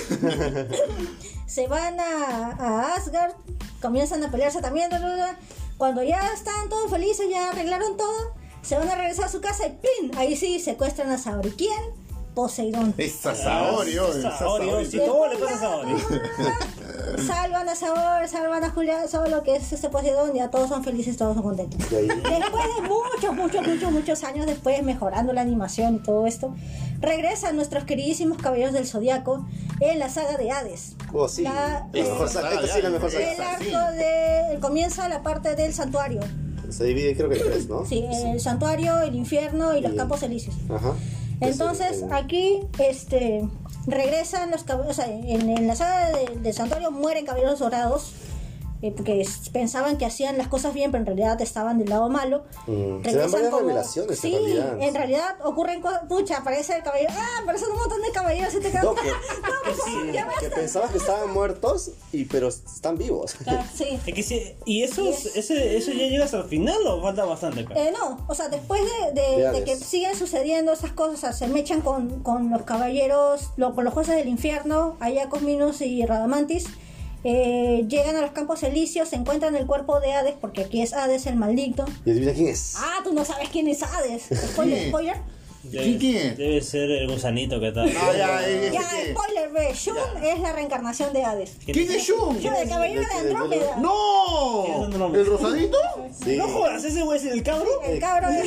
S5: se van a, a Asgard, comienzan a pelearse también. bla, bla, bla. Cuando ya están todos felices, ya arreglaron todo, se van a regresar a su casa y ¡pin! Ahí sí secuestran a Saori. ¿Quién? Poseidón.
S4: Es Sasaori, oh, es
S3: Sasaori, oh, sí,
S4: Sasaori.
S3: todo le pasa a Saori.
S5: Salvan a Saori, salvan a Julián, solo que es ese Poseidón, ya todos son felices, todos son contentos.
S2: Y ahí-
S5: Después de muchos, muchos, muchos, muchos años después, mejorando la animación y todo esto, regresan nuestros queridísimos caballeros del zodiaco en la saga de Hades.
S2: Oh, sí.
S5: La-
S2: La
S5: eh,
S2: mejor saga. Esta sí, la mejor saga.
S5: El
S4: Esa, sí.
S5: arco de. Comienza la parte del santuario.
S2: Se divide creo que en tres, ¿no?
S5: Sí, el santuario, el infierno y los
S2: Sí.
S5: campos elíseos.
S2: Ajá.
S5: Entonces,
S2: el-
S5: aquí, este. Regresan los caballeros. O sea, en, en la saga de- del santuario mueren caballeros dorados. eh, Porque s- pensaban que hacían las cosas bien, pero en realidad estaban del lado malo.
S2: Mm, se dan
S5: Regresan
S2: varias
S5: como-
S2: revelaciones
S5: sí,
S2: en realidad.
S5: ocurren cosas. Pucha, aparece el caballero. Ah, aparecen un montón de caballeros y te quedas.
S2: eh, No,
S5: No,
S2: que-
S5: por favor, ya
S2: Que
S5: basta.
S2: pensabas que estaban muertos, y pero están vivos.
S5: Ah, sí.
S3: Es que sí, ¿Y eso, ese, eso ya llega hasta el final o falta bastante? acá?
S5: Eh, no, o sea, después de, de-
S2: Ya
S5: de que
S2: ves.
S5: siguen sucediendo esas cosas, o sea, se mechan con, con los caballeros, lo- con los jueces del infierno, Ayacos, Minos y Radamantis. eh, llegan a los campos elíseos, se encuentran el cuerpo de Hades, porque aquí es Hades el maldito.
S2: Y adivina quién es.
S5: Ah, tú no sabes quién es Hades. Spoiler,
S4: Sí.
S5: spoiler.
S3: Debe,
S4: ¿Quién?
S3: debe ser el gusanito que está.
S4: Ah, ya, eh,
S5: Ya,
S4: ese que-
S5: spoiler, ve. Shun es la reencarnación de Hades.
S4: ¿Quién es Shun?
S5: Yo, el caballero de Andrómeda.
S3: ¿Quién es
S4: ¡No!
S3: Andrómeda?
S4: ¿El rosadito?
S2: Sí.
S3: No jodas, ese güey es el cabro.
S4: eh,
S5: El cabro es.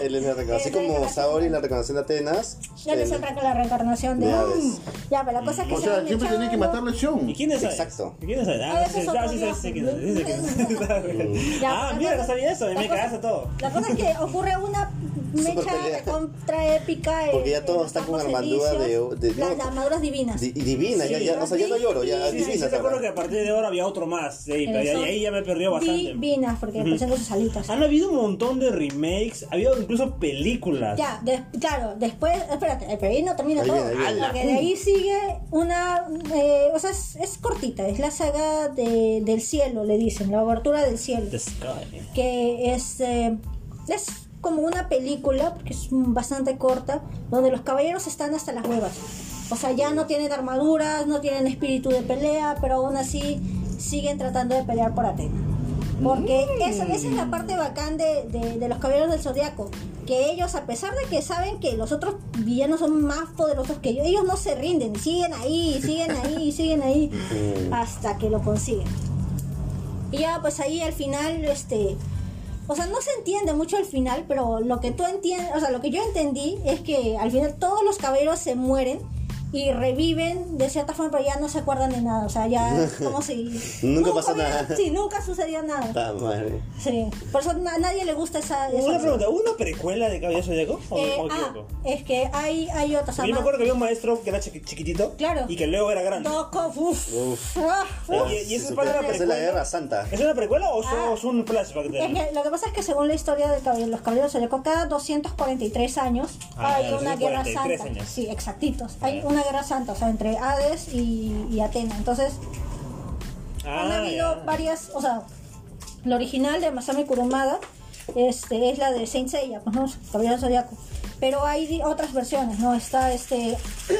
S2: Él es la reca- Así
S5: El-
S2: como
S5: el-
S2: Saori en la recomendación de Atenas.
S5: Él es el reenca- la reencarnación de
S2: de
S5: Hades.
S2: Hades.
S5: Ya, pero la cosa es que
S4: O
S5: se
S4: sea,
S5: van
S4: siempre
S5: echando.
S4: tiene que matarle a
S3: ¿Y
S4: Shun.
S3: quién es Hades?
S2: Exacto.
S3: ¿Y quién es Hades?
S5: Ah,
S3: Ah,
S5: ese
S3: sí,
S5: es
S3: sí,
S5: otro
S3: sí,
S5: viaje.
S3: sí, quién es, sí, sí, quién es.
S5: Ya,
S3: Ah,
S5: la
S3: mira,
S5: cosa-
S3: no sabía eso. y
S5: la
S3: Me
S5: cosa-
S3: cagaste todo.
S5: La cosa es que ocurre una
S2: Superpelea.
S5: mecha contra épica. en-
S2: Porque ya todos
S5: en los
S2: están con
S5: campos
S2: armadura de-
S5: elíseos.
S2: de- no.
S5: Las las armaduras divinas.
S2: Di- y divina, ya, ya, o sea, ya no lloro, ya
S3: Sí, sí, sí,
S2: divina.
S3: te acuerdo que
S2: sabrá.
S3: a partir de ahora había otro más. Sí,
S5: Que
S3: pero ahí,
S5: son
S3: ahí ya me perdió bastante. Ah,
S5: Divinas, porque presento sus alitas.
S3: Han habido un montón de remakes, ha habido incluso películas.
S5: Ya, de- claro, después, espérate, eh, pero ahí no termina
S2: Ahí
S5: todo.
S2: viene, ahí viene.
S5: Porque de ahí sigue una, eh, o sea, es, es cortita, es la saga de, del cielo, le dicen, la abertura del cielo.
S3: The Sky.
S5: que es, eh, es como una película, porque es bastante corta, donde los caballeros están hasta las huevas. O sea, ya no tienen armaduras, no tienen espíritu de pelea, pero aún así siguen tratando de pelear por Atena. Porque esa, esa es la parte bacán de, de- de los caballeros del zodiaco. Que ellos, a pesar de que saben que los otros villanos son más poderosos que ellos, ellos no se rinden, y siguen ahí, y siguen ahí, y siguen ahí, hasta que lo consiguen. Y ya, pues ahí al final, este. O sea, no se entiende mucho al final, pero lo que tú entiendes, o sea, lo que yo entendí es que al final todos los caballeros se mueren y reviven de cierta forma, pero ya no se acuerdan de nada. O sea, ya es como si.
S2: Nunca pasó
S5: hubiera-
S2: nada.
S5: Sí, nunca sucedió nada.
S2: Ta madre.
S5: Sí, por eso na- a nadie le gusta esa. esa
S3: Una pregunta, ¿hubo una precuela de Caballero Zodíaco? ¿O me
S5: Eh,
S3: o me
S5: ah,
S3: equivoco?
S5: es que hay, hay otras.
S3: Yo me
S5: ama-
S3: acuerdo que había un maestro que era chiqui- chiquitito
S5: Claro.
S3: y que luego era grande.
S5: Doco, uf.
S2: Uf.
S5: Ah, uf.
S3: y- y esa
S2: Se
S3: es para la
S2: supone- esa es la
S3: precuela.
S2: guerra santa.
S3: ¿Es una precuela o es-
S5: Ah.
S3: o es un flashback de
S5: Es que lo que pasa es que según la historia de caball- los caballeros zodiacos, cada 243 años
S3: Ah,
S5: hay una guerra
S3: 243
S5: santa.
S3: años. Ah.
S5: Sí, exactitos. Hay una guerra santa, o sea, entre Hades y, y Atena. Entonces, han
S3: Ah,
S5: habido
S3: ya.
S5: varias, o sea, la original de Masami Kurumada este, es la de Saint Seiya, pues no, Caballero Zodíaco. Pero hay di- otras versiones, ¿no? Está este.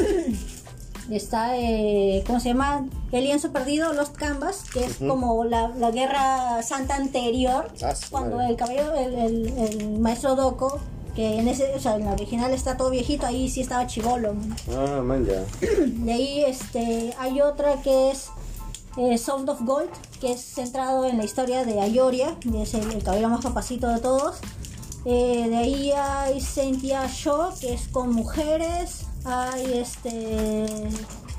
S5: está, eh, ¿cómo se llama? El lienzo perdido, Lost Canvas, que es como la, la guerra santa anterior,
S2: Ah, su
S5: cuando
S2: madre.
S5: el caballero, el, el- el maestro Doko, que en ese, o sea, en la original está todo viejito, ahí sí estaba chivolo.
S2: Ah, man, ya.
S5: De ahí este, hay otra que es eh, Sound of Gold, que es centrado en la historia de Ayoria, que es el, el caballero más papacito de todos. Eh, de ahí hay Sentia Show, que es con mujeres. Hay este.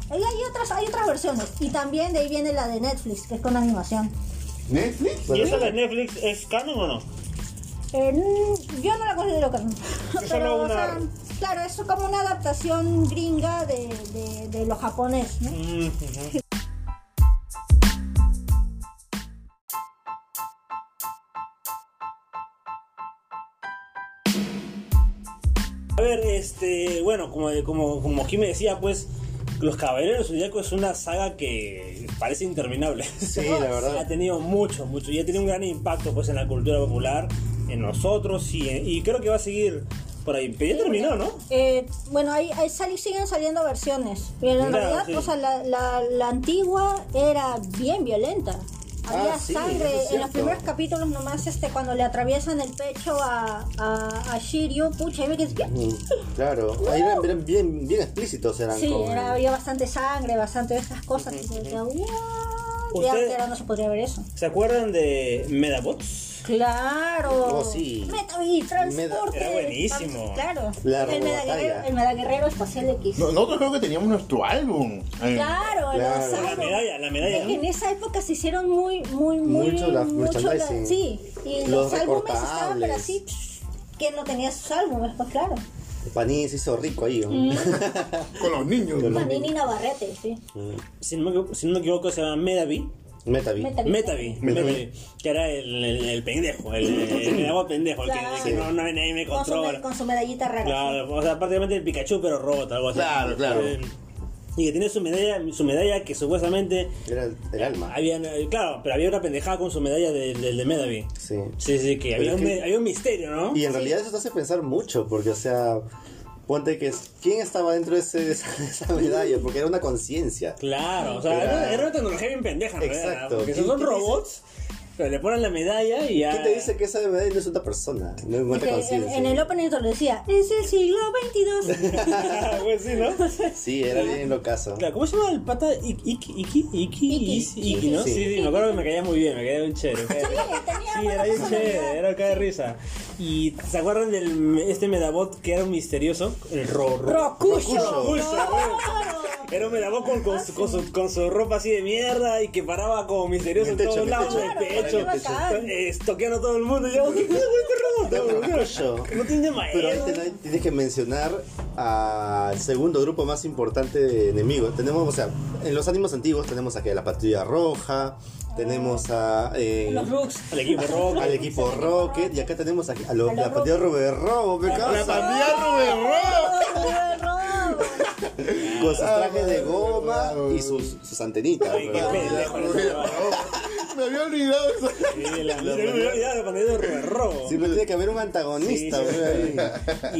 S5: Ahí hay otras, hay otras versiones. Y también de ahí viene la de Netflix, que es con animación.
S4: ¿Netflix?
S3: ¿Y esa de Netflix es canon o no?
S5: Eh, mm, yo no la considero canon. Pero,
S3: Es solo
S5: o sea,
S3: una-
S5: claro, es como una adaptación gringa de, de, de lo japonés, ¿no?
S3: Mm, ujú. A ver, este, bueno, como, como, como aquí me decía, pues, Los Caballeros del Zodíaco es una saga que parece interminable.
S2: Sí, la verdad.
S3: Ha tenido mucho, mucho, y ha tenido un gran impacto, pues, en la cultura popular, en nosotros, y, y creo que va a seguir por ahí. Pero ya terminó, ¿no?
S5: Eh, bueno, ahí, ahí sali- siguen saliendo versiones. Pero en
S3: Ya,
S5: realidad,
S3: sí.
S5: o sea, la, la- la antigua era bien violenta. Había
S2: Ah, sí,
S5: sangre.
S2: eso es
S5: en los
S2: cierto.
S5: primeros capítulos nomás, este, cuando le atraviesan el pecho a, a, a Shiryu, pucha, ahí me quedé-
S2: Mm, Claro. Ahí eran, eran bien, bien explícitos. Eran
S5: Sí,
S2: como-
S5: era- había bastante sangre, bastante de estas cosas. Y yo decía, "What?". De
S3: Usted-
S5: antes ahora no se podría ver eso.
S3: ¿Se acuerdan de Medabots?
S5: Claro.
S2: Oh, sí.
S5: Metavi, transporte.
S3: Era buenísimo.
S5: Claro.
S2: La
S5: el medaguerrero,
S2: robobatalla.
S5: el medaguerrero espacial X.
S4: No- Nosotros creo que teníamos nuestro álbum. eh, Ay,
S5: Claro,
S2: Claro.
S5: los
S3: La
S5: álbumes.
S3: medalla, la medalla.
S5: En esa época se hicieron muy, muy, muy.
S2: Mucho
S5: la-
S2: la- merchandising.
S5: Sí, y los,
S2: Los
S5: álbumes estaban pero
S2: recortables.
S5: así. psh, Que no tenía sus álbumes, pues claro.
S2: Panini se hizo rico ahí. ¿no?
S5: Mm.
S4: Con los niños.
S5: Panini Navarrete, sí.
S2: Mm.
S3: Si no, me, equivo- si no me equivoco, se llama Medavi.
S2: Metavi.
S5: Metavi.
S3: Metavi. Metavi. Que era el, el, el pendejo, el, el, el Medabots pendejo, el que, el que no, no, nadie me
S5: Con su,
S3: controla.
S5: con su medallita rara.
S3: Claro, o sea, prácticamente el Pikachu, pero robot, algo así.
S4: Claro, claro.
S3: Eh, y que tenía su medalla, su medalla que supuestamente
S2: Era el, el alma.
S3: habían, eh, claro, pero había una pendejada con su medalla del de, de Medavi.
S2: Sí.
S3: Sí, sí, que había
S2: es
S3: un,
S2: que-
S3: me- había un misterio, ¿no?
S2: Y en realidad eso te hace pensar mucho, porque, o sea, ponte que es- quién estaba dentro de, ese- de esa, de esa medalla, porque era una conciencia.
S3: Claro, o sea,
S2: Era-
S3: era, era una tecnología bien pendeja, ¿no? Era-
S2: Exacto.
S3: Porque
S2: ¿Qué-
S3: son
S2: qué te dice?
S3: robots, pero le ponen la medalla y ya.
S2: ¿Quién te dice que esa medalla no es otra persona? No encuentra
S5: Porque en, en
S2: conciencia.
S5: el opening te lo decía, es el siglo XXII.
S3: pues sí, ¿no?
S2: Sí, era bien lo caso.
S3: Claro, ¿Cómo se llama el pata? Ik- Iki, Iki, Iki,
S5: Iki.
S3: Is- Iki, ¿no?
S2: Sí.
S3: Sí, sí, me acuerdo que me caía muy bien, me caía bien chévere. me caía bien.
S5: tenía
S3: Sí,
S5: buena
S3: era bien
S5: personalidad.
S3: chévere, era acá de risa. Y ¿se acuerdan del este Medabot que era un misterioso? El ro, ro-
S5: Rocucho.
S2: Rocucho.
S3: Era un Medabot con, con, su, con, su, con su ropa así de mierda y que paraba como misterioso
S2: En
S3: en
S2: el techo,
S3: todos
S2: en el
S3: lados, en el
S5: techo.
S3: pecho,
S5: Claro, qué bacán.
S3: eh, estoqueando a todo el mundo. Y yo, ¿qué es este robot?
S2: Era Rocucho.
S3: No tiene
S2: Pero ahí
S3: maestro.
S2: ten- tienes que mencionar al segundo grupo más importante de enemigos. Tenemos, o sea, en los ánimos antiguos tenemos aquí a la patrulla roja, tenemos a... eh,
S5: Los Rooks.
S3: Al equipo rojo.
S2: al equipo Rocket y acá tenemos aquí a, los-
S5: A los
S2: la patrulla Robert Robo, ¿me
S4: La
S2: causa?
S4: pandilla Rubén Rock.
S2: con sus trajes de
S4: Ah,
S2: goma
S4: bueno,
S2: y sus, sus antenitas.
S3: Ay, qué
S2: ¿verdad?
S3: pendejo.
S4: Rubén Rock. me había olvidado eso.
S3: Sí, la, la, la, la pandemia de Robert Robo.
S2: Siempre tiene que haber un antagonista,
S3: Sí, sí,
S2: güey, ahí.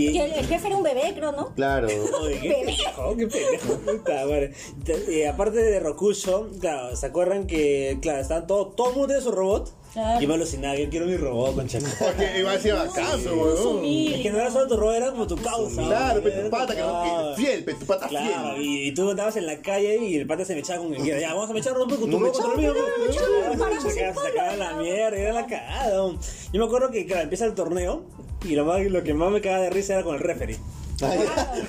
S3: Y-
S5: Que el, el jefe era un bebé, creo, ¿no?
S2: Claro.
S3: Oye, qué pendejo, qué pendejo. Puta madre. Te- eh, aparte de Rokusho, claro, ¿se acuerdan que, claro, estaban todo, todo el mundo tiene su robot?
S5: Ah.
S3: Y me alucinaba, yo quiero mi robot, concha. Es
S4: Porque iba a decir acaso, weón.
S3: que no era solo tu robot, era como tu causa.
S4: Claro,
S3: pe,
S4: pe, tu pata, que no, que fiel, pe, tu pata
S3: Claro,
S4: fiel.
S3: y, y tú andabas en la calle y el pata se me echaba con quien quiera. Ya, vamos a me echar un poco,
S2: No
S3: tu
S2: me
S3: loco contra el mío.
S2: echaron, no me echaron,
S3: pues. Ya,
S5: paramos
S3: se
S5: el
S3: acaba- se
S5: palo,
S3: acaba la
S5: ya.
S3: mierda, era la cagada. um. Yo me acuerdo que, claro, empieza el torneo y lo, más- lo que más me cagaba de risa era con el referee.
S2: Ay,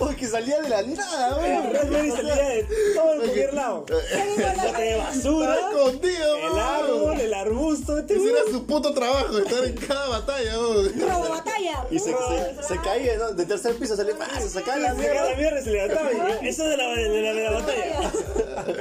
S2: uy, que salía de la nada,
S3: El
S2: güey.
S3: referee salía de todo el cualquier lado. Bote de basura,
S4: Está escondido,
S3: el
S4: weón.
S3: árbol, el arbusto. este
S4: Ese era
S3: weón.
S4: su puto trabajo, estar en cada batalla, weón.
S5: Robo batalla.
S2: Y se, se, se caía, ¿no? De tercer piso salía, ¡ah! Se sacaba la
S3: Se sacaba la
S2: mierda.
S3: mierda y se levantaba. y- Eso es de la, de la, de la batalla.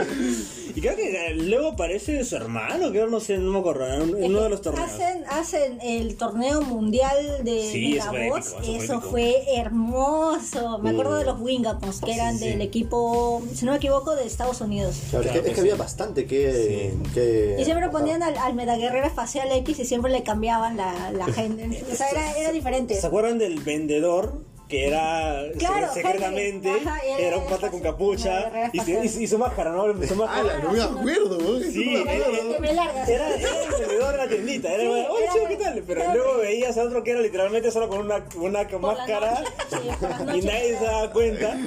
S3: Y creo que eh, luego aparece su hermano, que ahora no sé, no me acuerdo, en un- en uno de los torneos.
S5: Hacen, hacen el torneo mundial de
S3: Sí, eso fue
S5: Megabots.
S3: épico, eso fue
S5: Eso
S3: épico.
S5: fue hermoso. Me acuerdo de los Wingapons, que eran
S3: sí.
S5: del equipo, si no me equivoco, de Estados Unidos.
S2: Claro, es, que, es que había bastante que. que
S3: Eh,
S5: Y siempre ponían al, al Metaguerrera Facial X y siempre le cambiaban la, la gente. O sea, era, era diferente.
S3: ¿Se acuerdan del vendedor? Que era
S5: Claro,
S3: se- secretamente,
S5: Henry. Ajá, y él
S3: era un
S5: era
S3: pata con
S5: fácil, no,
S3: capucha
S5: era
S3: y,
S5: fácil.
S3: y- y su máscara, ¿no? Su
S4: Ah,
S3: máscara.
S4: la, no me acuerdo, weón.
S3: Sí, eh,
S4: no me acuerdo.
S5: Que me largas.
S3: Era, era el vendedor de la tiendita, era,
S5: Sí,
S3: oye,
S5: era-
S3: chico, ¿qué tal? Pero
S5: era-
S3: luego veías a otro que era literalmente solo con una, una
S5: Por la
S3: máscara
S5: noche. Sí, por la
S3: y
S5: noche.
S3: nadie se daba cuenta.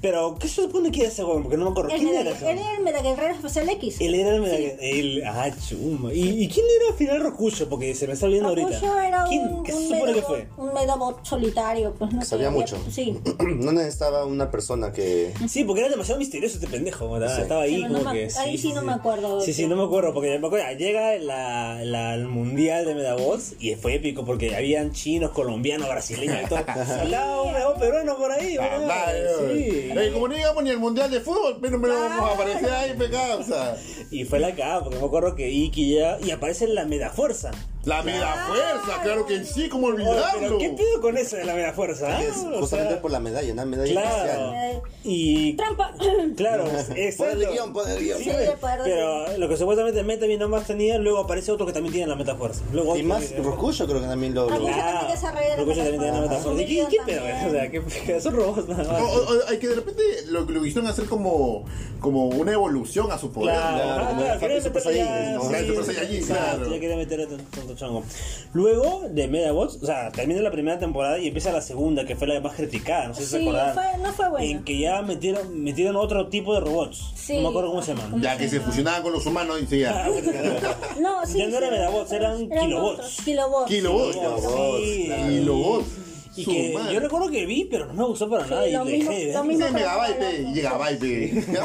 S3: Pero, ¿qué se supone que era ese weón? Porque no me acuerdo.
S5: El
S3: ¿Quién era
S5: Meda-
S3: ese
S5: Él
S3: weón?
S5: era el Metaguerrera Facial X.
S3: Él era el medalla- él- ah, chuma. ¿Y, y quién era al final Rocucho? Porque se me está olvidando ahorita.
S5: Rapunzel era
S3: ¿Quién?
S5: un,
S3: ¿Qué
S5: un
S3: se supone que fue?
S5: Medabot- un Medabot solitario. Pues, no sé,
S2: Sabía
S5: había-
S2: mucho.
S5: Sí.
S2: No necesitaba una persona que.
S3: Sí, porque era demasiado misterioso este pendejo, ¿verdad?
S2: Sí.
S3: Estaba ahí
S5: Sí, no
S3: como
S5: me-
S3: que...
S5: ahí sí no me acuerdo.
S3: Sí, sí, no me acuerdo, porque me acuerdo, llega la, la- el mundial de Medabots y fue épico porque habían chinos, colombianos, brasileños y todo. Sacaba un Medabots peruano por ahí,
S4: Ah,
S3: ¿verdad?
S4: vale,
S3: Sí.
S4: weón. Eh, como no llegamos ni al mundial de fútbol, pero me lo vamos a aparecer ahí, pecado. O sea,
S3: Y fue la cagada, porque me acuerdo que Iki ya... Y aparece la Medafuerza.
S4: la mega fuerza, claro que sí, como
S3: Oye,
S4: olvidarlo.
S3: pero ¿qué pido con eso de la Medafuerza? ah?
S2: Es
S3: O
S2: justamente
S3: sea,
S2: por la medalla, una medalla especial.
S3: Claro. Y...
S5: Trampa.
S3: Claro,
S2: Poder de guión,
S3: exacto.
S2: poder de guión.
S3: Sí,
S5: Sí,
S3: güey,
S5: el poder de-
S3: pero lo que supuestamente Meta no más tenía, luego aparece otro que también tiene la metafuerza. Luego
S2: Y
S3: otro
S2: más
S3: que-
S2: Rocuyo creo que también lo.
S5: Ah,
S2: lo-
S5: bueno.
S3: Claro.
S5: también desarrolla la
S3: Rocucho también tiene la
S5: metafuerza.
S3: metafuerza. ¿Y qué, qué
S5: También.
S3: pedo? O sea, que, que son robots nada
S4: O,
S2: Oh,
S3: más.
S4: o- o- hay que de repente lo, lo quisieron hacer como, como una evolución a su poder.
S3: Claro,
S2: como
S3: claro,
S2: la
S3: quería
S2: Super
S3: meterle
S2: Saiyajin,
S3: ya-
S2: ¿no?
S3: sí,
S4: La Super Saiyajin,
S3: exacto,
S4: claro.
S3: Ya quería meter a tanto, tanto chango. Luego de Medabots, o sea, termina la primera temporada y empieza la segunda, que fue la más criticada, no sé si se
S5: Sí,
S3: acordarán.
S5: fue- no fue buena.
S3: En que ya metieron, metieron otro tipo de robots.
S5: Sí.
S3: No me acuerdo cómo se llaman.
S4: Ya que se fusionaban con los humanos y se
S3: Ah,
S4: ya.
S5: No, sí.
S3: Ya no eran
S5: sí,
S3: medabots, eran kilobots.
S5: otros, Kilobots.
S4: Kilobots.
S2: Kilobots,
S3: Sí.
S2: claro.
S4: Kilobots.
S3: Y
S4: Su
S3: que
S4: madre.
S3: yo recuerdo que vi, pero no me gustó para
S5: Sí,
S3: nada. Y
S5: lo
S3: le
S5: mismo-
S3: dejé de ver.
S5: lo mismo
S4: Dice megabyte, pe, y gigabyte. eh. pe.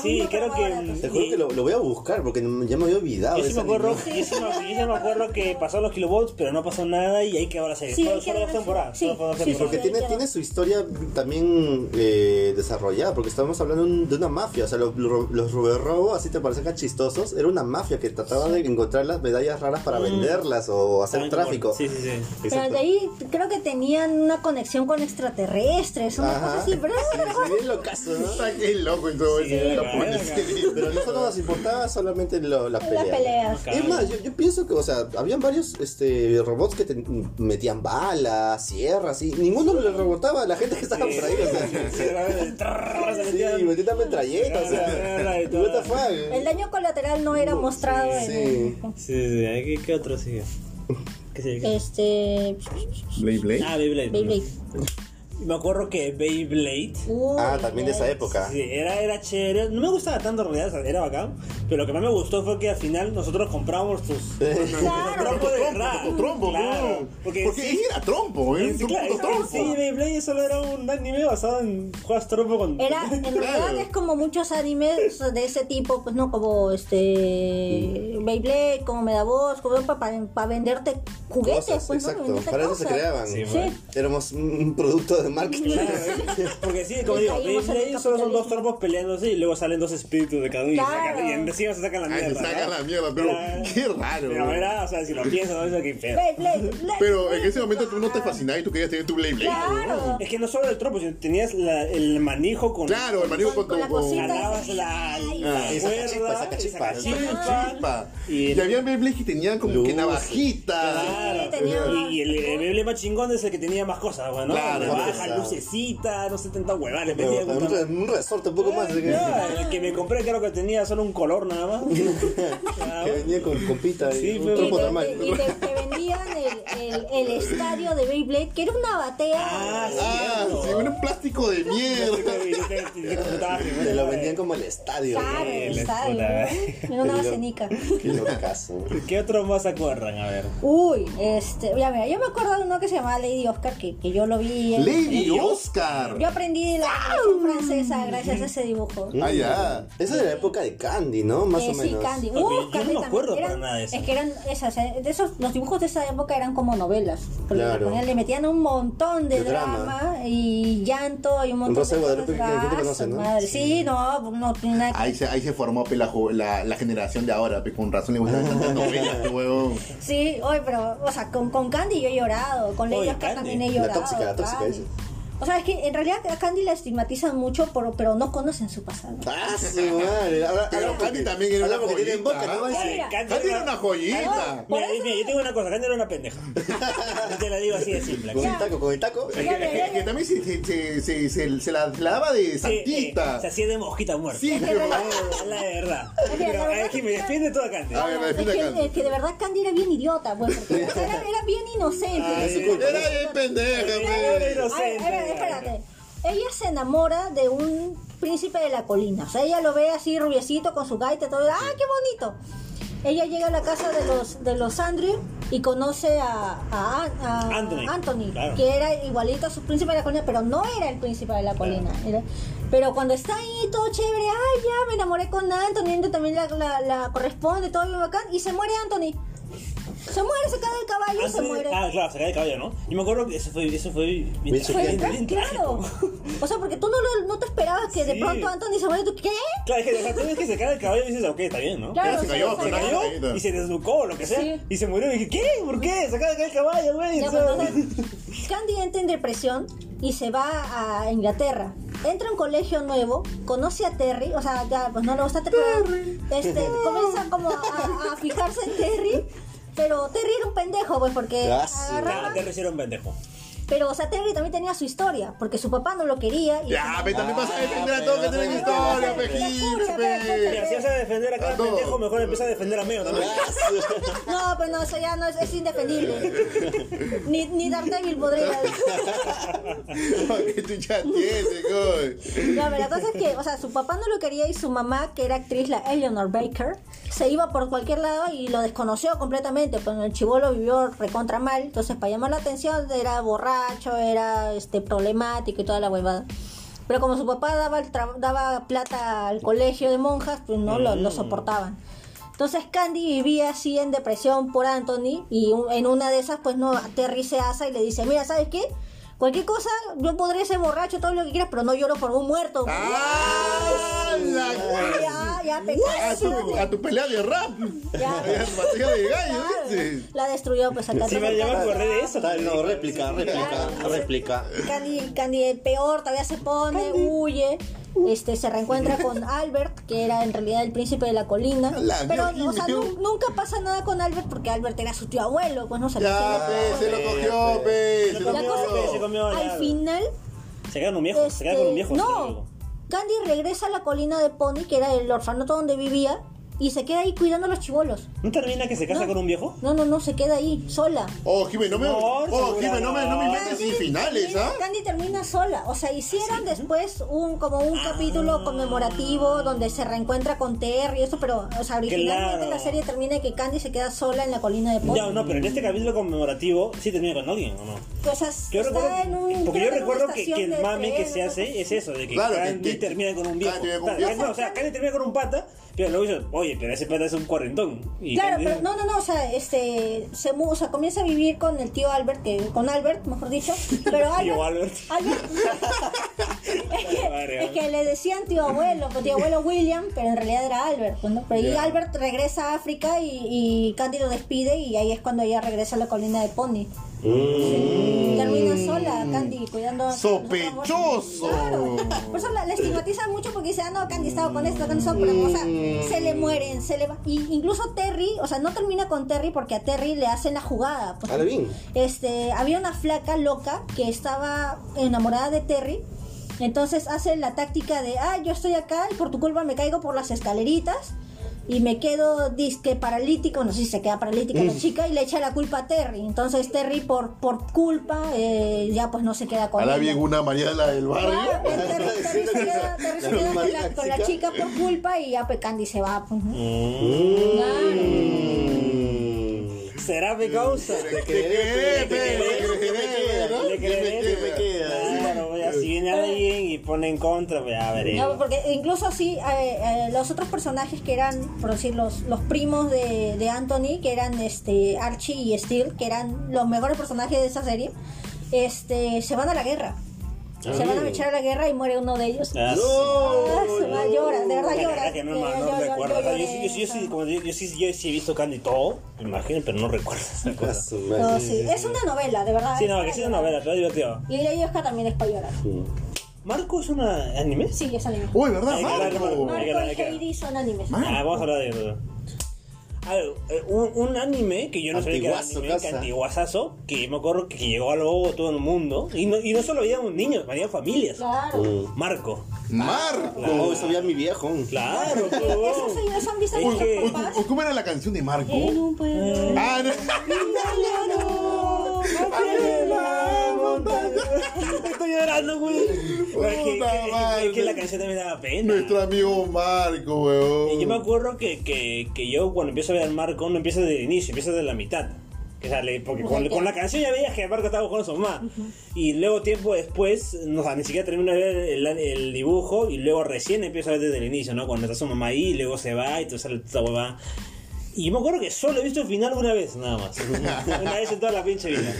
S3: Sí, creo
S2: Te
S3: que.
S2: juro que lo, lo voy a buscar porque no- ya me había olvidado.
S3: Yo
S2: de
S3: sí,
S2: ese
S3: me acuerdo,
S2: anime.
S3: yo, sí me, yo sí me acuerdo que pasaron los kilobots, pero no pasó nada y ahí quedó la serie.
S5: Sí,
S3: solo
S5: ahí
S3: solo
S5: quedó
S3: dos
S5: la-
S3: temporadas.
S5: sí,
S3: solo fueron dos
S5: sí,
S2: Porque
S3: temporadas.
S2: tiene, tiene su historia también eh, desarrollada, porque estamos hablando un- de una mafia, o sea, los, los Ruber Robo, así te parecen tan chistosos, era una mafia que trataba de encontrar las medallas raras para venderlas o hacer
S3: También
S2: tráfico.
S3: como- Mm. Sí, sí, sí.
S5: Pero
S2: Exacto.
S5: de ahí creo que tenían una conexión con extraterrestres, una cosa
S2: Ajá.
S5: así, pero
S2: Sí, sí, bien locazo, ¿no?
S4: Está que loco y todo
S3: Sí,
S4: eso.
S3: acá,
S4: La policía.
S2: Pero a nosotros nos importaba solamente lo- las
S5: Las
S2: peleas.
S5: peleas.
S2: Es más, yo, yo pienso que, o sea, habían varios este, robots que te- metían balas, sierras, y ninguno le rebotaba a la gente que estaba por ahí. O sea,
S3: Sí, era el trrr, se metían-
S2: sí, metían metralletas, o sea,
S3: Agarra y todo.
S2: what the fuck.
S5: el daño colateral no era mostrado
S2: Sí.
S5: en
S3: Sí, sí, sí. ahí ¿Qué, qué otro sigue? ¿Qué sigue?
S5: este
S4: Beyblade.
S3: Ah, Beyblade.
S5: Beyblade.
S3: Y Me acuerdo que Beyblade.
S5: Uy,
S2: Ah, también de esa
S5: ya.
S2: época.
S3: Sí, era, era chévere. No me gustaba tanto en realidad, o sea, era bacán. Pero lo que más me gustó fue que al final nosotros compramos tus.
S5: Claro.
S3: Trompo de
S4: Trompo,
S3: rap.
S4: trompo, trompo,
S3: Claro,
S4: no.
S3: porque
S4: Porque,
S3: sí.
S4: ese era trompo, ¿eh?
S3: Sí,
S4: Un
S3: claro,
S4: puto trompo.
S3: Sí, Beyblade solo era un anime basado en juegas trompo con.
S5: Era, en realidad es como muchos animes de ese tipo, pues no, como este Beyblade, como Medabots, como para, para venderte juguetes,
S2: Cosas,
S5: pues no,
S2: exacto.
S5: venderte
S2: Para eso se
S5: cosas.
S2: creaban.
S3: Sí,
S5: Sí. pues.
S2: Éramos un un producto de marketing.
S3: Porque sí, como digo,
S5: Caímos en el
S3: Beyblade solo son dos
S5: capitalismo.
S3: torpos peleándose y luego salen dos espíritus de cada uno y,
S5: Claro.
S3: sacan- y encima se sacan la
S4: Ay,
S3: mierda.
S4: Ah, se saca
S3: ¿no?
S4: la mierda, pero
S3: Claro.
S4: qué raro.
S3: Pero
S4: bro.
S3: era, o sea, si lo piensas, no es que pedo.
S1: Play, play, play.
S4: Pero en ese momento tú no te fascinabas y tú querías tener tu Blade Blade.
S5: Claro.
S3: Es que no solo el tropo, sino tenías la- el manijo con.
S4: Claro, el marido con,
S5: Con- con la
S4: tu. con-
S5: cosita.
S3: Jalabas la, la
S2: Ah, y
S3: cuerda,
S2: sacachispas,
S3: y
S2: sacachispas.
S3: sacachispas.
S4: Chispa.
S3: Y-
S4: Y, había Beyblades que tenían como que
S2: Luces.
S4: navajitas.
S3: Claro.
S5: Sí, tenía
S3: Y- Y el, el bebé más chingón es el que tenía más cosas, güey, ¿no?
S4: Claro,
S3: Navaja,
S2: claro.
S3: lucecita, no sé, tanta huevada. Le metía
S2: Pero
S3: puta-
S2: también Un resorte un poco más. así que-
S3: Ya, el que me compré creo que tenía solo un color nada más.
S2: Que venía con copita
S3: Sí,
S2: y un
S3: pero-
S5: Y
S2: tropo
S5: te,
S2: normal.
S5: te- y te- te vendían el, el, el estadio de Beyblade, que era una batea.
S3: Ah, sí.
S4: Ah,
S3: Cierto.
S4: sí, un plástico de mierda.
S2: Te lo vendían como el estadio.
S5: Claro,
S2: ¿no?
S5: el
S3: la
S5: estadio.
S3: puta.
S5: ¿no? Era una basenica.
S2: Qué locazo.
S3: Eh, ¿Qué otros más se acuerdan? A ver.
S5: Uy, este, ya mira, yo me acuerdo de uno que se llamaba Lady Oscar, que, que yo lo vi. en-
S4: Lady Oscar.
S5: Yo aprendí la canción francesa gracias a ese dibujo.
S2: Mm.
S4: Ah, ya.
S2: Esa de la época de Candy, ¿no? Más
S5: Eh,
S2: o
S5: sí,
S2: menos.
S5: Candy.
S3: Ok, yo no
S5: Uh,
S3: me
S5: Candy también.
S3: acuerdo para
S5: Eran-
S3: nada de eso.
S5: Es que eran esas, eh, de esos, los dibujos de esa época eran como novelas. Porque
S2: Claro.
S5: le ponían- le metían un montón de,
S2: De drama.
S5: drama. y llanto y un montón
S2: Rosa
S5: de
S2: de Guadalupe,
S5: cosas.
S2: que- que te
S5: Ah,
S2: conoce,
S5: su
S2: ¿no?
S5: madre. Sí, no, no tiene nada que
S4: Ahí se, ahí se formó pe, la, ju- la, la generación de ahora, pe, con razón le gustan tantas novelas, pe, huevón.
S5: Sí, oye, pero, o sea, con, con Candy yo he llorado, con Lady
S3: Oye,
S5: Oscar
S3: Candy,
S5: también he
S2: la
S5: llorado.
S2: tóxica, la tóxica,
S5: Candy.
S2: dice.
S5: O sea, es que en realidad a Candy la estigmatizan mucho, pero, pero no conocen su pasado.
S2: Ah, su madre. Ahora,
S4: Pero
S2: ahora
S4: Candy
S2: porque-
S4: también era
S2: ahora
S4: una
S2: porque tienen
S4: joyita,
S2: boca, ¿no?
S4: ¿ah?
S5: Ya,
S2: Ay,
S5: mira.
S4: Candy era una joyita.
S5: Por
S3: Mira,
S5: eso-
S3: mira, yo tengo una cosa, Candy era una pendeja. Yo te la digo así de simple.
S2: Con
S5: Ya.
S2: el taco, con el taco.
S5: Ya, ya, ya,
S4: Que, que
S5: ya.
S4: también se, se, se, se, se- se la, se la daba de
S3: Sí, eh,
S4: santita.
S3: se hacía de mosquita muerta.
S4: Sí,
S5: que
S4: huevón.
S5: la-
S3: La verdad.
S5: Es que la
S3: Pero
S5: verdad
S3: es que me
S5: es que-
S3: defiende toda
S2: Ah,
S3: Candy.
S4: A ver,
S5: Es
S4: define a
S5: que,
S4: Candy.
S5: es que de verdad Candy era bien idiota, pues, porque, o sea, era, era bien inocente.
S2: su culpa.
S4: Era bien pendeja,
S3: Era
S4: pe.
S5: A ver,
S3: inocente.
S5: a ver, espérate. Ella se enamora de un príncipe de la colina. O sea, ella lo ve así rubiecito con su gaita y todo. ¡Ah, qué bonito! Ella llega a la casa de los, de los Andrew y conoce a, a- a-
S3: Anthony. Claro.
S5: que era igualito a su príncipe de la colina, pero no era el príncipe de la colina. Era- pero cuando está ahí todo chévere, ¡ay, ya! Me enamoré con Anthony, Anthony también la, la- la corresponde, todo bien bacán, y se muere Anthony. Se muere, se cae el caballo y
S3: Antes-
S5: se muere.
S3: Ah, claro, se cae de caballo, ¿no? Yo me acuerdo que eso fue, eso fue bien,
S5: Fue
S2: choqueante.
S3: bien-
S5: detrás,
S3: bien
S5: claro.
S3: trágico.
S5: O sea, porque tú no, lo- no te esperabas que de
S3: Sí.
S5: pronto Anthony se muere. ¿Tú qué?
S3: Claro, es que o sea, tú ves que se cae el caballo y dices, ok, está bien, ¿no?
S5: Claro,
S4: se
S5: o sea,
S4: cayó,
S5: o sea,
S4: se
S5: ya-
S4: cayó.
S3: cayó y se desnucó o lo que sea
S5: Sí.
S3: y se murió y dije ¿qué? ¿por qué? se acaba de caer el caballo güey
S5: ya,
S3: O sea,
S5: pues, o sea, Candy entra en depresión y se va a Inglaterra. Entra a un colegio nuevo, conoce a Terry, o sea, ya pues no le gusta Terry. pero, Este, comienza como a, a fijarse en Terry, pero Terry era un pendejo, pues, porque
S2: Ah, sí.
S5: agarraba.
S3: Claro, te hicieron pendejo
S5: Pero, o sea, Terry también tenía su historia, porque su papá no lo quería. Y
S4: Ya, pe, también vas a defender a todos que tienen
S2: Ah,
S4: historia, pe,
S5: pero-
S4: Gil,
S3: y
S4: pe.
S3: así vas a defender a cada
S4: A todo.
S3: pendejo mejor empieza a defender a medio también
S5: Ah. No, pues no, eso ya no es, es indefendible. ni, ni Daredevil podría.
S4: Que tú chatees, coy.
S5: No, pero la cosa es que, o sea, su papá no lo quería y su mamá, que era actriz, la Eleanor Baker, se iba por cualquier lado y lo desconoció completamente. Pues el chivolo vivió recontra mal, entonces para llamar la atención era borracho, era este problemático y toda la huevada. Pero como su papá daba, el tra- daba plata al colegio de monjas, pues no lo, lo soportaban. Entonces Candy vivía así en depresión por Anthony y un- en una de esas pues no Terry se asa y le dice, mira, ¿sabes qué? Cualquier cosa, yo podré ser borracho, todo lo que quieras, pero no lloro por un muerto.
S4: ¡Ah! la-
S5: ya, ya, pecado,
S4: A tu, a tu pelea de rap.
S5: Ya.
S4: A tu batalla de gallo,
S5: Claro,
S4: dices.
S5: La destruyó, pues acá.
S3: Sí, me- ya me acordé de eso.
S2: Tal, No, réplica, réplica, réplica.
S5: Candy, Candy el peor, todavía se pone, huye. Este, se reencuentra con Albert, que era en realidad el príncipe de la colina.
S4: La
S5: pero,
S4: mierda,
S5: o sea,
S4: Dios.
S5: nu- nunca pasa nada con Albert porque Albert era su tío abuelo, pues no se lo
S4: Ya, pe, se lo cogió, pe. Se lo
S5: La cosa
S4: cogió.
S5: es
S3: Se
S5: que
S3: comió
S5: al
S3: la-
S5: final
S3: se quedan un viejo se quedan con un viejo
S5: Este,
S3: se quedan
S5: no,
S3: con-
S5: Candy regresa a la colina de Pony, que era el orfanato donde vivía, y se queda ahí cuidando a los chivolos.
S3: ¿no termina que se casa
S5: No.
S3: con un viejo?
S5: No, no, no, se queda ahí, sola.
S4: Oh, Jimmy, no me.
S3: No,
S4: Oh, Jimmy, no me, no me
S3: seguro.
S4: inventes sin finales, ¿ah?
S5: Candy termina sola. O sea, hicieron después un como un
S3: Ah.
S5: capítulo conmemorativo donde se reencuentra con Terry y eso, pero, o sea, originalmente
S3: Claro.
S5: la serie termina en que Candy se queda sola en la colina de Pony.
S3: ya no pero en este capítulo conmemorativo sí termina con alguien ¿o no?
S5: O sea, está
S3: Yo recuerdo-
S5: en un. creo
S3: porque yo
S5: que en una
S3: recuerdo que, que
S5: estación
S3: el
S5: de
S3: mame que
S5: tren,
S3: se
S5: una cosa
S3: hace es eso, de que
S4: Claro, que-
S3: Candy
S4: que-
S3: termina con un viejo.
S4: Candy termina con un
S3: Claro,
S4: viejo.
S3: no, o sea, Candy termina con un pata, Pero luego dices, oye, pero ese pata es un cuarentón. Y
S5: Claro,
S3: también-
S5: pero no, no, no, o sea, este, se, mu- o sea, comienza a vivir con el tío Albert, que, con Albert, mejor dicho, pero Albert,
S3: Tío Albert.
S5: Albert- es, que,
S3: Madre,
S5: es que le decían tío abuelo, pues, tío abuelo William, pero en realidad era Albert, pues, ¿no? pero y
S3: Ya.
S5: Albert regresa a África y, y Candy lo despide y ahí es cuando ella regresa a la colina de Pony. Termina sola, Candy, cuidando a-
S4: ¡Sospechoso!
S5: Claro. Por eso la, la estigmatizan mucho porque dicen, ah, no, Candy estaba con esto, Candy estaba con eso. O sea, se le mueren, se le va. Y incluso Terry, o sea, no termina con Terry porque a Terry le hacen la jugada. pues.
S2: Ahora bien.
S5: Este, había una flaca loca que estaba enamorada de Terry. Entonces hace la táctica de, ah, yo estoy acá y por tu culpa me caigo por las escaleritas. Y me quedo disque paralítico, no sé si se queda paralítica la chica y le echa la culpa a Terry. Entonces Terry por, por culpa eh, ya pues no se queda con
S4: Hará
S5: ella.
S4: bien una Mariela del
S5: Claro,
S4: barrio.
S5: Terry- Terry se queda- Terry se queda con la- con la chica por culpa y ya pues Candy se va. pues, ¿no?
S2: Mm.
S3: Será mi causa.
S2: Te quedé,
S4: Te quedé,
S2: te quedé,
S4: ¿no?
S2: te
S3: Le
S2: quedé, te
S3: creeré.
S2: quedé.
S3: Claro, ya, si viene alguien y pone en contra, pues ya veré.
S5: No, porque incluso así eh, eh, los otros personajes que eran, por decir, los, los primos de, de Anthony, que eran este Archie y Steel, que eran los mejores personajes de esa serie, este se van a la guerra. Se van a echar a la guerra y muere uno de ellos.
S3: Ah,
S5: Ah, su madre, llora, de verdad
S3: La
S5: llora.
S3: verdad que no, hermano,
S5: Yo-
S3: no
S5: yo- yo
S3: recuerdo. O sea, yo,
S5: lloré,
S3: sí- yo,
S5: o
S3: sí- yo, sí,
S5: sea.
S3: como te digo, yo sí, yo sí he visto Candy todo, me imagino, pero no recuerdo esa
S2: Ah,
S3: cosa.
S2: su
S5: No,
S2: madre.
S5: sí, Es una novela, de verdad.
S3: Sí,
S5: es
S3: no,
S5: para
S3: que sí es una
S5: llorar.
S3: novela, pero es divertido.
S5: Y Lady Oscar también es para llorar.
S2: Mm,
S3: ¿Marco es una anime?
S5: Sí, es anime.
S4: Uy, ¿verdad,
S3: Ay, claro,
S4: Marco?
S3: claro.
S5: Marco
S3: que la- Uh, hay
S5: y
S3: que-
S5: Heidi son animes.
S3: Ah, vamos a hablar de eso. A ver, eh, un, un anime que yo no sabía que era
S2: Antiguazo,
S3: anime, que
S2: casa.
S3: antiguazazo, que me acuerdo que llegó a lo todo el mundo, y no, y no solo había un niño, había familias.
S5: Claro.
S3: Uh. Marco.
S4: ¡Marco!
S2: mm. Oh, eso ya es mi viejo.
S3: Claro,
S5: Eso
S3: huevón.
S5: sí, eso han visto
S3: Es
S5: nuestros
S3: que-
S4: Uy,
S5: papás.
S4: uy, ¿Cómo era la canción de Marco?
S5: En un pueblo.
S4: Ah, no.
S3: Estoy llorando, güey. Es que-
S4: Puta
S3: es que- es que la
S4: madre.
S3: canción también daba pena.
S4: Nuestro amigo Marco,
S3: Y yo me
S4: weón.
S3: acuerdo que, que, que yo cuando empiezo a ver al Marco no empiezo desde el inicio, empiezo desde la mitad. Que sale, porque con, con la canción ya veías que el Marco estaba con su mamá. Y luego tiempo después, no, o sea, ni siquiera termino de ver el, el dibujo y luego recién empiezo a ver desde el inicio, ¿no? Cuando está su mamá ahí y luego se va y todo sale toda huevada. Y yo me acuerdo que solo he visto el final una vez, nada más. una vez en toda la pinche vida.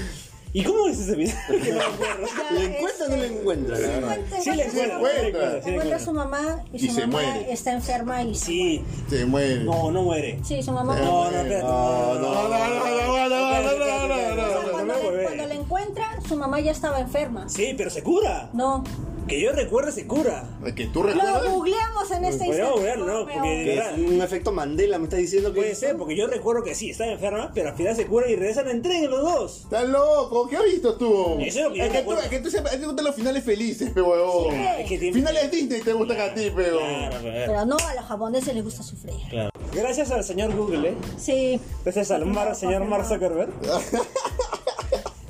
S3: ¿Y cómo es ese final? que no me acuerdo.
S2: ¿Le encuentran o no le encuentran?
S5: Encuentra-
S3: Sí le encuentro, sí le encuentro, sí le
S5: Encuentra a su
S3: encuentro.
S5: mamá y su
S4: Y se
S5: mamá
S4: muere.
S5: está enferma y
S3: Sí,
S4: Se muere.
S3: no, no muere.
S5: Sí, su mamá.
S3: No, no, espérate.
S2: No,
S4: No, no,
S2: no.
S4: no, no, no, no, no,
S5: O
S4: no,
S5: sea,
S4: no.
S5: cuando, le, cuando le encuentra, su mamá ya estaba enferma.
S3: Sí, pero se cura.
S5: No.
S3: Que yo recuerde se cura.
S4: Que tú
S5: Lo
S4: recuerdas.
S5: googleamos en este instante.
S3: Podríamos googlearlo, ¿no?
S5: pero-
S3: Porque-
S2: Que es un efecto Mandela, me estás diciendo que.
S3: Puede ser, porque yo recuerdo que sí, estaba enferma, pero al final se cura y regresan en tren los dos.
S4: Estás loco, ¿qué has visto tú?
S3: Eso es lo que yo
S4: Es que tú,
S3: recuerdo.
S4: es que tú siempre, a ti te gustan los finales felices, pe huevón.
S5: Sí.
S3: Es que tiene-
S4: Finales Disney te gustan a ti, pe
S3: Claro,
S4: huevón.
S3: claro.
S5: Pero no, a los japoneses les gusta sufrir.
S3: claro. Gracias al señor Google, ¿eh?
S5: Sí.
S3: gracias al mar- señor Mark Zuckerberg.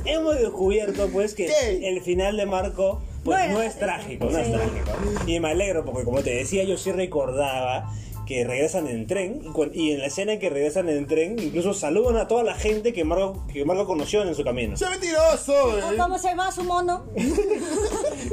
S3: Hemos descubierto, pues, que
S4: ¿Qué?
S3: el final de Marco pues,
S5: Bueno,
S3: no es trágico, no es
S5: sí.
S3: trágico. Y me alegro, porque como te decía, yo sí recordaba que regresan en tren y, cuan- y en la escena en que regresan en tren incluso saludan a toda la gente que Marco, que Marco conoció en su camino.
S4: ¡Soy mentiroso!
S5: ¿O
S4: eh.
S5: ¿Cómo se llama su mono?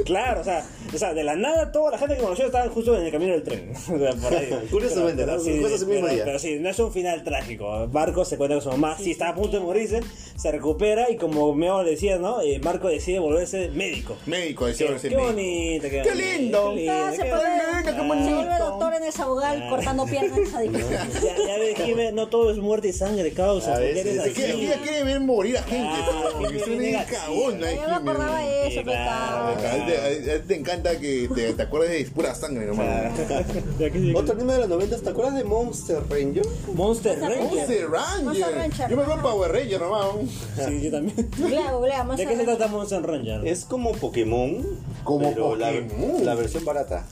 S3: Claro, o sea, o sea, de la nada toda la gente que conoció estaba justo en el camino del tren. O sea, por ahí.
S2: Curiosamente,
S3: Pero-
S2: ¿no?
S3: pero
S2: Justo ese mismo
S3: pero-
S2: día.
S3: pero sí, no es un final trágico. Marco se cuenta con su mamá, sí, está a punto de morirse, se recupera y como Meo decía, ¿no? Eh, Marco decide volverse médico.
S4: Médico, decía
S3: Qué,
S4: recién.
S3: qué bonito, qué,
S4: ¡Qué
S3: bonito,
S4: lindo!
S3: qué
S5: Ah, se,
S3: qué
S5: puede,
S4: lindo, qué
S5: se
S4: bonito.
S5: vuelve doctor en el sabugal
S3: Ah.
S5: cortando piernas a diferentes.
S3: Ya, ya ves, Jimé, no todo es muerte y sangre, causa.
S2: A
S3: tú
S2: veces
S3: eres
S2: se
S4: Es que
S3: así.
S4: ella quiere ver morir a gente,
S3: Ah,
S4: pe, porque
S3: qué
S4: es una
S3: negativa.
S4: cagona, eh,
S5: Yo me acordaba
S4: Jimmy.
S5: de eso,
S3: Sí, claro.
S5: pecado.
S4: A él te- a él te encanta que te, te acuerdes de pura sangre, hermano.
S3: Ya que sí.
S2: Otro anime de los 90, ¿te acuerdas de Monster Ranger?
S3: Monster Ranger.
S4: ¡Once
S5: Monster
S4: Ranger!
S5: Ranger.
S4: Yo me acuerdo de Power Ranger, hermano.
S3: Sí, yo también.
S5: Googlea, googlea, más
S3: ¿De qué se
S5: adelante.
S3: trata Monster Ranger?
S2: Es como Pokémon.
S4: Como
S2: pero la-
S4: Pokémon.
S2: La, versión barata.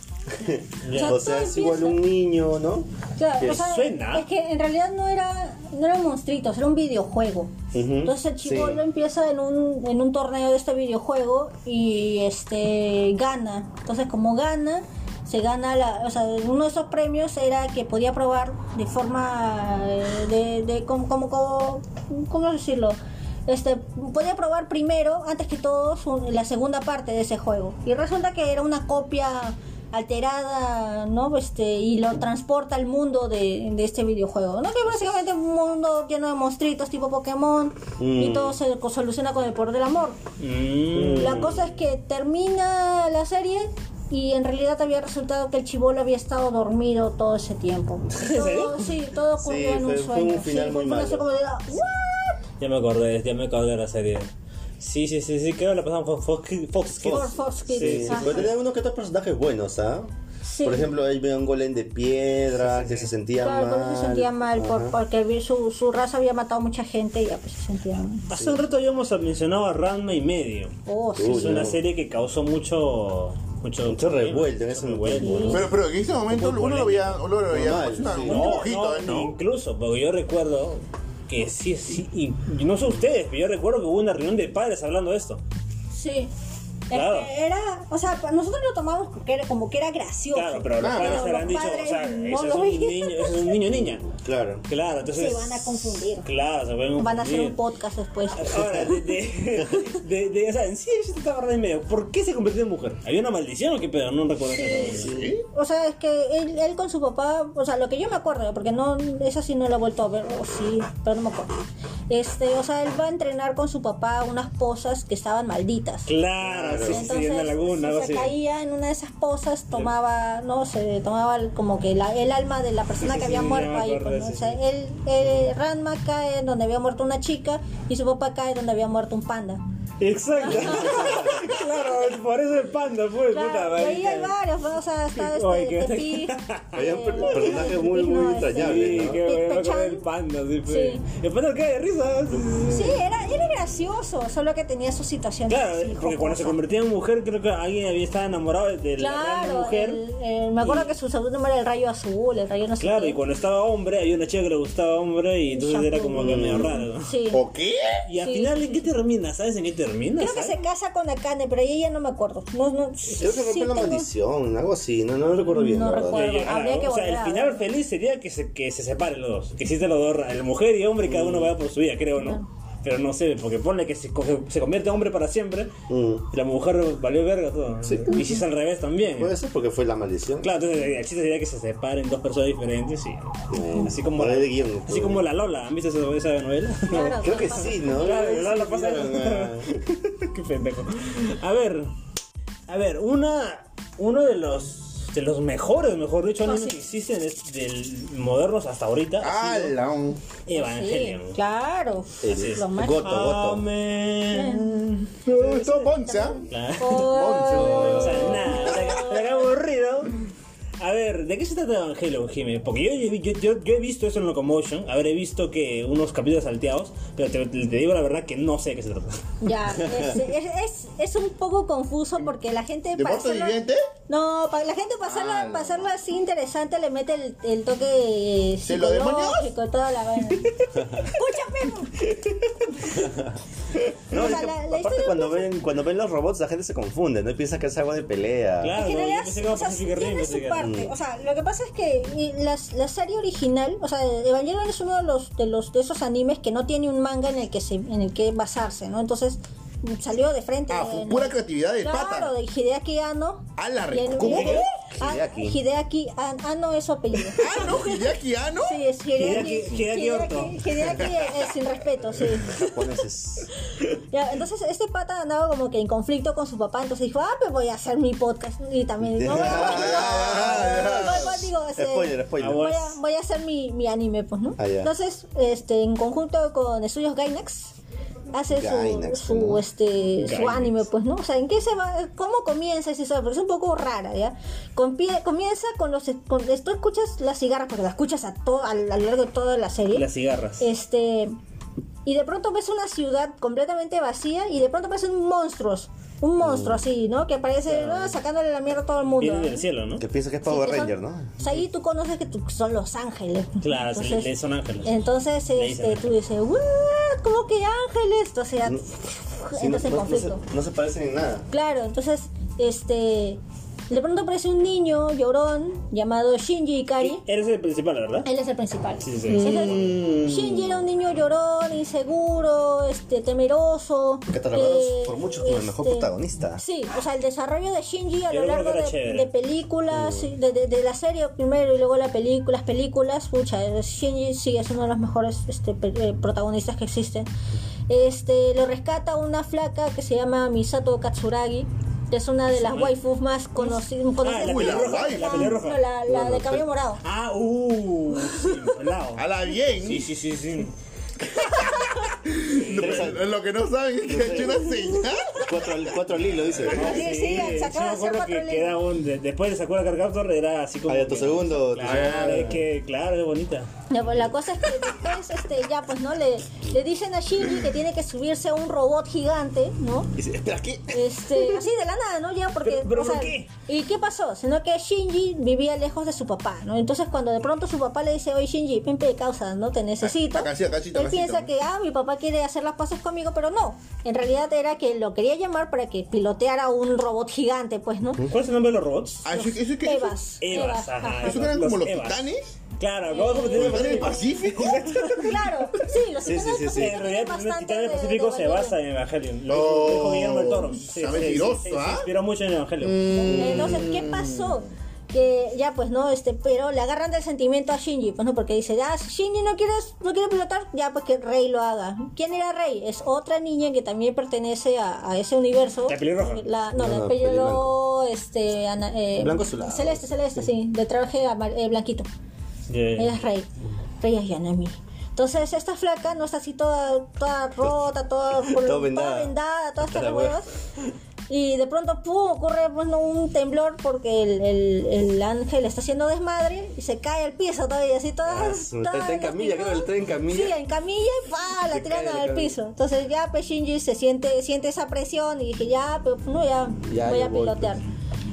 S5: Ya.
S2: O sea, es
S5: Todo
S2: igual
S5: empieza-
S2: un niño, ¿no?
S5: Claro,
S2: Que
S5: o sea,
S3: suena.
S5: Es que en realidad no era no eran monstruitos, era un videojuego. Entonces el chico
S2: sí.
S5: lo empieza en un, en un torneo de este videojuego y este gana. Entonces como gana, se gana la, o sea, uno de esos premios era que podía probar de forma eh, de, de como, como, como- ¿cómo decirlo? Este, podía probar primero, antes que todos, un- la segunda parte de ese juego. Y resulta que era una copia alterada, ¿no? Este, y lo transporta al mundo de, de este videojuego, ¿no? Que básicamente es un mundo lleno de monstruitos tipo Pokémon y todo se co- soluciona con el poder del amor.
S3: Mm.
S5: La cosa es que termina la serie y en realidad había resultado que el chibolo había estado dormido todo ese tiempo. Todo, sí, todo ocurrió
S2: Sí,
S5: en
S2: fue-
S5: un
S2: fue
S5: sueño.
S2: un final
S5: sí,
S2: muy
S5: fue una
S2: malo.
S5: serie como de, "Ah, ¿what?".
S3: Ya me acordé, ya me acordé de la serie. Sí, sí, sí, sí, creo que la pasaban por Fox, Fox Kids.
S5: Por Fox Kids,
S2: Sí,
S5: ajá.
S2: Eh, pero tenía unos que otros personajes buenos, ¿ah?
S5: Sí.
S2: Por ejemplo, ahí veo un golem de piedra que se sentía
S5: Claro,
S2: mal.
S5: porque se sentía mal, por-
S2: Ajá.
S5: porque vi- su, su raza había matado mucha gente y ya pues se sentía mal.
S3: Hace un rato habíamos mencionado a Ranma y medio.
S5: Oh, sí.
S2: Uy,
S3: es una
S2: no.
S3: serie que causó mucho. Mucho,
S2: Mucho revuelto en
S3: mucho
S2: ese
S3: revuelto.
S2: momento,
S4: Pero, pero en ese momento
S3: Muy
S4: uno lo veía, uno lo veía
S2: Normal,
S4: pues, una-
S2: sí.
S4: un
S2: No,
S4: dibujito, ¿eh? ¿no?
S3: Incluso, porque yo recuerdo que sí, sí, y y no sé ustedes, pero yo recuerdo que hubo una reunión de padres hablando de esto.
S5: Sí.
S3: Claro.
S5: Este, era, o sea, pa- nosotros lo tomamos como que era, como que era gracioso.
S3: Claro, pero los
S4: Claro.
S3: padres
S5: Pero
S3: habrán
S5: los
S3: dicho, o sea,
S5: padres no
S3: eso es
S5: lo
S3: un
S5: ven.
S3: niño, eso es un niño niña.
S2: Claro.
S3: Claro, entonces.
S5: Se van a confundir.
S3: Claro, se van a
S5: Van a hacer un
S3: confundir.
S5: podcast después.
S3: Ahora, de, de, de- de- o sea, en sí yo estaba guardando en medio. ¿Por qué se convirtió en mujer? ¿Había una maldición o qué pedo? No recuerdo.
S4: ¿Sí?
S5: O sea, es que él, él con su papá, o sea, lo que yo me acuerdo, porque no, esa sí no la he vuelto a ver, o sí, pero no me acuerdo. Este, o sea, él va a entrenar con su papá unas pozas que estaban malditas.
S3: Claro, sí, sí, sí,
S5: Entonces,
S3: en la laguna, algo
S5: si se
S3: así.
S5: caía en una de esas pozas, tomaba, no sé, tomaba el- como que la- el alma de la persona
S3: Sí,
S5: que
S3: sí,
S5: había
S3: sí,
S5: muerto
S3: ya me
S5: ahí.
S3: acuerdo,
S5: pues, ¿no?
S3: sí,
S5: O sea,
S3: sí.
S5: él, el Ranma cae donde había muerto una chica y su papá cae donde había muerto un panda.
S3: Exacto. claro, por eso el panda, pues, puta
S5: Claro, y ahí hay
S3: madre.
S5: varios, ¿no? o sea, está
S3: Oye,
S5: este,
S3: qué-
S5: Tepi,
S2: Había
S5: eh,
S2: per- personajes muy,
S5: Tepi no,
S2: muy
S5: este,
S2: entrañables,
S3: Sí,
S2: ¿no?
S3: qué bueno con
S5: Pechan.
S3: el panda, sí, pues.
S5: Sí.
S3: El panda cae de risa. sí, sí, sí.
S5: Sí, era, era gracioso, solo que tenía sus situaciones.
S3: Claro,
S5: así,
S3: porque cuando se
S5: jocosas.
S3: convertía en mujer, creo que alguien había estado enamorado de- de la gran
S5: Claro,
S3: mujer.
S5: el- el- me acuerdo que su segundo nombre era el rayo azul, el rayo no sé
S3: Claro,
S5: qué.
S3: y cuando estaba hombre, había una chica que le gustaba hombre y entonces era como que medio raro.
S5: Mm, Sí.
S4: ¿O qué?
S3: Y al
S5: Sí.
S3: final, ¿en qué termina? ¿Sabes en qué termina?
S5: Creo que se
S3: ¿Sabes?
S5: casa con Akane, pero ahí ya no me acuerdo. No, no,
S2: Creo que rompió
S5: sí
S2: la
S5: tengo-
S2: maldición, algo así, no, no lo recuerdo bien,
S5: No
S2: la verdad.
S5: recuerdo.
S3: Que llegara,
S5: Habría
S3: ¿no?
S5: que
S3: o sea,
S5: volver
S3: el
S5: a
S3: final feliz sería que se, que se separen los dos. Que existen los dos, ra- el mujer y hombre, y cada uno vaya por su vida, creo, ¿no? Pero no sé, porque ponle que se, coge- se convierte en hombre para siempre,
S2: Mm.
S3: y la mujer valió verga todo. Y si es al revés también.
S2: Puede ser porque fue la maldición.
S3: Claro, entonces el chiste sería que se separen dos personas diferentes y. Así como,
S2: Por
S3: la,
S2: ahí de guión,
S3: así
S2: por-
S3: como la Lola, ¿han visto esa, esa novela?
S5: Claro,
S2: Creo que
S5: pasa.
S2: sí, ¿no?
S3: Claro, no, lo pasa.
S2: Ah,
S3: Qué pendejo. A ver, a ver, una, uno de los, de los mejores, mejor dicho, animes que existen es del modernos hasta ahorita. ha
S4: Ah,
S3: sido
S4: la un-
S3: Evangelion.
S5: Sí, claro.
S2: el-
S5: Lo más-
S2: Goto, Goto.
S3: Amén.
S4: Esto, Poncha.
S3: Claro.
S5: Oh,
S3: O sea, nada, o sea, me acabo aburrido. A ver, ¿de qué se trata Evangelion, Jimmy? Porque yo, yo, yo- yo he visto eso en Locomotion, habré visto que unos capítulos salteados, pero te, te digo la verdad que no sé de qué se trata.
S5: ya, es, es, es- es un poco confuso porque la gente.
S4: ¿De
S5: para
S4: muerto
S5: hacerlo-
S4: viviente?
S5: No, para la gente pasarla,
S4: Ah, no.
S5: pasarla así interesante le mete el, el toque eh,
S4: ¿De los demonios?
S5: psicológico, toda la vaina. ¡Escúchame!
S2: No,
S5: O
S2: es
S5: sea, la-
S2: que
S5: la
S2: aparte
S5: historia pues
S2: cuando ven, cuando ven los robots la gente se confunde, ¿no? Y piensa que es algo de pelea.
S3: Claro.
S5: En
S3: ¿no? Yo
S5: realidad,
S3: pensé que iba a
S5: o sea,
S3: Pacific Rim,
S5: tiene
S3: pensé
S5: su
S3: que-
S5: parte. O sea, lo que pasa es que y la, la serie original, o sea, Evangelion es uno de los de los de esos animes que no tiene un manga en el que se, en el que basarse, ¿no? Entonces salió de frente.
S4: Ah,
S5: en-
S4: fue pura creatividad del
S5: claro,
S4: pata.
S5: de Hideaki Anno.
S4: A la
S5: Y
S4: re-
S5: el-
S4: ¿Cómo?
S5: y-
S4: ¿Cómo?
S5: Ah,
S2: Hideaki.
S5: Hideaki An- Anno es su apellido.
S4: Ah, no, Hideaki, ah, no.
S5: Sí, es Hideaki.
S3: Hideaki- Hideaki Orto.
S5: Hideaki es sin respeto, sí.
S2: Japoneses.
S5: Ya, entonces este pata andaba como que en conflicto con su papá, entonces dijo, ah, pues voy a hacer mi podcast y también "Ah, no voy a- voy- voy- digo, este,
S2: Spoiler, spoiler.
S3: Ah,
S5: voy
S3: bueno.
S5: a, voy a hacer mi, mi anime, pues, ¿no?
S2: Ah, ya.
S5: Entonces, este, en conjunto con Estudios Gainax, hace su,
S2: Gainax,
S5: su,
S2: ¿no?
S5: este, su
S3: Gainax.
S5: anime, pues, ¿no? O sea, ¿en qué se va? ¿Cómo comienza esa historia? Porque es un poco rara, ¿ya? Compie- comienza con los... Con, tú escuchas las cigarras, porque las escuchas a, todo a, lo largo de toda la serie.
S3: Las cigarras.
S5: Este. Y de pronto ves una ciudad completamente vacía y de pronto ves un monstruos. Un monstruo así, ¿no? Que aparece ¿no? sacándole la mierda a todo el mundo.
S3: Vienen Uh. del cielo, ¿no?
S2: Que piensa que es
S5: Sí,
S2: Power
S5: que son-
S2: Ranger, ¿no?
S5: o sea, ahí tú conoces que tú- son los ángeles.
S3: Claro, se- le- son ángeles.
S5: Entonces,
S3: Le dicen
S5: este, tú dices, ¿what? ¿Cómo que ángeles? Entonces, ya,
S2: Sí, no-
S5: entonces
S2: no, no se,
S5: conflicto.
S2: no se parecen en nada.
S5: Claro, entonces, este. De pronto aparece un niño llorón llamado Shinji Ikari.
S3: Eres el principal, ¿verdad?
S5: Él es el principal.
S3: Sí, sí, sí. sí.
S5: Entonces, Shinji era un niño llorón, inseguro, este, temeroso.
S2: Catalogados
S5: eh,
S2: por muchos como el mejor protagonista.
S5: Sí, o sea, el desarrollo de Shinji a
S3: Yo
S5: lo
S3: creo
S5: largo
S3: que era
S5: de,
S3: chévere. Mm.
S5: de películas, sí, de, de- de la serie primero y luego la película, las películas, pucha, eh, Shinji sigue siendo uno de los mejores este, pe- eh, protagonistas que existen. Este, lo rescata una flaca que se llama Misato Katsuragi. Que es una de las waifus más conocidas.
S3: Ah,
S5: conocidas.
S3: la pelirroja,
S4: la
S3: la pelirroja.
S5: No, la, la de cabello morado.
S3: Ah, uh, sí, pelado.
S4: A la bien.
S3: Sí, sí, sí, sí.
S4: No, pero Lo que no saben es que ha hecho una señal.
S2: Cuatro, cuatro al hilo, dice.
S5: Ah, Sí, sí, se acaba de
S3: me acuerdo
S5: hacer
S3: que
S5: cuatro
S3: queda un, de- después de Sakura Card Captor era así como
S2: Ahí a tu
S3: que-
S2: segundo. tu
S3: Claro,
S2: segundo.
S3: es que, claro, es bonita.
S5: Ya, pues, la cosa es que después, este, ya, pues, ¿no? Le, le dicen a Shinji que tiene que subirse a un robot gigante, ¿no?
S2: Y dice, espera, ¿qué?
S5: Este, así de la nada, ¿no? Ya, porque.
S3: Pero- pero
S5: o sea,
S3: ¿por qué?
S5: ¿Y qué pasó? Sino que Shinji vivía lejos de su papá, ¿no? Entonces, cuando de pronto su papá le dice, oye, Shinji, ven de causa, ¿no? Te necesito.
S4: Ah, acá sí, acá sí, acá
S5: Él
S4: sí,
S5: piensa
S4: también.
S5: que, ah, mi papá quiere hacer las paces conmigo, pero no. En realidad era que lo quería llamar para que piloteara un robot gigante, pues, ¿no?
S3: ¿Cuál es el nombre de los robots?
S4: Ah, eso, eso, que- eso,
S5: Evas.
S3: Evas, ajá.
S4: eso que eran
S3: Ah, Los
S4: como los
S3: Evas.
S4: titanes.
S3: Claro, acabamos de
S4: Los
S3: competir
S4: titanes del Pacífico.
S5: Claro, sí, los titanes
S2: Sí, sí, sí, sí.
S5: pacíficos
S3: En realidad,
S5: tienen
S3: el Titán del
S5: bastante
S3: Pacífico
S5: de- de
S3: se basa
S5: Evangelion.
S3: en Evangelion. Lo
S4: Oh,
S3: dijo Guillermo del Toro. Sí,
S4: está
S3: sí,
S4: mentiroso,
S3: sí, sí,
S4: ¿ah?
S3: Se inspiró mucho en Evangelion.
S5: Mm. Entonces, ¿qué pasó? Que ya pues no, este, pero le agarran del sentimiento a Shinji, pues no, porque dice, ya, si Shinji no quieres, no quiere pilotar, ya pues que Rey lo haga. ¿Quién era Rey? Es otra niña que también pertenece a, a ese universo. Eh,
S3: La pelirroja.
S5: La, no,
S2: No,
S5: la
S2: no,
S5: pelirroja, este, ana- eh,
S2: Blanco azulado.
S5: Celeste, celeste, sí, de traje amar- eh, blanquito.
S3: Yeah.
S5: Ella es Rey. Rey es Yanami. Entonces, esta flaca no está así toda, toda rota, toda,
S2: Toda vendada.
S5: vendada, todas
S2: Hasta
S5: estas
S2: la hueva.
S5: huevas. Y de pronto, pum, ocurre pues, no, un temblor porque el, el- el ángel está haciendo desmadre y se cae al piso todavía, así
S2: Ah,
S5: todas.
S2: su-
S5: todas
S2: está en
S5: las
S2: camilla,
S5: pijamas.
S2: creo, el tren en camilla.
S5: Sí, en camilla y pa, la
S2: Se
S5: tiran
S2: cae de
S5: al
S2: camilla.
S5: piso. Entonces, ya pues, Shinji se siente, siente esa presión y dije, ya, pues, no, ya,
S2: Ya,
S5: voy
S2: yo
S5: a
S2: voy, pues.
S5: pilotear.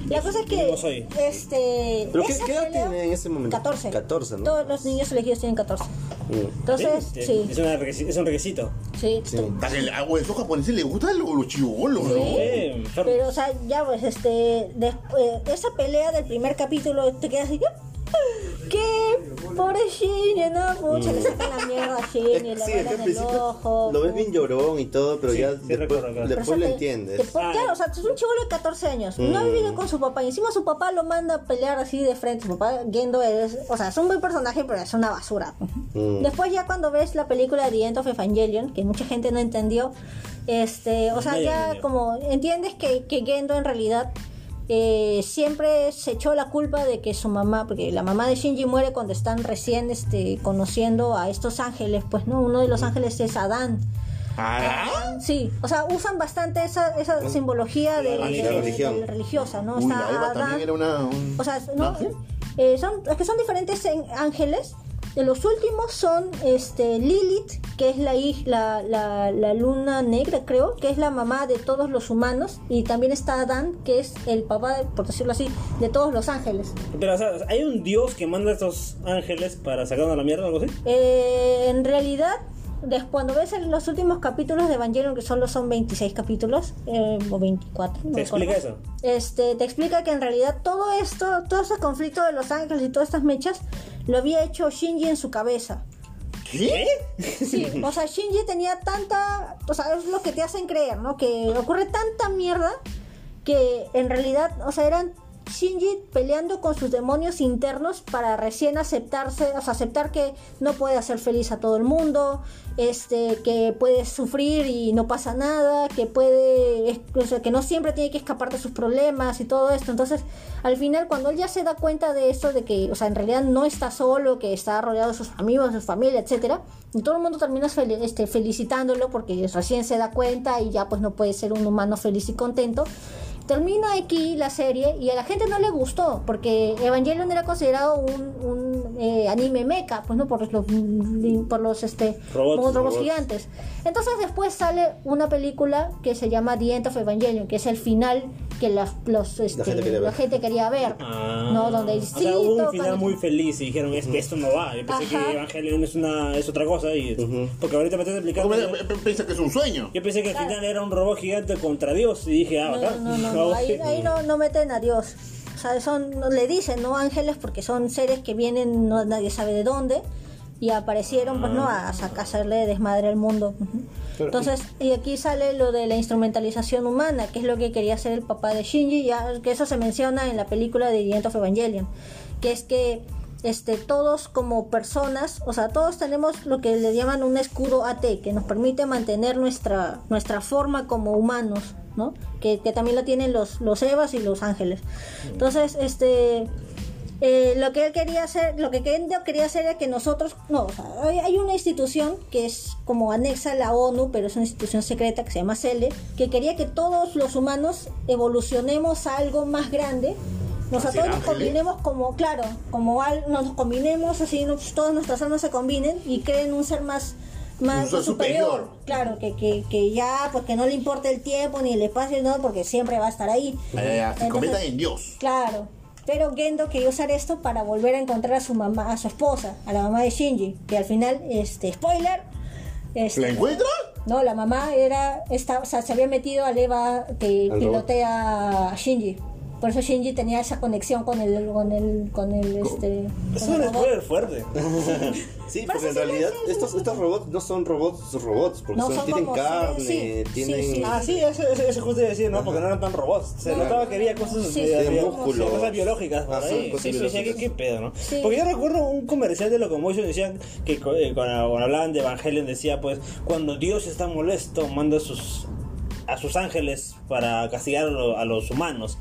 S5: La cosa es que.
S3: Yo soy.
S5: Este,
S2: ¿Pero qué-
S5: esa
S2: qué edad
S5: pelea-
S2: tiene en ese momento?
S5: 14.
S2: 14, ¿no?
S5: Todos los niños elegidos tienen 14.
S2: Mm.
S5: Entonces,
S3: Sí,
S5: sí,
S3: Es, una requisi- es un requisito.
S5: sí.
S2: Sí.
S4: Para que el agua de esos japoneses les gusta lo- los chivolos, ¿no?
S3: Eh, enfermo.
S5: Pero, o sea, ya pues, este, después, esa pelea del primer capítulo, te quedas así, ¡ah! ¿qué? Pobre Shinji, no, pucha, le sacan la mierda a
S2: Es-
S5: Shinji,
S2: sí,
S5: le
S2: es que al
S5: vuelan el
S2: principio
S5: ojo. pues.
S2: lo ves bien llorón y todo, pero
S3: Sí,
S2: ya
S3: sí
S2: después,
S3: recuerdo, claro.
S2: después
S5: Pero, o
S2: lo
S5: sea, te-
S2: entiendes. Mm.
S5: te pon- claro, o sea, es un chivolo de 14 años. No ha vivido con su papá. Y encima su papá lo manda a pelear así de frente. Su papá, Gendo, es, o sea, es un buen personaje, pero es una basura.
S2: Mm.
S5: Después, ya cuando ves la película The End of Evangelion, que mucha gente no entendió, este, o sea,
S3: Nadie
S5: ya
S3: entendió.
S5: como entiendes que, que Gendo en realidad. eh, siempre se echó la culpa de que su mamá, porque la mamá de Shinji muere cuando están recién este, conociendo a estos ángeles, pues no, uno de los ángeles es Adán,
S4: ¿Ah?
S5: Sí, o sea, usan bastante esa, esa simbología de,
S3: la
S5: de-
S2: religión.
S5: de- de- religiosa, ¿no?
S4: Uy, la
S5: Está
S4: Eva
S5: Adán,
S4: también era ¿Ah, una. un-
S5: o sea, no,
S4: ángel?
S5: eh, son, es que son diferentes en- ángeles. Eh, Los últimos son este, Lilith, que es la, hij- la, la, la luna negra, creo, que es la mamá de todos los humanos. Y también está Adán, que es el papá, de- por decirlo así, de todos los ángeles.
S3: Pero, o sea, hay un dios que manda a estos ángeles para sacarnos a la mierda o algo así.
S5: Eh, en realidad, des- cuando ves el- los últimos capítulos de Evangelion, que solo son 26 capítulos, eh, o 24, no
S3: ¿Te
S5: recuerdo.
S3: explica eso?
S5: Este, te explica que en realidad todo esto, todo ese conflicto de Los Ángeles y todas estas mechas, lo había hecho Shinji en su cabeza.
S3: ¿Eh?
S4: ¿Qué?
S5: Sí, o sea, Shinji tenía tanta. O sea, es lo que te hacen creer, ¿no? Que ocurre tanta mierda que en realidad, o sea, eran Shinji peleando con sus demonios internos para recién aceptarse, o sea, aceptar que no puede hacer feliz a todo el mundo, este, que puede sufrir y no pasa nada, que puede. es- o sea, que no siempre tiene que escapar de sus problemas y todo esto. Entonces, al final, cuando él ya se da cuenta de eso, de que, o sea, en realidad no está solo, que está rodeado de sus amigos, de su familia, etcétera, y todo el mundo termina fel- este, felicitándolo porque recién se da cuenta y ya pues no puede ser un humano feliz y contento. Termina aquí la serie y a la gente no le gustó porque Evangelion era considerado un, un, eh, anime meca, pues no por los, por los este,
S3: Robots,
S5: robots
S3: robots.
S5: gigantes. Entonces después sale una película que se llama The End of Evangelion, que es el final que las- los, este,
S2: gente quería ver.
S5: la gente quería ver.
S3: Ah.
S5: no, donde
S3: o sea, hubo un
S5: tocan-
S3: final muy feliz y dijeron, es que esto no va. Yo pensé
S5: Ajá.
S3: que Evangelion es, una, es otra cosa. Y, Porque ahorita me estás
S4: ¿Cómo
S3: explicando.
S4: era? P- p- Piensa que es un sueño.
S3: Yo pensé que al final era un robot gigante contra Dios y dije, ah,
S5: No,
S3: bacán.
S5: no, no, no, ahí, ahí no, no meten a Dios. O sea, son, le dicen, ¿no? Ángeles porque son seres que vienen, no, nadie sabe de dónde. Y aparecieron, pues, ¿no?
S3: Ah.
S5: A, a sac- hacerle desmadre al mundo. Ujú.
S2: Pero-
S5: Entonces, y aquí sale lo de la instrumentalización humana, que es lo que quería hacer el papá de Shinji, ya que eso se menciona en la película de The End of Evangelion, que es que este, todos como personas, o sea, todos tenemos lo que le llaman un escudo AT, que nos permite mantener nuestra, nuestra forma como humanos, ¿no? Que, que también la tienen los, los Evas y los ángeles. Entonces, este... Eh, lo que él quería hacer, lo que Kendo quería hacer era que nosotros, no, o sea, hay, hay una institución que es como anexa a la ONU, pero es una institución secreta que se llama CELE, que quería que todos los humanos evolucionemos a algo más grande. Nos, a
S4: ¿Hacia
S5: todos nos
S4: ángeles?
S5: combinemos como, claro, como al- nos combinemos así, nos- todas nuestras almas se combinen y creen un ser más, más
S4: Un ser superior.
S5: Claro, que, que, que ya, pues que no le importe el tiempo ni el espacio, no, porque siempre va a estar ahí.
S4: Eh, se
S5: Entonces-
S4: conviertan en Dios.
S5: Claro. Pero Gendo quería usar esto para volver a encontrar a su mamá, a su esposa, a la mamá de Shinji, que al final, este, spoiler, este,
S4: ¿La encuentra?
S5: no, la mamá era, esta, o sea, se había metido al Eva que
S2: Al
S5: pilotea a Shinji. Por eso Shinji tenía esa conexión con el, con el, con el, este,
S3: Es
S5: con el
S3: un
S5: robot.
S3: spoiler fuerte.
S2: Sí,
S5: Pero
S2: porque en
S5: eso sí lo
S2: realidad
S5: hacen.
S2: estos, estos robots no son robots robots, porque
S5: No,
S2: son-
S5: son
S2: tienen
S5: como
S2: carne,
S5: seres, sí.
S2: tienen...
S5: Sí, sí.
S3: Ah, sí, eso, eso, eso justo iba a decir, ¿no? Porque no eran tan robots. Se notaba que había cosas,
S5: Sí,
S3: medio-
S5: sí,
S3: medio-
S2: músculos.
S3: cosas biológicas por
S2: Ah, sí,
S3: ahí.
S2: cosas
S3: Sí, sí, sí,
S2: biológicas.
S3: qué, qué pedo, ¿no?
S5: Sí.
S3: Porque yo recuerdo un comercial de Locomotion decían que co- eh, cuando, cuando hablaban de Evangelion decía, pues, cuando Dios está molesto, manda a sus, a sus ángeles para castigar a, lo- a los humanos.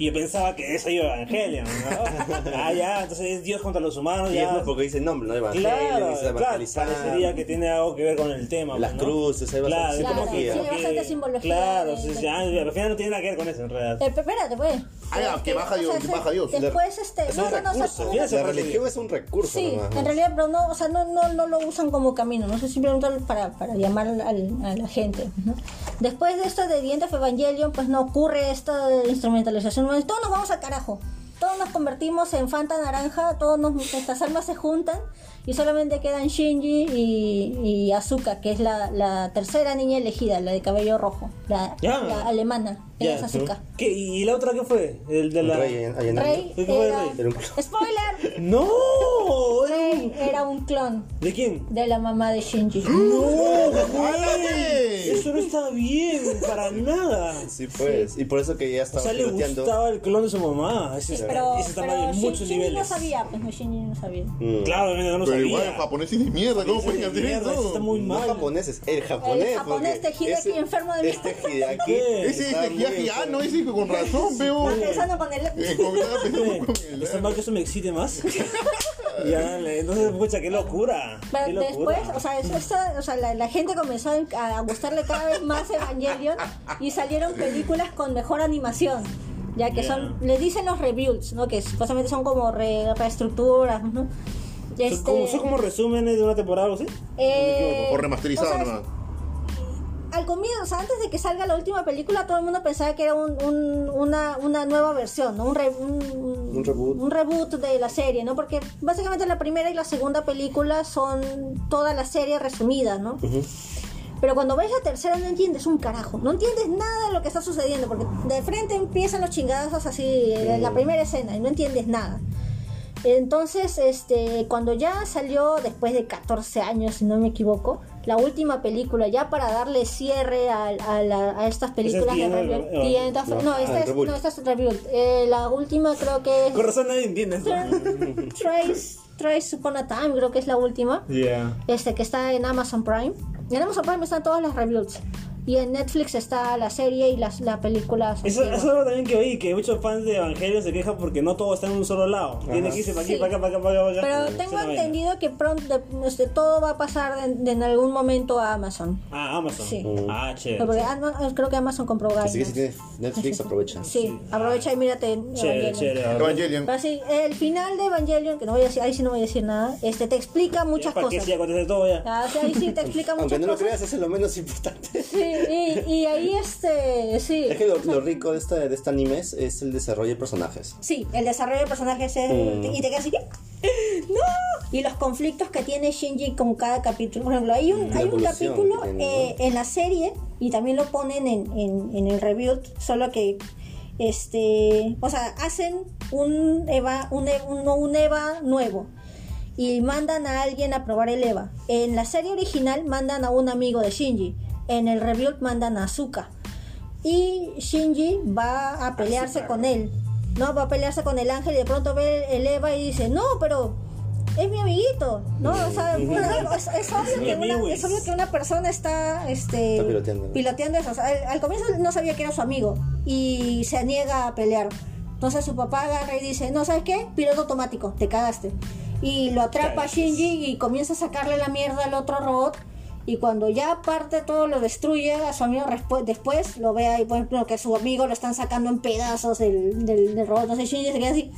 S3: Y yo pensaba que eso iba a Evangelion, ¿no? ah, ya, entonces es Dios contra los humanos,
S2: Y
S3: ya.
S2: es más porque dicen nombre, ¿no? Evangelion,
S3: Claro,
S2: dice
S3: claro,
S2: evangelizar.
S3: parecería que tiene algo que ver con el tema.
S2: Las
S3: pues, ¿no?
S2: cruces, hay
S3: claro,
S2: bastante
S3: es como
S5: simbología. Sí,
S3: que-
S5: hay bastante simbología
S3: Claro,
S5: de-
S3: sí, sí,
S5: de-
S3: ah, al final no tiene nada que ver con eso en realidad.
S5: Eh, pero espérate, pues.
S4: Ah, ya, que baja Dios,
S5: O sea,
S4: que baja Dios.
S5: Después, este,
S2: Es un
S5: no, no, no, o sea,
S2: recurso.
S3: Mira ese
S2: La
S3: perfil.
S2: religión es un recurso
S5: Sí,
S2: nomás, ¿no?
S5: en realidad, pero no, o sea, no, no, no lo usan como camino, no sé, simplemente para, para llamar al- a la gente. ¿no? Después de esto de The End of Evangelion, pues no ocurre esta instrumentalización, humana, todos nos vamos al carajo, todos nos convertimos en Fanta Naranja, todos nos, nuestras almas se juntan y solamente quedan Shinji y, y Azuka, que es la, la tercera niña elegida, la de cabello rojo, la,
S3: Ya.
S5: la alemana, ella
S3: Ya,
S5: es Azuka.
S3: ¿Qué? ¿Y la otra qué fue? El de la...
S2: Rey Ayanami.
S5: Rey
S3: ¿Qué fue
S5: era...
S3: Rey?
S2: Era un-
S5: ¡Spoiler!
S3: ¡No!
S5: Rey era un clon
S3: ¿De quién?
S5: de la mamá de Shinji.
S3: ¡No!
S4: ¡Ándale!
S3: güey! Eso no está bien, para nada.
S2: Sí, pues. Y por eso que ya
S3: O
S2: estaba
S3: sea, le
S2: piloteando.
S3: gustaba el clon de su mamá. Ese está,
S5: Pero,
S3: ese está mal
S5: pero
S3: en
S5: Shin-
S3: muchos
S5: Shinji no
S3: niveles.
S5: sabía, pues no, Shinji no sabía.
S2: Mm.
S3: Claro, no lo
S4: Pero
S3: sabía.
S4: igual el japonés es de mierda, ¿cómo
S3: Ese es
S4: pueden
S3: de
S4: hacer
S3: mierda, ese está
S4: eso?
S3: muy
S2: No
S3: mal.
S2: japoneses, el japonés.
S5: El japonés
S2: porque
S5: Tejido aquí,
S2: ese-
S5: enfermo de
S2: Este
S5: mierda.
S2: Hideaki.
S3: ¿Qué?
S4: Ese
S2: está
S4: es
S2: muy
S4: de ah, no,
S2: enfermo.
S4: ese que con razón, veo.
S5: Estaba pensando con él.
S4: Eh, con- estaba pensando con el-
S3: Está mal que eso me excite más. ya, le- entonces, pucha, qué locura. Qué
S5: Pero
S3: locura.
S5: después, o sea, eso- eso- o sea, la, la gente comenzó a, a gustarle cada vez más Evangelion y salieron películas con mejor animación. Ya que son, le dicen los rebuilds, ¿no? Que supuestamente son como re- reestructuras, ¿no? este
S3: ¿Son, como, son como resúmenes de una temporada o algo así?
S5: eh,
S4: O remasterizado
S5: o sea,
S4: nomás.
S5: al comienzo, o sea, antes de que salga la última película, todo el mundo pensaba que era un- un- una, una nueva versión, ¿no? Un, re- un-
S2: Un reboot.
S5: un reboot de la serie, ¿no? Porque básicamente la primera y la segunda película son toda la serie resumida, ¿no? Pero cuando ves la tercera no entiendes un carajo, no entiendes nada de lo que está sucediendo, porque de frente empiezan los chingadazos así, eh, la primera escena, y no entiendes nada. Entonces, este, cuando ya salió después de 14 años, si no me equivoco, la última película, ya para darle cierre a, a la- a estas películas
S3: The
S5: de
S3: End of-
S5: Rebuild.
S3: eh,
S5: The End of-
S2: no,
S5: No,
S2: ah,
S5: esta es,
S2: Rebuild.
S5: no, esta es Rebuild. Eh, la última creo que es
S3: Con razón nadie entiende eso.
S5: Tra- Trace, Trace Upon a Time, creo que es la última.
S3: Yeah.
S5: Este que está en Amazon Prime. En Amazon Prime están todas las reviews. Y en Netflix está la serie y las la película.
S3: Eso, eso
S5: antigua.
S3: es algo también que oí, que muchos fans de Evangelio se quejan porque no todo está en un solo lado. Tiene que irse para aquí,
S5: Sí.
S3: para acá, para acá, para acá.
S5: Pero
S3: Esa
S5: tengo
S3: vaina.
S5: entendido que pronto este, todo va a pasar en- en algún momento a Amazon.
S3: Ah, Amazon.
S5: Sí.
S3: Ah, che.
S5: Porque Ama- creo que Amazon compró Gaia.
S2: Así que si tienes Netflix, aprovecha.
S5: Sí, aprovecha y mírate
S3: Chévere,
S5: Evangelion.
S3: chévere. ahora.
S4: Evangelion.
S5: Pero sí, el final de Evangelion, que no voy a decir, ahí sí no voy a decir nada, este te explica muchas
S3: ¿Para qué
S5: cosas.
S3: si acontece todo ya?
S5: Ah, o sea, ahí sí te explica
S2: Aunque
S5: muchas
S2: no lo
S5: cosas.
S2: creas, eso es lo menos importante.
S5: Sí, y, y ahí este, sí.
S2: Es que lo, lo rico de, esta, de este anime es, es el desarrollo de personajes.
S5: Sí, el desarrollo de personajes es...
S2: Mm.
S5: Y te quedas así... ¡No! Y los conflictos que tiene Shinji con cada capítulo. Por ejemplo, hay un,
S2: La
S5: hay un
S2: evolución
S5: capítulo
S2: que tiene, ¿no?
S5: eh, en la serie, y también lo ponen en, en, en el review, solo que este, o sea, hacen un EVA, un, E- un- un EVA nuevo y mandan a alguien a probar el EVA. En la serie original mandan a un amigo de Shinji, en el rebuild mandan a Asuka y Shinji va a pelearse con él. No, va a pelearse con el ángel y de pronto ve el Eva y dice, no, pero es mi amiguito. No, o sea, bueno, es, es obvio
S3: mi
S5: que
S3: amigo
S5: una, es obvio que una persona está, este,
S2: Está piloteando, ¿no?
S5: piloteando eso. O sea, él- al comienzo no sabía que era su amigo y se niega a pelear. Entonces su papá agarra y dice, no, ¿sabes qué? Piloto automático, te cagaste. Y lo atrapa
S3: Cagaste.
S5: Shinji y comienza a sacarle la mierda al otro robot. Y cuando ya parte todo lo destruye, a su amigo respu- después lo ve ahí, bueno, que a su amigo lo están sacando en pedazos del, del, del robot. Entonces Shinji se queda así,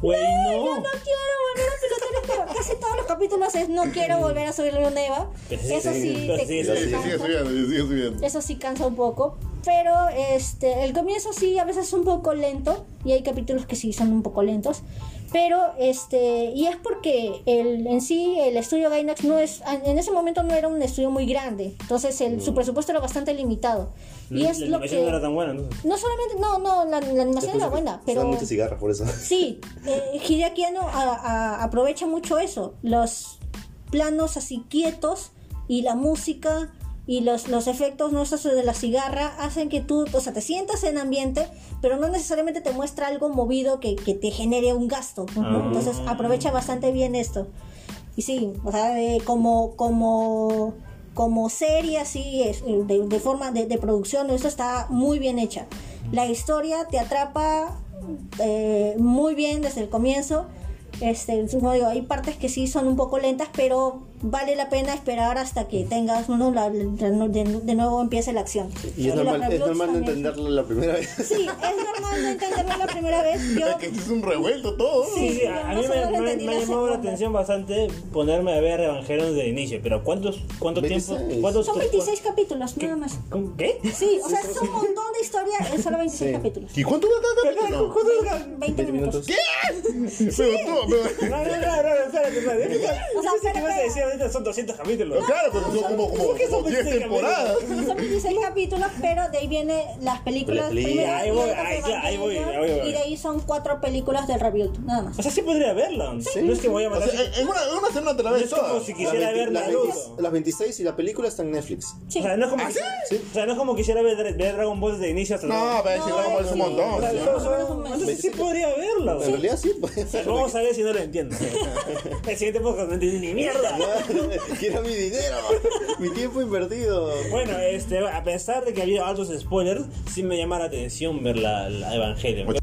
S3: Güey,
S5: yo
S3: no.
S5: no quiero volver a pilotar el carro. Casi todos los capítulos es no quiero volver a subirme a un Eva.
S3: Pero sí,
S5: Eso
S3: sí,
S5: sí,
S3: pero
S5: te-
S3: sí,
S5: te
S3: eso
S4: Sí,
S5: cansa.
S4: sigue subiendo, sí, sigue subiendo.
S5: Eso sí cansa un poco. Pero este, el comienzo sí, a veces es un poco lento. Y hay capítulos que sí son un poco lentos. Pero, este, y es porque el, en sí el estudio Gainax no es, en ese momento no era un estudio muy grande. Entonces el, su presupuesto era bastante limitado. Y
S3: Mm. La
S5: es lo
S3: animación
S5: que...
S3: no era tan pues, buena, entonces.
S5: No solamente, no, no, la, la animación era buena, pero...
S2: Son muchas cigarras por eso.
S5: Sí, eh, Hideaki Anno a- a- aprovecha mucho eso, los planos así quietos y la música y los, los efectos nuestros de la cigarra hacen que tú, o sea, te sientas en ambiente, pero no necesariamente te muestra algo movido que, que te genere un gasto. ¿no?
S3: Ah.
S5: Entonces aprovecha bastante bien esto. Y sí, o sea, eh, como, como, como serie así, es, eh, de, de forma de, de producción, eso está muy bien hecha. La historia te atrapa eh, muy bien desde el comienzo. Este, como digo, hay partes que sí son un poco lentas, pero vale la pena esperar hasta que tengas uno, la- de, de nuevo empiece la acción.
S2: Y es
S5: los
S2: normal, es
S5: reboots
S2: normal no
S5: también.
S2: entenderlo la primera vez.
S5: Sí, es normal no entenderlo la primera vez. Yo,
S4: Es que es un revuelto todo.
S5: Sí,
S3: Sí, sí,
S5: no,
S3: a, a
S5: no
S3: mí
S5: solo
S3: me,
S5: lo
S3: me-
S5: entendí
S3: me
S5: la
S3: ha llamado la
S5: segunda.
S3: atención bastante ponerme a ver Evangelion desde el inicio, pero ¿cuántos, cuánto
S2: 26.
S3: tiempo? Cuántos,
S5: son 26 capítulos,
S3: ¿Qué?
S5: nada más.
S3: ¿Cómo? ¿Qué?
S5: Sí, o sea, es un montón de historia en solo 26
S2: Sí.
S5: capítulos.
S4: ¿Y cuánto dura cada capítulo?
S5: 20, 20 minutos.
S4: ¿Qué? Me gustó, me-
S3: No, no, no, no, no, espérate, espérate.
S5: O sea,
S3: Yo pensé que
S5: espera,
S3: ibas a
S5: espera.
S3: decir ahorita son 200 capítulos.
S4: Claro, porque son como, como,
S3: ¿Cómo que son
S4: como 10
S3: 26
S4: temporadas.
S5: Son 26 capítulos, pero de ahí vienen las películas.
S2: Las películas.
S5: primero,
S3: Ahí voy,
S5: y luego
S3: ahí,
S5: Evangelion,
S3: ahí voy, ahí voy, ahí
S5: Y de ahí son cuatro películas de Rebuild, nada más.
S3: O sea, sí podría verla. No es que voy a
S4: O
S3: matar.
S4: sea, en- en una, en una semana te la
S3: no
S4: ves
S3: es como
S4: toda.
S3: si
S2: Las
S3: quisiera
S2: 20
S3: ver
S2: las
S3: Naruto.
S2: 20 las 26 y la película está en Netflix.
S5: Sí.
S3: O sea, no es como, que, o sea, no es como quisiera ver, ver Dragon Ball desde inicio hasta
S4: ¿Ah, No, pero si
S5: No,
S4: Dragon Ball es un
S5: sí.
S4: montón.
S3: O sea,
S4: sí.
S3: solo- solo- entonces sí podría verla.
S2: En realidad sí. pues.
S3: Vamos a ver si no la entiendo. El siguiente podcast no entendí ni mierda.
S2: Quiero mi dinero, mi tiempo invertido.
S3: Bueno, este, a pesar de que había altos spoilers, sí me llama la atención ver la, la Evangelion.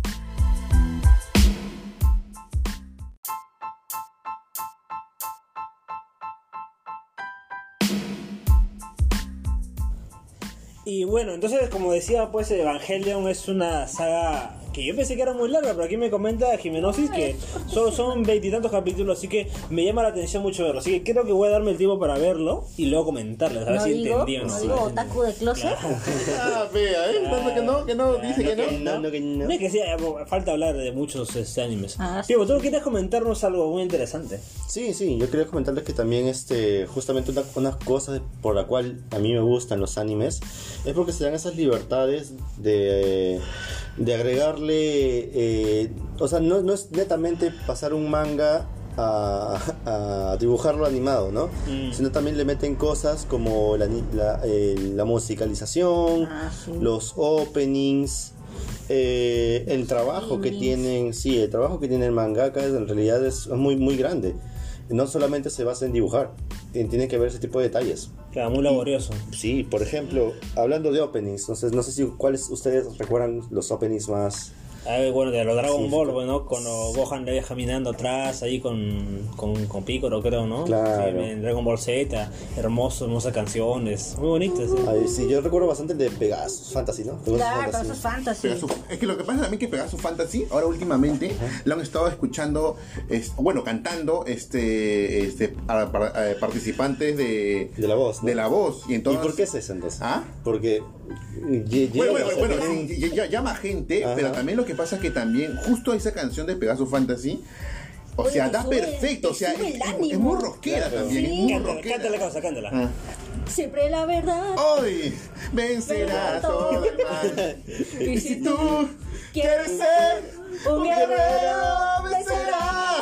S3: Y bueno, entonces como decía, pues Evangelion es una saga que yo pensé que era muy larga, pero aquí me comenta Jimenosis que son, son veintitantos capítulos, así que me llama la atención mucho verlo. Así que creo que voy a darme el tiempo para verlo y luego comentarles, a ver
S5: No
S3: si
S5: digo,
S3: entendí o
S5: no
S3: no.
S5: digo otaku de closet.
S4: Ah, vea, ¿eh? Tanto que no, que no, dice que no.
S2: No, no, que no.
S3: No es que sea, eh, falta hablar de muchos este, animes.
S5: Ah,
S3: Diego, tú quieres comentarnos algo muy interesante.
S2: Sí, sí, yo quería comentarles que también este, justamente una, una cosa por la cual a mí me gustan los animes es porque se dan esas libertades de, de agregarle, eh, o sea, no, no es netamente pasar un manga a, a dibujarlo animado, ¿no?
S3: Mm.
S2: Sino también le meten cosas como la, ni- la, eh, la musicalización,
S5: Ah, sí.
S2: los openings, eh, el trabajo que tienen, sí, el trabajo que tiene el mangaka es- en realidad es muy, muy grande. No solamente se basa en dibujar, eh, tiene que ver ese tipo de detalles.
S3: Claro, muy laborioso.
S2: Sí, por ejemplo, hablando de openings, entonces no sé si cuáles ustedes recuerdan los openings más.
S3: A ver, bueno, de los Dragon
S2: Sí,
S3: Ball,
S2: sí.
S3: bueno, cuando Gohan le ves caminando atrás ahí con, con, con Piccolo, creo, ¿no?
S2: Claro.
S3: Sí, en Dragon Ball Z, hermoso, hermosas canciones, muy bonitas. eh. sí.
S2: Ay, sí, yo recuerdo bastante el de Pegasus Fantasy, ¿no? Pegasus
S5: Claro,
S2: Fantasy.
S5: eso es fantasy.
S4: Pegasus- Es que lo que pasa también que Pegasus Fantasy, ahora últimamente, lo han estado escuchando, es- bueno, cantando este, este a- para- a- participantes de,
S2: De la voz, ¿no?
S4: de la voz. Y,
S2: ¿Y
S4: entonces,
S2: por qué es eso entonces?
S4: ¿Ah?
S2: Porque. mm, ye-
S4: Bueno,
S2: llega
S4: bueno,
S2: a
S4: bueno,
S2: ser-
S4: sí, ya- ya- llama gente,
S2: Ajá.
S4: pero también lo que pasa es que también, justo esa canción de Pegasus Fantasy, o
S5: Oye,
S4: sea,
S5: te
S4: da
S5: sube-
S4: perfecto, o sea,
S5: te sube
S4: es,
S5: el
S4: es-
S5: ánimo.
S4: es muy rosquera también, es muy
S3: Cántala,
S4: rosquera.
S3: cántala, causa, cántala.
S4: Ah.
S5: Siempre la verdad.
S4: Hoy vencerás todo el mal. Y si tú Quiero ser un guerrero, me será.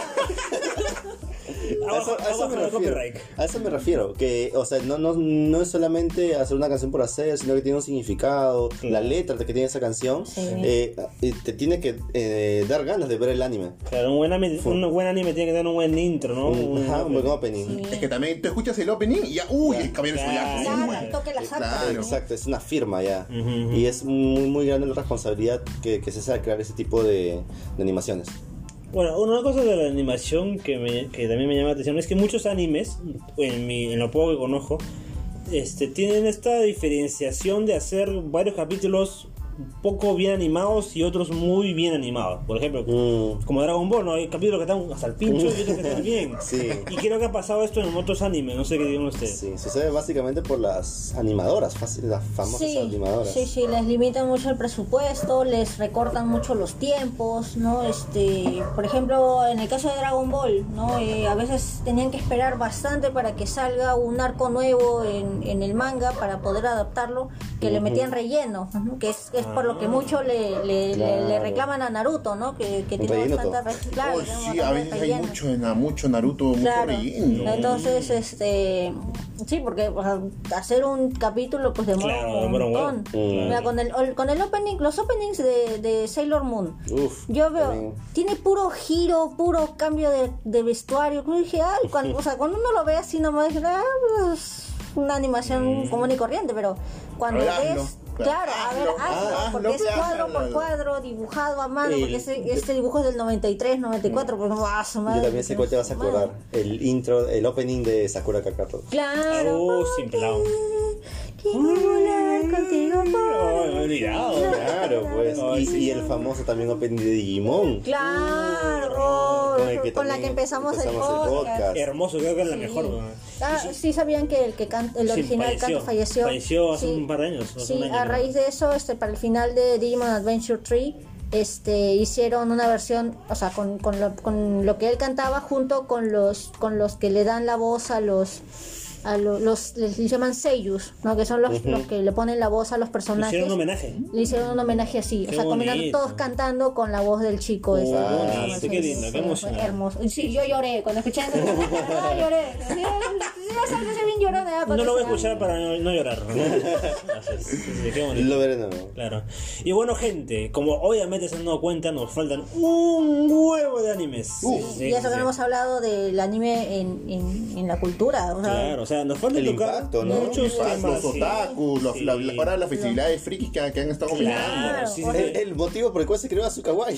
S2: A eso, a eso me refiero, a eso me refiero, que, o sea, no, no, no es solamente hacer una canción por hacer, sino que tiene un significado, la letra que tiene esa canción, eh, y te tiene que eh, dar ganas de ver el anime.
S3: Claro, un buen, anime, un buen anime tiene que tener un buen intro, ¿no?
S2: Un, ajá, un buen opening.
S4: Es que también tú escuchas el opening y ya, uy, el cabello es
S3: Claro.
S4: follaje.
S5: Claro,
S4: bueno.
S5: el toque de la zarpa.
S4: Claro.
S2: Exacto, es una firma ya. Y es muy, muy grande la responsabilidad que, que se hace al crear ese tipo de, de animaciones.
S3: Bueno, una cosa de la animación que, me- que también me llama la atención es que muchos animes, en, mi- en lo poco que conozco, este, tienen esta diferenciación de hacer varios capítulos poco bien animados y otros muy bien animados. Por ejemplo,
S2: Mm.
S3: como Dragon Ball, ¿no? Hay capítulos que están hasta el pincho y otros que están bien.
S2: Sí.
S3: Y creo que ha pasado esto en otros animes, no sé qué digan ustedes.
S2: Sí, sucede básicamente por las animadoras, fácil- las famosas animadoras.
S5: sí, sí, les limitan mucho el presupuesto, les recortan mucho los tiempos, ¿no? Este, por ejemplo, en el caso de Dragon Ball, ¿no? Eh, a veces tenían que esperar bastante para que salga un arco nuevo en, en el manga para poder adaptarlo, que le metían relleno, ¿no? que es, es por lo que mucho le, le- le-
S2: Claro.
S5: le reclaman a Naruto, ¿no? Que, que
S2: Un
S5: tiene
S2: relleno
S5: bastante
S2: todo.
S5: re- claro,
S4: Oh,
S5: tiene un
S4: sí,
S5: montón
S4: a
S5: de
S4: veces hay
S5: relleno.
S4: mucho en mucho Naruto, mucho
S5: Claro.
S4: relleno.
S5: Entonces, este. Sí, porque o sea, hacer un capítulo pues demora
S3: Claro,
S5: un
S3: demora un
S5: montón.
S2: huevo. Mm.
S5: Mira, con, el, ol- con el opening, los openings de, de Sailor Moon.
S2: Uf,
S5: Yo veo,
S2: también.
S5: tiene puro giro, puro cambio de, de vestuario. Yo dije, ay, cuando, o sea, cuando uno lo ve así nomás, dije, ah, pues, una animación común y corriente, pero cuando
S4: A ver,
S5: ves,
S4: hazlo.
S5: claro, a ver,
S4: Hazlo,
S5: hazlo,
S4: hazlo,
S5: porque es cuadro por
S4: hazlo.
S5: cuadro, dibujado a mano,
S2: El-
S5: porque ese- este dibujo es del 93, 94, pues, ah, su madre.
S2: Yo también sé cuál te vas a
S5: madre.
S2: acordar. El intro, el opening de Sakura Kakaroto.
S5: Claro.
S3: Oh, sin pelado.
S5: Quiero volar contigo
S3: Oh,
S5: por-
S3: me he olvidado.
S2: Claro, pues.
S3: Ay,
S2: y,
S3: sí.
S2: y el famoso también opening de Digimon.
S5: Claro, oh, con, la
S2: también
S5: que empezamos, el podcast.
S3: Hermoso, creo que es la mejor. ¿no?
S5: Ah, sí sabían que el que canta, el
S3: Sí,
S5: original
S3: falleció.
S5: canta falleció.
S3: Falleció hace
S5: Sí.
S3: un par de años. hace
S5: Sí,
S3: un año,
S5: a
S3: ¿no?
S5: raíz de eso, este, para el final de Digimon Adventure 3, este, hicieron una versión, o sea, con, con, lo, con lo que él cantaba junto con los, con los que le dan la voz a los, a lo- los, les llaman seiyus, ¿no? Que son los, los que le ponen la voz a los
S3: Le
S5: personajes.
S3: Hicieron un homenaje.
S5: Le hicieron un homenaje así,
S3: Qué
S5: o sea, combinaron
S3: bonito.
S5: todos cantando con la voz del chico.
S3: Qué
S5: este.
S3: bonito,
S5: Sí,
S3: qué lindo, qué
S5: sí,
S3: emocionante.
S5: fue Hermoso. Sí, yo lloré cuando escuché eso. Ah, lloré. Sí, Ya sabes, yo soy bien llorona. ¿eh?
S3: No
S5: Cuando
S3: lo voy a
S5: se-
S3: escuchar para no, no llorar. Así es, sí, sí, qué bonito.
S2: Lo veré de nuevo.
S3: Claro. Y bueno, gente, como obviamente se han dado cuenta, nos faltan un huevo de animes.
S4: Uf.
S3: Sí, sí,
S5: Y eso que
S3: sí.
S5: no hemos hablado del anime en, en, en la cultura. O sea,
S3: Claro, o sea, nos falta
S2: El
S3: tocar
S2: impacto, ¿no?
S3: muchos
S4: Ah,
S3: temas.
S4: Los
S3: sí.
S4: otakus, los,
S3: Sí.
S4: la, la- ahora las festividades frikis que, que han estado combinando.
S3: Claro, sí, sí,
S2: El, el motivo por el cual se creó Azuka Kawaii.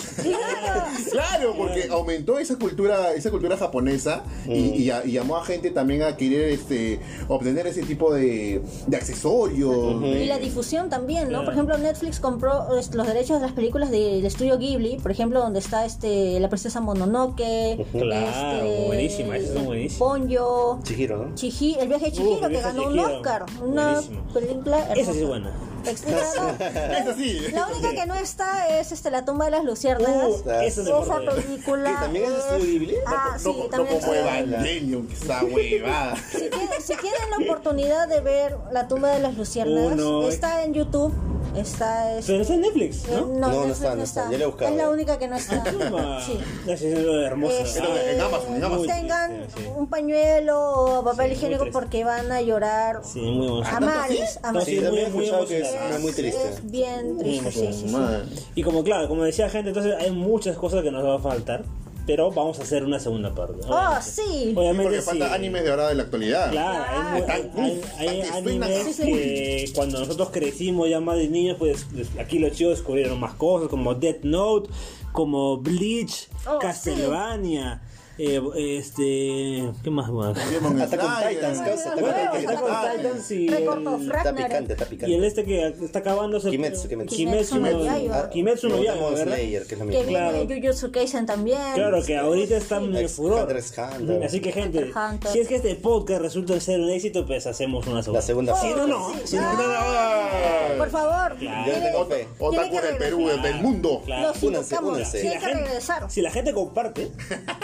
S4: Claro, porque aumentó esa cultura, esa cultura japonesa y, y a- y llamó a gente también a adquirir este, obtener ese tipo de, de accesorios.
S5: Y la
S4: de-
S5: difusión también, ¿no?
S3: Claro.
S5: Por ejemplo, Netflix compró es, los derechos de las películas de- del estudio Ghibli, por ejemplo, donde está este la princesa Mononoke,
S3: Claro,
S5: este,
S3: buenísima, esas son buenísimas.
S5: Ponyo,
S2: Chihiro, ¿no?
S5: Chihi- el viaje de
S3: Uf,
S5: Chihiro
S3: Uh, el
S5: que
S3: viaje de
S5: ganó un
S3: Chihiro.
S5: Oscar, una
S3: Buenísimo.
S5: película hermosa.
S3: Esa sí es buena.
S5: Explícalo.
S4: Esa sí.
S5: La única que no está es este la tumba de las luciérnagas.
S3: Uh, esa es de
S5: esa
S3: Marvel.
S5: película
S2: ¿Que también es de estudio Ghibli?
S5: Ah,
S4: No,
S5: sí,
S4: no
S5: también es
S4: como
S5: de estudio Ghibli.
S4: Evangelion, que esa huevada.
S5: Si tienen, si tienen la oportunidad de ver La tumba de las luciérnagas,
S3: Uno.
S5: está en YouTube, está es-
S3: Pero está en Netflix,
S5: eh,
S3: eh. ¿no?
S2: No, no está, no está. Ya la he buscado.
S5: Es la única que no está.
S3: Chuma.
S5: Sí.
S3: Esa sí es Ah, hermosa.
S5: Este,
S4: Pero en Amazon, en Amazon.
S5: Tengan
S3: Sí, sí.
S5: un pañuelo o papel
S3: Sí,
S5: higiénico
S3: muy triste.
S5: porque van a llorar
S3: Sí, muy
S5: a
S3: buena.
S5: mares. A
S3: No,
S5: mares.
S2: Sí,
S3: muy-
S2: también he
S3: muy
S2: escuchado que es
S5: Es-
S2: una muy triste.
S5: Es bien triste, sí, sí, sí.
S4: Man.
S3: Y como claro, como decía gente, entonces hay muchas cosas que nos va a faltar, pero vamos a hacer una segunda parte.
S5: Oh,
S3: Obviamente.
S5: sí.
S3: Obviamente
S4: Porque falta
S3: sí.
S4: animes de ahora de la actualidad.
S2: Ah,
S3: Claro, hay,
S4: Claro.
S3: hay- hay- hay
S4: Están- uf,
S3: animes
S4: están-
S3: que cuando nosotros crecimos ya más de niños, pues des- aquí los chicos descubrieron más cosas, como Death Note, como Bleach,
S5: Oh,
S3: Castlevania, eh, este... ¿Qué más? más?
S4: Demon
S2: Hasta con
S4: Slayer.
S2: Titans, causa, hasta con
S5: Bueno,
S2: Titans.
S5: hasta
S3: Attack on Titans y
S5: Recorto,
S3: el-
S2: Está
S5: Ragnarok.
S2: picante, está
S3: y el
S2: picante.
S3: este que está acabándose...
S2: Kimetsu, Kimetsu.
S3: Kimetsu no-
S5: Kimetsu no
S2: Ah,
S5: Yaiba.
S3: Kimetsu no
S2: Luego
S3: Yaiba,
S2: Demon
S3: ¿verdad?
S2: Slayer, que es lo
S5: Que
S2: mismo.
S5: viene
S3: Claro.
S5: Jujutsu Kaisen también.
S3: Claro, que ahorita está
S5: Sí.
S3: en el
S2: Ex-
S3: furor.
S2: Hunter x Hunter.
S3: Así que, gente,
S5: Hunter x Hunter.
S3: si es que este podcast resulta ser un éxito, pues hacemos una segunda.
S2: La segunda
S3: Si
S2: parte.
S3: no, no.
S5: Oh, Sí. Ay, Por favor.
S2: Yo le tengo fe.
S4: Otaku del Perú, del mundo.
S3: Claro.
S5: Los
S2: Únanse,
S5: invocamos.
S2: únanse.
S5: Tiene que
S3: gente-
S5: regresar.
S3: si la gente comparte,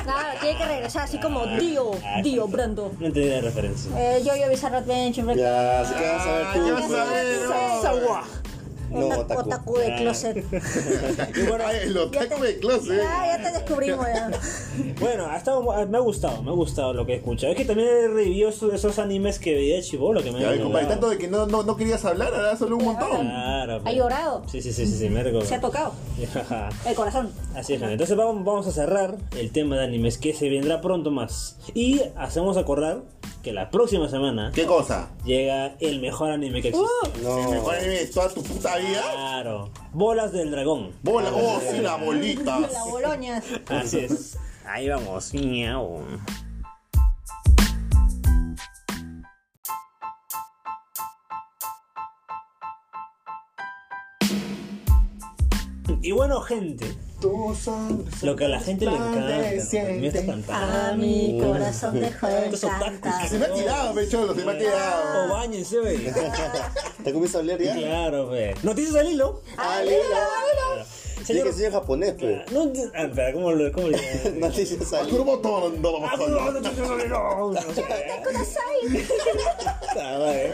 S5: Claro, tiene que regresar así como Dio,
S3: Ah,
S5: Dio,
S3: sí.
S5: Brando.
S3: no entendí la referencia.
S5: Eh, yo, yo, Bizarro Adventure.
S2: Ya, así que vas a ver
S4: Ah,
S2: tú.
S4: ya vas a ver,
S5: Sawa.
S2: No,
S5: Ota-
S2: otaku.
S5: otaku de closet.
S4: Y bueno, ay, el
S5: Ya
S4: otaku
S5: te-
S4: de clase.
S5: Ya, ya te descubrimos. ya.
S3: Bueno, ha estado bu- me ha gustado, me ha gustado lo que he escuchado. Es que también he revivido esos, esos animes que veía de chibolo que me
S4: Ya,
S3: habían
S4: compadre,
S3: hablado.
S4: tanto de que no, no, no querías hablar, ahora solo un montón.
S3: Claro,
S5: Ha
S3: pues.
S5: llorado.
S3: Sí, sí, sí, sí, sí, me
S5: Se ha
S3: recuerdo.
S5: tocado el corazón.
S3: Así es, gente. entonces vamos, vamos a cerrar el tema de animes que se vendrá pronto más. Y hacemos acordar que la próxima semana
S4: ¿Qué cosa?
S3: llega el mejor anime que existe.
S5: Uh,
S4: ¿El
S2: No.
S4: mejor anime de toda tu puta vida?
S3: Claro, Bolas del Dragón.
S4: Bola, oh, sí, la bolita.
S5: la boloña.
S3: Así es. Ahí vamos. Miau. Y bueno, gente, lo que a la gente le encanta. Me está cantando.
S4: Ah.
S5: A mi corazón dejó de
S3: Estos otakus.
S5: cantar.
S4: Se me ha tirado, pecholo, se me ha tirado.
S3: O bañense, ve.
S2: ¿Te comienza a hablar ya?
S3: Claro, ve. Noticias al hilo.
S4: Ah,
S2: ¡Ale! Tiene que
S3: Señor.
S2: enseñar japonés, pues.
S3: No, enti- ah, espera, ¿cómo lo.? Cómo lo
S2: No te dices
S4: A
S2: algo.
S4: curvo todo, no lo vas a
S3: Ah,
S4: hablar.
S3: noticias al hilo. Ah, vale.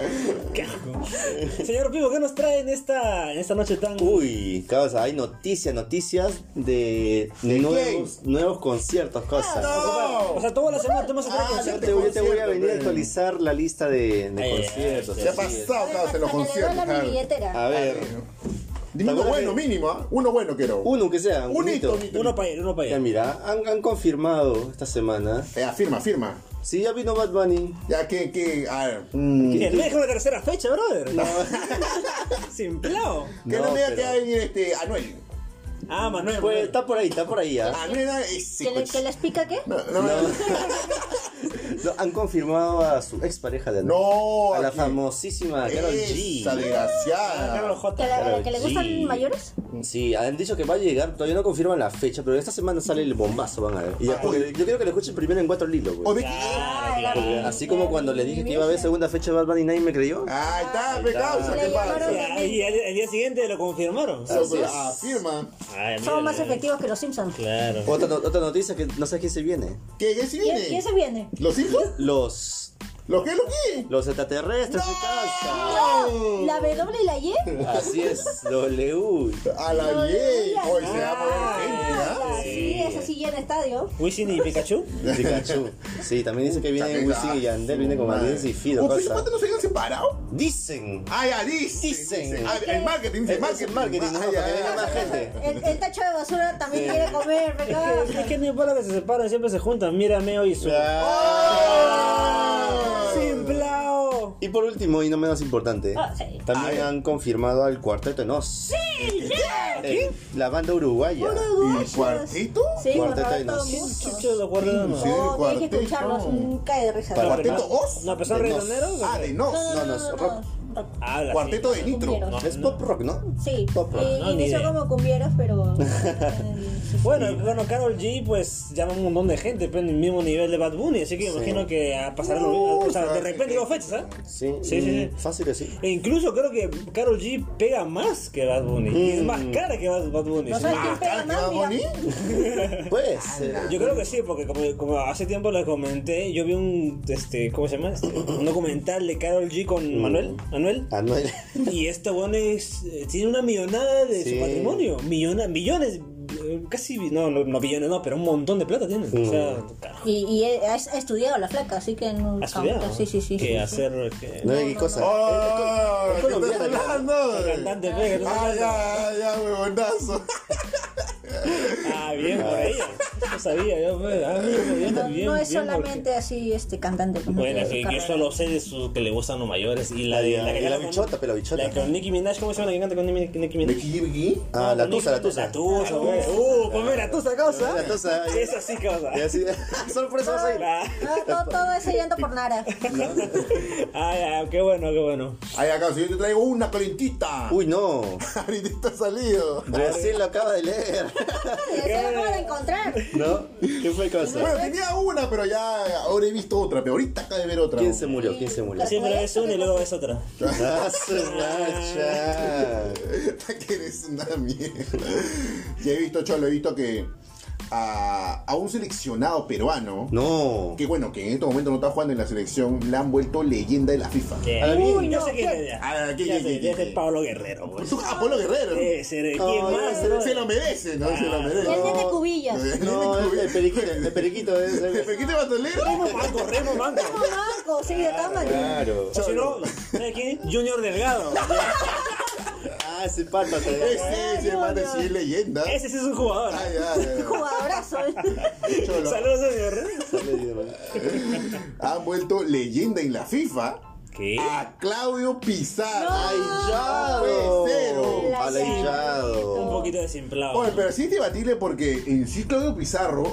S3: Qué asco. Señor Pivo, ¿qué nos trae en esta, en esta noche tan.
S2: Uy, causa, hay noticias, noticias de nuevos, nuevos conciertos, cosas.
S4: Ah, No. eh.
S3: O sea, toda la semana tú me vas a traer
S4: Ah,
S2: Yo
S3: conciertos.
S2: te, yo te voy a
S4: concierto,
S2: venir a
S4: ven.
S2: actualizar la lista de, de
S3: Ay,
S4: Eh,
S2: conciertos.
S3: ay,
S4: Se ha
S2: así es.
S4: pasado, claro, Ah, se
S5: Hasta que
S4: lo
S5: le
S4: concierto.
S5: duela mi
S4: claro.
S5: billetera.
S2: A ver,
S4: Dime uno bueno, mínimo, ¿ah? Uno bueno quiero.
S2: uno que sea, un
S4: Un
S2: bonito.
S4: hito, un hito.
S3: Uno para ir, uno para
S2: Ya
S3: ir.
S2: mira, han, han confirmado esta semana.
S4: Eh, afirma, afirma.
S2: Sí, ya vino Bad Bunny.
S4: Ya que, que, a ver.
S2: Mm,
S3: El mes es una tercera fecha, brother. Sin plao.
S4: Que
S2: No,
S4: no, me diga
S2: pero-
S4: que va a venir este Anuel.
S3: Ah, Manuel.
S2: Pues
S3: Manuel.
S2: está por ahí, está por ahí ya.
S4: Anuel ah, ese
S5: ¿Que, le- que
S4: coche.
S5: les pica qué?
S4: No, no, no.
S2: Lo- han confirmado a su expareja de
S4: No,
S2: a la
S4: aquí.
S5: Ah,
S2: famosísima Carol
S4: Esa
S2: G.
S3: Ah, Carlos
S4: desgraciada.
S5: ¿Que,
S3: J.
S5: la-
S2: Claro,
S5: que le
S2: sí.
S5: gustan mayores?
S2: Sí, han dicho que va a llegar, todavía no confirman la fecha, pero esta semana sale el bombazo, van a ver. Y ya,
S4: Ah,
S2: porque
S4: uy.
S2: yo quiero que lo escuchen primero en cuatro lilos. güey.
S4: O de
S3: Claro,
S5: la-
S3: claro.
S2: Porque así como cuando les dije que iba a haber segunda fecha de Batman y nadie me creyó.
S4: Ahí está, me causa,
S5: Le
S4: ¿qué pasa?
S5: llamaron-
S3: Ah, Y al, al día siguiente lo confirmaron.
S4: Eso, pero Afirma.
S3: Ay, mira,
S5: Somos más
S3: mira.
S5: efectivos que los Simpsons.
S3: Claro.
S2: Otra, no- otra noticia que no sé quién se viene.
S4: ¿Qué, qué se
S5: ¿Quién, quién
S4: viene?
S5: se viene?
S4: ¿Los hijos?
S2: Los
S4: ¿Los qué, los qué?
S2: los extraterrestres se casan.
S4: Oh.
S5: ¿La W y la Y?
S2: Así es, W.
S4: A la ley. Hoy se va a poner gente, ¿ah?
S5: Ah, sí, es así ya en estadio.
S3: Wisin y Pikachu.
S2: Pikachu. Sí, también dice que viene Wisin y Yandel, viene con Valencia y Fido.
S4: Oh, pero
S2: cosa.
S4: ¿cuánto no se habían separado?
S2: Dicen.
S4: Ah, ya, dicen.
S2: Dicen.
S4: Ah, El marketing, dice,
S2: Es marketing, marketing, ¿no?
S4: Ah,
S2: Para
S4: ya,
S2: que
S4: ya,
S2: venga
S4: ya.
S2: más gente.
S5: El, el tacho de basura también quiere comer, recaba.
S3: Es que no importa que se separan, siempre se juntan. Mírame hoy su.
S4: Ah.
S3: Sin plao.
S2: Y por último, y no menos importante,
S5: Ah, sí.
S2: también han confirmado al cuarteto de Nos. ¡Sí! La banda uruguaya.
S4: ¿Y cuartito?
S5: Sí, con
S2: Cuarteto de
S5: Roberto
S2: nos-
S5: Musto.
S3: Chucho, lo guardaron.
S4: Sí,
S5: Oh, tienes que
S4: cuarteto.
S5: escucharlos, mm, cae de risa.
S2: Para-
S4: ¿Cuarteto os?
S3: No, pero son
S2: De nos.
S3: reggaetoneros. o Ah,
S4: Ah,
S3: qué?
S4: de no.
S2: No, no, es rock.
S5: rock.
S3: Habla, sí.
S4: Cuarteto de nitro.
S5: Cumbieros.
S2: Es pop rock, ¿no?
S5: Sí,
S2: Pop rock.
S5: eh,
S3: no, ni
S5: inició
S3: idea.
S5: como cumbieros, pero... eh,
S3: Bueno, bueno, Carol G pues llama a un montón de gente, pero en el mismo nivel de Bad Bunny, así que imagino que a pasar lo mismo. O sea, de repente dos fechas, ¿ah?
S2: Sí, mm,
S3: Sí, sí, sí.
S2: Fácil que sí.
S3: E incluso creo que Carol G pega más que Bad Bunny. Y es más cara que Bad Bad Bunny.
S5: ¿No
S3: Sí.
S5: sabes quién
S4: Ah,
S5: pega
S4: ¿qué va
S5: más?
S4: a
S5: Mira.
S4: poner?
S2: Pues.
S3: Yo creo que sí, porque como, como hace tiempo les comenté, yo vi un, este, ¿cómo se llama? Este, un documental de Carol G con Manuel, Manuel.
S2: Anuel.
S3: Y este bueno es, eh, tiene una millonada de
S2: Sí.
S3: su patrimonio. Millona, millones, eh, casi, no, no, no billones, no, pero un montón de plata tiene. O sea,
S2: Mm.
S3: carajo.
S5: Y, y he- ha ha estudiado la flaca, así que no.
S3: ¿Has estudiado?
S5: Sí, sí, sí.
S3: Que
S5: sí, sí.
S3: hacer. Que...
S2: No hay cosa.
S4: Oh,
S2: Es
S4: ¿qué estás
S2: colombiana, creo.
S4: hablando?
S3: Cantante, pega, no sé
S4: Ah,
S3: qué.
S4: ya, ya, huevonazo.
S3: Ah, bien por ella. No sabía, yo, pues, ah, bien, bien,
S5: No,
S3: bien,
S5: no es
S3: bien,
S5: solamente así este cantante.
S3: porque-
S5: como
S3: Bueno,
S5: su
S3: que yo
S5: carrera.
S3: solo sé de su que le gustan los mayores. Y la, de-
S2: Ah, ya,
S3: que
S2: y la
S3: canta con-
S2: bichota, pero la bichota.
S3: La con Nicki Minaj, ¿cómo se llama la que canta con Nicki Nicki Minaj?
S4: Becky, Becky.
S2: Ah, la tusa, la
S3: La
S2: tusa.
S3: tusa, güey. Uh, pues mira, tusa causa.
S2: La tusa.
S3: Esa sí causa.
S2: Y así, solo por eso vas a ir.
S3: Ah,
S5: No, todo, todo ese llanto por Nara.
S3: ah, ya, qué bueno, qué bueno.
S4: Ay, acá, si yo te traigo una calentita.
S2: Uy, no.
S4: Ahorita está salido.
S2: Recién lo acaba de leer.
S5: Se lo acabo de encontrar.
S2: ¿No? ¿Qué fue cosa?
S4: Bueno, tenía una, pero ya ahora he visto otra, pero ahorita acaba de ver otra.
S2: ¿Quién se murió? ¿Quién se murió?
S3: Siempre es una y luego es otra.
S2: Ah, su macha.
S4: que eres una mierda. Ya he visto, Cholo, he visto que a, a un seleccionado peruano.
S2: No.
S4: Que bueno, que en este momento no está jugando en la selección, la han vuelto leyenda de la FIFA.
S2: Ahora bien.
S3: Uy, yo sé quién es.
S4: A ver, ¿quién,
S3: Ya
S4: quién,
S3: sé,
S4: quién,
S3: es el
S4: quién?
S3: Pablo Guerrero. pues.
S4: Su- ah, Pablo Guerrero.
S3: Ese, ¿quién
S2: Ah,
S3: más?
S2: ese-
S3: bro?
S4: Se lo merece, ¿no? Se lo merece.
S5: Ya
S2: No.
S5: tiene cubillas.
S2: No, el, el periquito, el periquito es.
S4: ¿El pequeño bandolero?
S3: Remo Manco, Remo Manco.
S5: Como manco, sí, de todas maneras.
S2: Claro.
S3: O si no, ¿sabes quién? Junior Delgado.
S2: Ah, ese pata.
S4: Ese,
S2: te-
S4: ese
S5: no,
S4: man
S5: no.
S4: sí es leyenda.
S3: Ese sí es un jugador.
S4: Ay, ay,
S2: Ah.
S4: ay.
S5: Jugadorazo.
S4: Cholo.
S3: Saludos a señor Remo.
S4: Han vuelto leyenda en la FIFA
S3: ¿Qué?
S4: a Claudio Pizarro.
S5: No.
S4: Ay,
S2: Ah, ¡Alillado!
S4: Pues, cero.
S2: ¡Alillado!
S3: Un poquito desemplado.
S4: Oye, pero sí es debatible porque en sí Claudio Pizarro,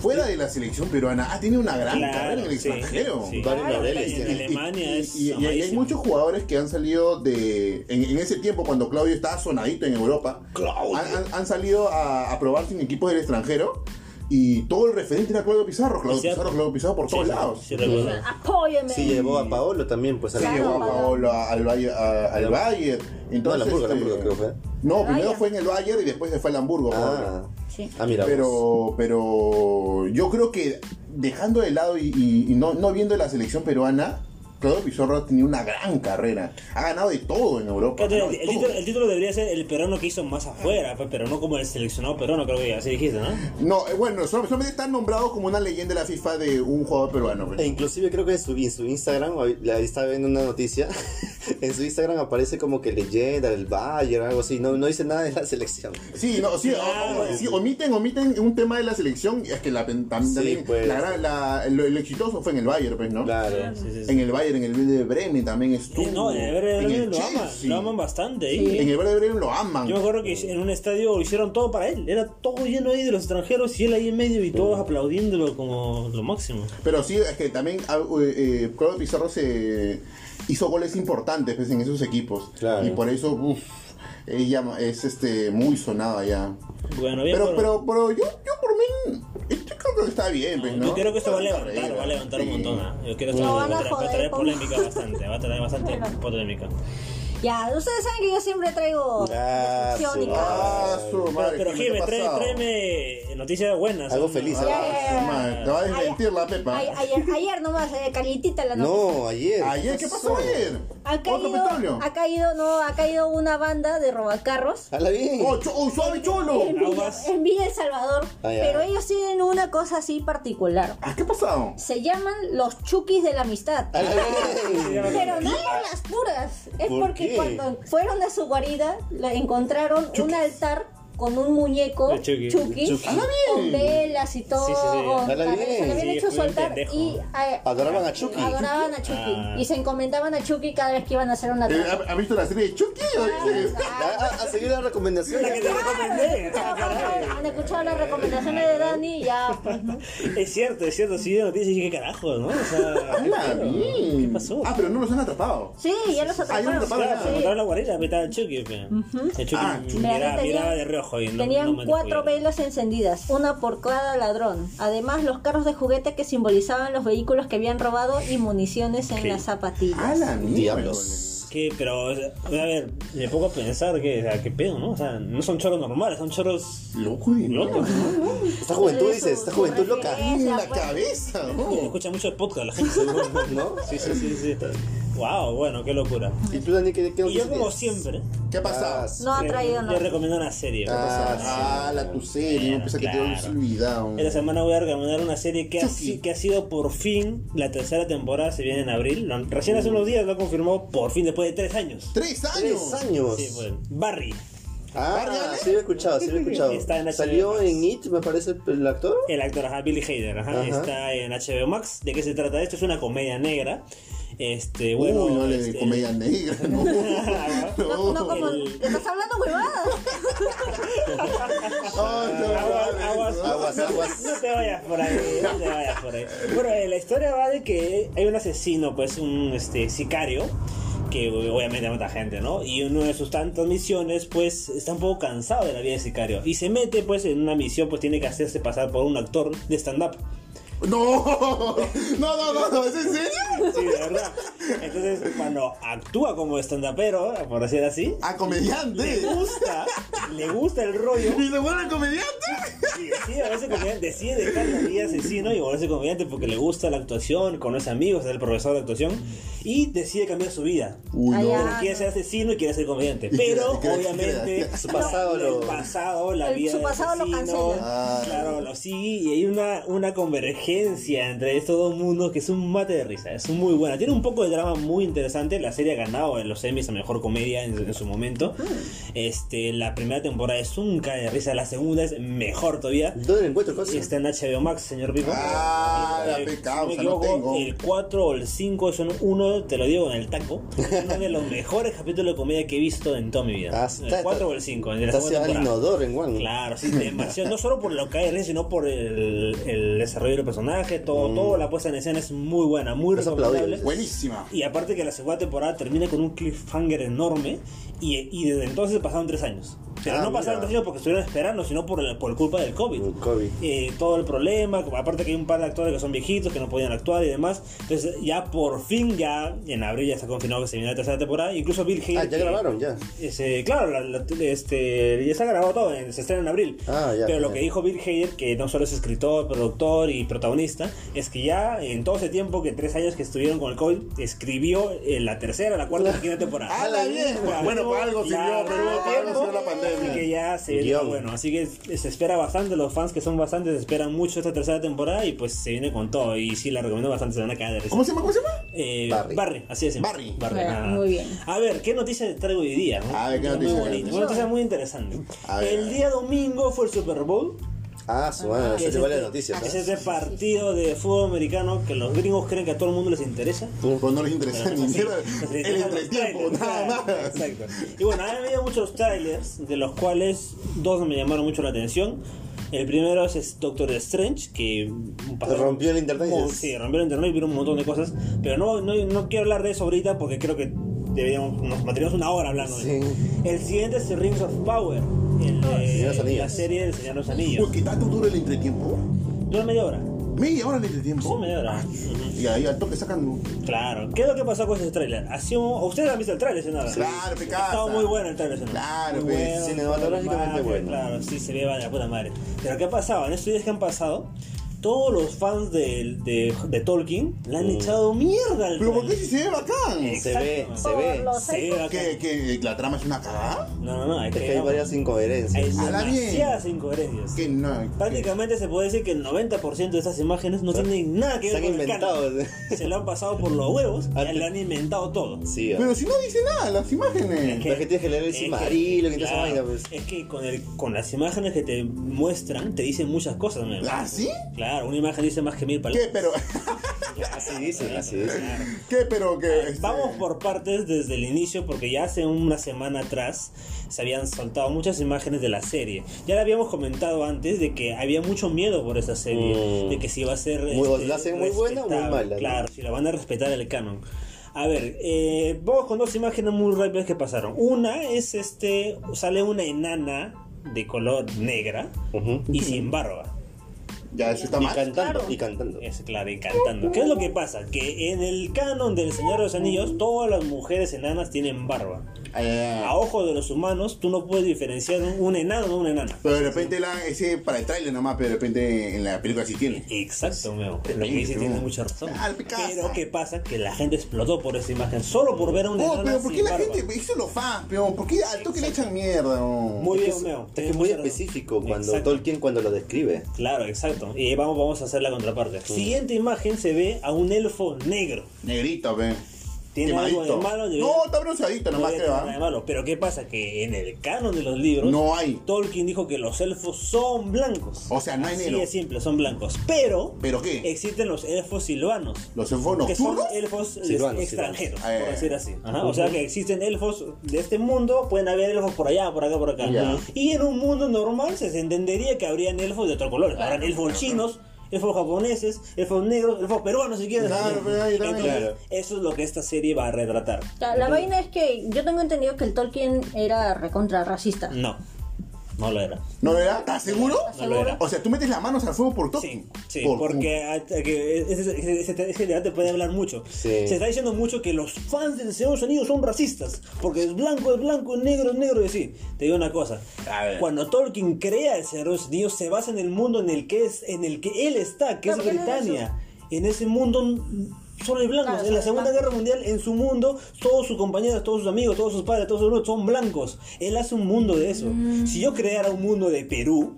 S4: fuera de la selección peruana, ha tenido una gran carrera en el
S3: sí,
S4: extranjero.
S2: Varios
S3: sí. Claro,
S2: laureles
S3: En
S2: tiene.
S3: Alemania
S4: y,
S3: es.
S4: y- y hay
S3: amadísimo.
S4: muchos jugadores que han salido de. En, en ese tiempo, cuando Claudio estaba sonadito en Europa,
S2: Claudio.
S4: han, han- han salido a, a probar sin equipos del extranjero. Y todo el referente era Claudio Pizarro, Claudio
S3: Sí,
S4: Pizarro, Claudio Pizarro por
S3: Sí,
S4: todos
S3: sí,
S4: lados. Ah,
S3: sí, recuerdo.
S5: Apóyeme.
S2: Sí, llevó a Paolo también, pues a
S4: Se
S2: la-
S4: llevó a
S5: Paolo.
S4: Paolo a- al, Bayer- a- al
S2: Al-
S4: Bayern. Entonces,
S2: Hamburgo, al
S4: este,
S2: Hamburgo creo fue.
S4: No, primero
S5: Bayern.
S4: fue en el Bayern y después se fue al Hamburgo. Paolo.
S2: Ah,
S5: Sí.
S2: ah mira. vos.
S4: Pero, pero yo creo que dejando de lado y, y- y no, no viendo la selección peruana, Claudio Pizarro ha tenido una gran carrera. Ha ganado de todo en Europa. ha
S3: Espérate,
S4: ganado de
S3: El, el
S4: todo.
S3: título, el título debería ser el peruano que hizo más afuera, pues, pero no como el seleccionado peruano, creo que así dijiste, ¿no?
S4: No, eh, bueno, sol- solamente está nombrado como una leyenda de la FIFA de un jugador peruano. pues.
S2: E inclusive creo que en su, en su Instagram, hoy- la- estaba viendo una noticia, en su Instagram aparece como que leyenda del Bayern, algo así, no, no dice nada de la selección.
S4: Sí, no, sí,
S3: Claro.
S4: o- o- sí, omiten, omiten un tema de la selección. Es que la, pen- tam-
S2: Sí,
S4: también
S2: pues.
S4: la gran- la- lo, lo exitoso fue en el Bayern, pues, ¿no?
S2: Claro.
S3: Sí, sí, sí.
S4: En el Bayern, en el Werder Bremen también estuvo.
S3: Sí, no, en el Verde
S4: En el
S3: lo aman,
S4: Chelsea.
S3: lo aman bastante. ¿eh?
S4: En el Werder Bremen lo aman.
S3: Yo me acuerdo que en un estadio hicieron todo para él, era todo lleno ahí de los extranjeros y él ahí en medio y todos aplaudiéndolo como lo máximo.
S4: Pero sí, es que también ah, eh, eh, Claudio Pizarro se hizo goles importantes pues, en esos equipos.
S2: Claro.
S4: Y por eso, uff, ella es este, muy sonada ya.
S3: Bueno, bien,
S4: Pero, pero, pero yo, yo por mí, yo creo que está bien, pues, ¿no?
S3: Yo creo que esto va a
S4: Está
S3: levantar,
S4: bien,
S3: va a levantar
S4: sí.
S3: un montón. ¿ah? Yo creo que
S5: Lo
S3: esto va a
S5: van a
S3: traer- va a
S5: joder
S3: traer
S5: con-
S3: polémica bastante, va a traer bastante
S5: Bueno.
S3: polémica.
S5: Ya, ustedes saben que yo siempre traigo
S2: Ah,
S5: destrucción y
S2: su-
S5: caos.
S4: Ah, su
S3: Pero,
S4: madre.
S3: pero
S4: ¿qué me
S3: Jimmy,
S4: ha
S3: trae,
S4: pasado?
S3: tráeme noticias buenas.
S2: Algo
S3: ¿no?
S2: feliz,
S4: Ah,
S2: algo
S4: su madre, Te va a desmentir la pepa.
S5: Ay- ayer, ayer nomás, eh, calientita la noticia.
S2: No, ayer.
S4: Ayer, ¿qué pasó ayer?
S5: Ha
S4: ¿Otro petróleo?
S5: caído, ha caído, no, ha caído una banda de robacarros
S2: Hala bien.
S4: ¡Oh, cho- oh, suave cholo!
S5: en Villa,
S3: Aguas.
S5: en Villa El Salvador,
S2: Ah, ya.
S5: pero ellos tienen una cosa así particular.
S4: Ah, ¿Qué ha pasado?
S5: Se llaman los chukis de la amistad.
S2: Hala bien.
S5: Pero no por las puras, es
S2: ¿Por
S5: porque
S2: qué?
S5: cuando fueron a su guarida la encontraron un altar con un muñeco
S3: El Chucky.
S5: Chucky,
S3: Chucky.
S5: con velas y todo,
S3: Sí, sí, sí.
S5: con-
S2: Dale bien.
S5: se le habían
S3: Sí,
S5: hecho
S3: fue
S5: su
S3: un
S5: altar
S3: pendejo.
S5: y eh,
S2: Adoraban a Chucky.
S5: adoraban a Chucky
S3: Ah.
S5: y se encomendaban a Chucky cada vez que iban a hacer una
S4: Eh,
S5: tarea.
S4: ¿ha- ¿Ha visto la serie de Chucky? Eh,
S2: Ah, ah, A, seguir la recomendación.
S3: La que te recomendé.
S5: Ah, ah, Han escuchado las recomendaciones de Dani, ya pues, ¿no?
S3: Es cierto, es cierto, sí, noticias y dije, qué carajo, ¿no? O sea,
S4: ¡Hala bien!
S3: ¿Qué pasó?
S4: Ah, pero no los han atrapado.
S5: Sí, ya los
S4: ya los
S5: atraparon.
S4: atraparon,
S5: sí.
S4: ya.
S3: Encontraron la guarida, metaba el Chucky. pe. El Chucky
S4: Ah, Chucky.
S5: Mira,
S3: miraba,
S5: tenían-
S3: miraba de reojo y no
S5: Tenían
S3: no me
S5: cuatro
S3: descubrieron.
S5: velas encendidas, una por cada ladrón. Además, los carros de juguete que simbolizaban los vehículos que habían robado y municiones en
S3: Sí.
S5: las zapatillas.
S4: ¡Hala bien!
S2: Diablos.
S3: Que, pero, o sea, a ver, me pongo a pensar que, o sea, qué pedo, ¿no? O sea, no son choros normales, son choros
S4: Loco de
S3: locos.
S2: Esta juventud,
S5: Su-
S2: dices, esta
S5: su
S2: juventud loca.
S5: referencia.
S4: En la cabeza, ¿no?
S3: Escucha mucho el podcast la gente.
S2: ¿No?
S3: Sí, sí, sí, sí. Wow, bueno, qué locura.
S2: ¿Y tú, Dani, qué, qué
S3: Y yo,
S2: noticias
S3: como
S2: tienes?
S3: siempre,
S4: ¿Qué ha pasado?
S2: Ah, sí.
S5: No ha traído
S3: le
S5: nada.
S3: recomiendo una serie. pe.
S2: Ah,
S4: Ah, la tu serie, no
S3: Claro,
S4: pensé que te
S3: claro.
S4: habías olvidado.
S3: Esta semana voy a recomendar una serie que ha,
S4: Chucky.
S3: si- que ha sido por fin la tercera temporada, se viene en abril. Lo- recién hace unos días lo confirmó, por fin, después de tres años.
S4: ¡Tres años!
S2: Tres años.
S3: Sí, bueno. Barry,
S2: Ah, sí lo he escuchado, sí lo he escuchado.
S3: Está en HBO
S2: Salió
S3: Max.
S2: en It, me parece, el actor.
S3: el actor, ajá, Billy Hader, ajá,
S2: Ajá.
S3: está en HBO Max. ¿De qué se trata esto? Es una comedia negra. Este,
S4: Uy,
S3: bueno.
S4: no le
S3: este,
S4: comedia negra, ¿no?
S5: No, no, como.
S3: Oh, El-
S5: ¿Estás hablando huevadas?
S4: Ay, no,
S3: Aguas, aguas.
S2: Aguas, aguas.
S3: No te vayas por ahí, no te vayas por ahí. Bueno, eh, la historia va de que hay un asesino, pues un este, sicario, que obviamente mata gente, ¿no? Y una de sus tantas misiones, pues está un poco cansado de la vida de sicario. Y se mete, pues, en una misión, pues tiene que hacerse pasar por un actor de stand-up.
S4: No, no, no, no, ¿es en serio?
S3: Sí, de verdad. Entonces, cuando actúa como stand-upero, por decir así,
S2: Ah,
S4: ¡A
S3: le
S4: comediante!
S3: gusta, le gusta el rollo.
S4: ¿Y se vuelve comediante?
S3: decide volverse comediante, decide dejar la vida de asesino y volverse comediante porque le gusta la actuación, conoce amigos, es el profesor de actuación y decide cambiar su vida.
S4: Uy,
S5: Ay,
S4: no.
S5: ya.
S3: Pero quiere ser asesino y quiere ser comediante.
S4: Y quiere-
S3: Pero
S4: y quiere-
S3: obviamente
S4: quiere-
S2: su pasado
S3: el
S2: lo-
S3: pasado, la
S5: El-
S3: vida
S5: su
S3: del
S5: pasado lo
S3: asesino,
S4: cancela. Ah.
S3: Claro, lo sí, y hay una, una convergencia entre estos dos mundos que es un mate de risa, es muy buena. Tiene un poco de drama muy interesante, la serie ha ganado en los Emmys a mejor comedia en, en su momento. Este, la primera temporada es un cae de risa, la segunda es mejor todavía.
S2: ¿Dónde lo encuentro
S3: Y
S2: fácil?
S3: Está en HBO Max, señor Pico.
S4: Ah, la
S3: Eh,
S4: pe
S3: si
S4: causa,
S3: me
S4: no
S3: equivoco,
S4: tengo.
S3: El 4 o el 5 son uno, te lo digo en el taco. Uno de los mejores capítulos de comedia que he visto en toda mi vida.
S2: Ah,
S3: el 4 o el 5. En la
S2: Está
S3: segunda
S2: hacia el
S3: temporada.
S2: inodoro en Juan.
S3: Claro, sí, demasiado. No solo por lo que hay, sino por el, el desarrollo del personaje, todo, todo, la puesta en escena es muy buena, muy
S2: Eso
S3: recomendable.
S2: aplaudible.
S4: Buenísima.
S3: Y aparte que la segunda temporada termina con un cliffhanger enorme y, y desde entonces pasaron tres años. Pero
S4: Ah,
S3: no pasaron
S4: mira.
S3: tres años porque estuvieron esperando, sino por, el- por culpa del COVID.
S2: El COVID.
S3: Eh, todo el problema, como aparte que hay un par de actores que son viejitos, que no podían actuar y demás. Entonces ya por fin, ya en abril ya se ha confirmado que se viene la tercera temporada. Incluso Bill Hader,
S2: Ah, ya
S3: que-
S2: grabaron, ya.
S3: ese, claro, la- la- este, ya se ha grabado todo, en- se estrena en abril.
S2: Ah, ya,
S3: pero lo
S2: ya.
S3: que dijo Bill Hader, que no solo es escritor, productor y protagonista, es que ya en todo ese tiempo, que tres años que estuvieron con el COVID, escribió eh, la tercera, la cuarta y la quinta temporada.
S4: ¡A la vieja! Bueno, para algo sirvió,
S3: Ya,
S4: pero para algo
S3: tiempo.
S4: sirvió la
S3: Así que
S4: pandemia.
S3: ya se viene
S2: Guión.
S3: bueno. Así que se espera bastante. Los fans que son bastantes esperan mucho esta tercera temporada y pues se viene con todo. Y sí, la recomiendo bastante. Se van a quedar de risa.
S4: ¿Cómo se llama? ¿Cómo se llama?
S3: Eh, Barry.
S2: Barry.
S3: así es.
S4: Barry.
S5: Ah,
S3: ah.
S5: muy bien.
S3: A ver, ¿qué noticia traigo hoy día? no?
S4: A ver, ¿qué noticia
S3: Muy
S4: traigo?
S3: bonita, Una noticia muy interesante.
S4: A ver, a
S3: El
S4: ver.
S3: día domingo fue el Super Bowl.
S2: Ah, su madre,
S3: que
S2: eso
S3: es
S2: te vale
S3: este-
S2: las
S4: Ah,
S2: noticias.
S3: Es
S2: ¿eh?
S3: este partido de fútbol americano que los gringos creen que a todo el mundo les interesa.
S4: Pues no les interesa ni siquiera
S3: Los
S4: el
S3: trailers,
S4: entretiempo, nada
S3: claro,
S4: más.
S3: Exacto. Y bueno, han habido muchos trailers, de los cuales dos me llamaron mucho la atención. El primero es- es Doctor Strange, que
S2: Rompió el internet.
S3: Oh, Sí, rompió el internet y vieron un montón de cosas. Pero no, no, no quiero hablar de eso ahorita porque creo que deberíamos, nos mantendríamos una hora hablando de eso. El siguiente es Rings of Power, el, eh,
S2: de los Anillos.
S3: la serie del Señor de los
S4: Uy,
S3: Anillos.
S4: ¿qué tanto dura el entretiempo?
S3: Dura media hora.
S4: Media hora el entretiempo.
S3: Sí, media hora.
S4: Y ahí al toque sacan.
S3: Claro, ¿qué es lo que pasó con ese tráiler? Ha sido- ¿Ustedes han visto el tráiler, señora?
S4: Claro,
S3: Ha
S4: pe,
S3: estado
S4: casa.
S3: muy bueno el tráiler, señora.
S4: Claro,
S3: Muy
S4: pe,
S2: pues, cinematográficamente bueno.
S3: Claro, sí, se ve de la puta madre. Pero ¿qué ha pasado? En estos días que han pasado, todos los fans de, de, de Tolkien le
S2: Mm.
S3: han echado mierda al
S4: Pero ¿por qué
S3: tráiler.
S4: si se ve
S2: Se
S4: bacán?
S2: ve, se
S3: Exacto.
S2: ve.
S5: Por
S3: Se ve bacán.
S4: ¿Que, que la trama es una cagada?
S3: No, no, no, hay
S2: Es
S3: que
S2: que hay varias incoherencias.
S3: Hay
S4: A la bien.
S3: demasiadas incoherencias.
S4: Que no. que-
S3: Prácticamente se puede decir que el 90% de estas imágenes no tienen nada que
S2: Se
S3: ver
S2: han
S3: con el
S2: inventado.
S3: canon. Se lo han pasado por los huevos y
S2: Ah,
S3: le han inventado todo.
S2: Sí,
S4: Pero si no dice nada, las imágenes.
S2: Pero es que tienes que leer el
S3: es que-
S2: cimarillo, que toda esa
S3: claro,
S2: vaina, pues.
S3: Es que con, el, con las imágenes que te muestran, te dicen muchas cosas. ¿no?
S4: ¿Ah, sí?
S3: Claro, una imagen dice más que mil palabras.
S4: ¿Qué? Pero.
S2: Así dicen, así dicen.
S3: Claro.
S4: ¿Qué? Pero que. este,
S3: Vamos por partes desde el inicio porque ya hace una semana atrás se habían soltado muchas imágenes de la serie. Ya le habíamos comentado antes de que había mucho miedo por esa serie,
S2: Mm.
S3: de que si iba a ser... este,
S2: Muy- ¿la hacen muy buena o muy
S3: respetable.
S2: mala, no?
S3: Claro, si la van a respetar el canon. A ver, eh, vamos con dos imágenes muy rápidas que pasaron. Una es este, sale una enana de color negra
S2: Ujú.
S3: y sin barba.
S4: Ya, eso está
S2: Y
S4: mal.
S2: cantando,
S5: Claro.
S2: y cantando.
S3: Es claro, y cantando. ¿Qué es lo que pasa? Que en el canon del Señor de los Anillos, todas las mujeres enanas tienen barba.
S4: Eh,
S3: A ojo de los humanos, tú no puedes diferenciar un un enano de una enana.
S4: Pero de repente la, ese para el trailer nomás, pero de repente en la película sí tiene.
S3: Exacto, meo. Lo que dice tiene mucha razón.
S4: Ah, el Picasso.
S3: Pero ¿qué pasa? Que la gente explotó por esa imagen, solo por ver a una
S4: Oh,
S3: enana.
S4: pero ¿por qué
S3: sin
S4: la
S3: barba.
S4: gente? Eso los fans, peón. ¿Por qué al toque le echan mierda? oh?
S3: Muy bien,
S2: Es
S3: meo.
S2: que
S3: Tienes
S2: es muy
S3: mucha razón.
S2: específico cuando
S3: Exacto.
S2: Tolkien cuando lo describe.
S3: Claro, exacto. Y vamos, vamos a hacer la contraparte. Siguiente imagen se ve a un elfo negro.
S4: Negrito, pe.
S3: Tiene
S4: Quemadito.
S3: algo de malo. debería-
S4: No, está bronceadito nomás,
S3: No había
S4: creo.
S3: nada de
S4: ¿ah?
S3: malo. Pero ¿qué pasa? Que en el canon de los libros
S4: No hay.
S3: Tolkien dijo que los elfos son blancos.
S4: O sea, no hay
S3: Así
S4: negro.
S3: de simple, son blancos. Pero,
S4: ¿Pero qué?
S3: existen los elfos silvanos.
S4: Los elfos
S3: Que son
S4: nocturnos.
S3: elfos eh,
S2: Silvanos,
S3: extranjeros,
S4: silvanos.
S3: por
S4: Eh.
S3: decir así. Ajá, O sea que existen elfos de este mundo, pueden haber elfos por allá, por acá, por acá.
S4: Ya.
S3: Y en un mundo normal se entendería que habrían elfos de otro color. Habrán elfos chinos, elfos japoneses, elfos negros, elfos peruanos si quieres.
S4: Claro, pero ahí también.
S3: Entonces,
S4: Claro.
S3: eso es lo que esta serie va a retratar. Mm.
S5: La, la vaina es que yo tengo entendido que el Tolkien era recontra racista.
S3: No. No lo era.
S4: ¿No lo era? ¿Estás seguro?
S3: No lo era.
S4: O sea, tú metes las manos al fuego por Toki.
S3: Sí, sí,
S4: Por-
S3: porque a- que ese, ese- ese- ese debate puede hablar mucho.
S2: Sí.
S3: Se está diciendo mucho que los fans del Señor de los Anillos son racistas, porque es blanco, es blanco, es negro, es negro, y así. Te digo una cosa,
S4: A ver.
S3: cuando Tolkien crea el Señor de los Anillos se basa en el mundo en el que es, en el que él está, que
S1: Claro,
S3: es
S1: pero él era
S3: Britania. En ese mundo n- solo hay blancos.
S1: Claro,
S3: en la
S1: solo hay
S3: Segunda Guerra Mundial, en su mundo, todos sus compañeros, todos sus amigos, todos sus padres, todos sus hermanos son blancos. Él hace un mundo de eso.
S1: Mm.
S3: Si yo creara un mundo de Perú,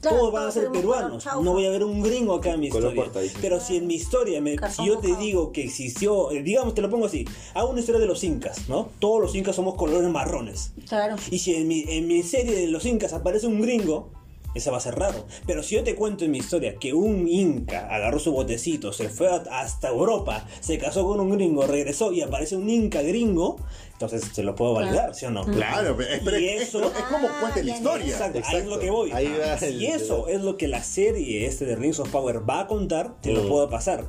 S1: Claro,
S3: todos van a
S1: todos
S3: ser
S1: seríamos
S3: peruanos.
S1: chaufa.
S3: No voy a ver un gringo acá en mi
S2: Color
S3: historia.
S2: portadísimo.
S3: Pero si en mi historia, me,
S5: Calzón
S3: si yo te
S5: mojado.
S3: digo que existió, eh, digamos, te lo pongo así: hago una historia de los incas, ¿no? Todos los incas somos colores marrones.
S1: Claro.
S3: Y si en mi, en mi serie de los incas aparece un gringo, esa va a ser raro. Pero si yo te cuento en mi historia que un inca agarró su botecito, se fue a- hasta Europa, se casó con un gringo, regresó y aparece un inca gringo, entonces se lo puedo validar, ¿sí o no?
S4: Claro, pero es, pero
S3: Y
S4: es-
S3: eso-
S4: pero es como
S1: Ah, ya,
S4: cuente la
S1: ya.
S4: historia.
S3: Exacto, ahí es
S2: Exacto.
S3: lo que voy.
S2: Ahí va
S3: si
S2: el-
S3: eso es lo que la serie este de Rings of Power va a contar, te lo
S2: Mm.
S3: puedo pasar.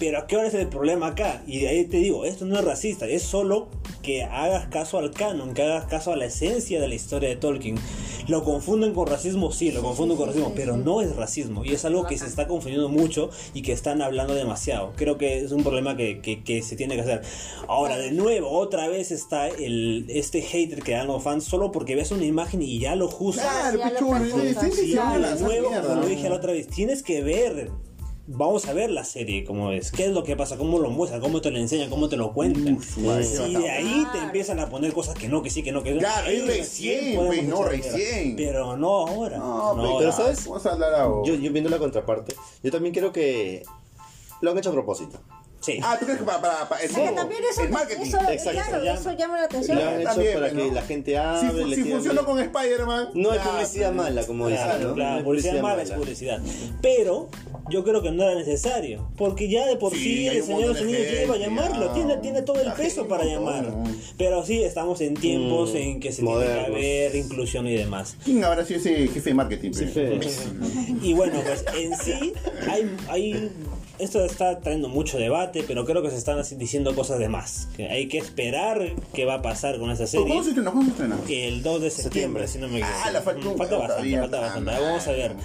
S3: Pero ¿a qué hora es el problema acá? Y de ahí te digo, esto no es racista, es solo que hagas caso al canon, que hagas caso a la esencia de la historia de Tolkien. Lo confunden con racismo, sí, lo confunden con racismo, pero no es racismo. Y es algo que se está confundiendo mucho y que están hablando demasiado. Creo que es un problema que, que- que se tiene que hacer. Ahora, de nuevo, otra vez está el, este hater que dan los fans solo porque ves una imagen y ya lo juzgas.
S4: Claro,
S1: Ya lo
S4: pichón,
S1: pensé.
S4: sí, sí, sí,
S3: Sí,
S4: se van a
S3: de
S4: lanzar
S3: nuevo,
S4: mierda.
S3: como dije la otra vez, tienes que ver. Vamos a ver la serie, cómo es, qué es lo que pasa, cómo lo muestran, cómo te lo enseñan, cómo te lo cuentan.
S4: Uf, madre, se va a
S3: y de
S4: acabar.
S3: ahí te empiezan a poner cosas que no, que sí, que no, que no.
S4: Claro,
S3: Ahí
S4: ahí recién,
S3: podemos
S4: pues, no,
S3: echar mierda.
S4: recién.
S3: Pero no ahora.
S4: No, pues,
S3: No
S4: pero,
S3: ahora.
S2: ¿sabes?
S4: Vamos a hablar ahora.
S2: Yo, yo viendo la contraparte, yo también creo que lo han hecho a propósito.
S3: Sí.
S4: Ah, ¿tú crees que para, para, para el,
S1: Porque
S4: morbo,
S1: también eso,
S4: el marketing?
S1: eso-
S2: Exacto.
S1: claro,
S3: Ya.
S1: eso llama la
S2: Lo
S1: atención.
S2: han hecho
S4: También,
S2: para
S4: ¿no?
S2: que la gente
S3: Ah,
S4: si
S2: hable.
S4: fu-
S2: le
S4: si
S2: tire
S4: funcionó
S2: mierda.
S4: con Spider-Man.
S2: No hay
S4: ya,
S2: publicidad
S4: pues.
S2: mala, como dicen,
S3: Claro,
S2: ¿no?
S3: claro,
S2: No hay
S3: publicidad mala es publicidad. Pero yo creo que no era necesario. Porque ya de por
S4: Sí,
S3: sí,
S4: hay
S3: el
S4: un
S3: señor
S4: montón de
S3: Sonido
S4: gente,
S3: iba a llamarlo.
S4: ah,
S3: Tiene, tiene todo el
S4: la
S3: peso
S4: gente,
S3: para
S4: un montón,
S3: llamar.
S4: ¿no?
S3: Pero sí, estamos en tiempos
S2: Mm,
S3: en que se
S2: modernos.
S3: tiene que haber inclusión y demás.
S4: ¿Quién habrá sido ese jefe de marketing?
S2: Sí,
S4: pe?
S2: fe.
S3: Y bueno, pues en sí hay, hay- esto está trayendo mucho debate, pero creo que se están así diciendo cosas de más. Que hay que esperar qué va a pasar con esta serie.
S4: ¿Cómo se estrenó? ¿Cómo se estrenó?
S3: El 2 de
S2: Septiembre.
S3: septiembre, si no me equivoco.
S4: Ah, la falta un-
S3: falta bastante,
S4: todavía.
S3: falta
S4: Ah,
S3: bastante. Vamos a ver.
S4: man.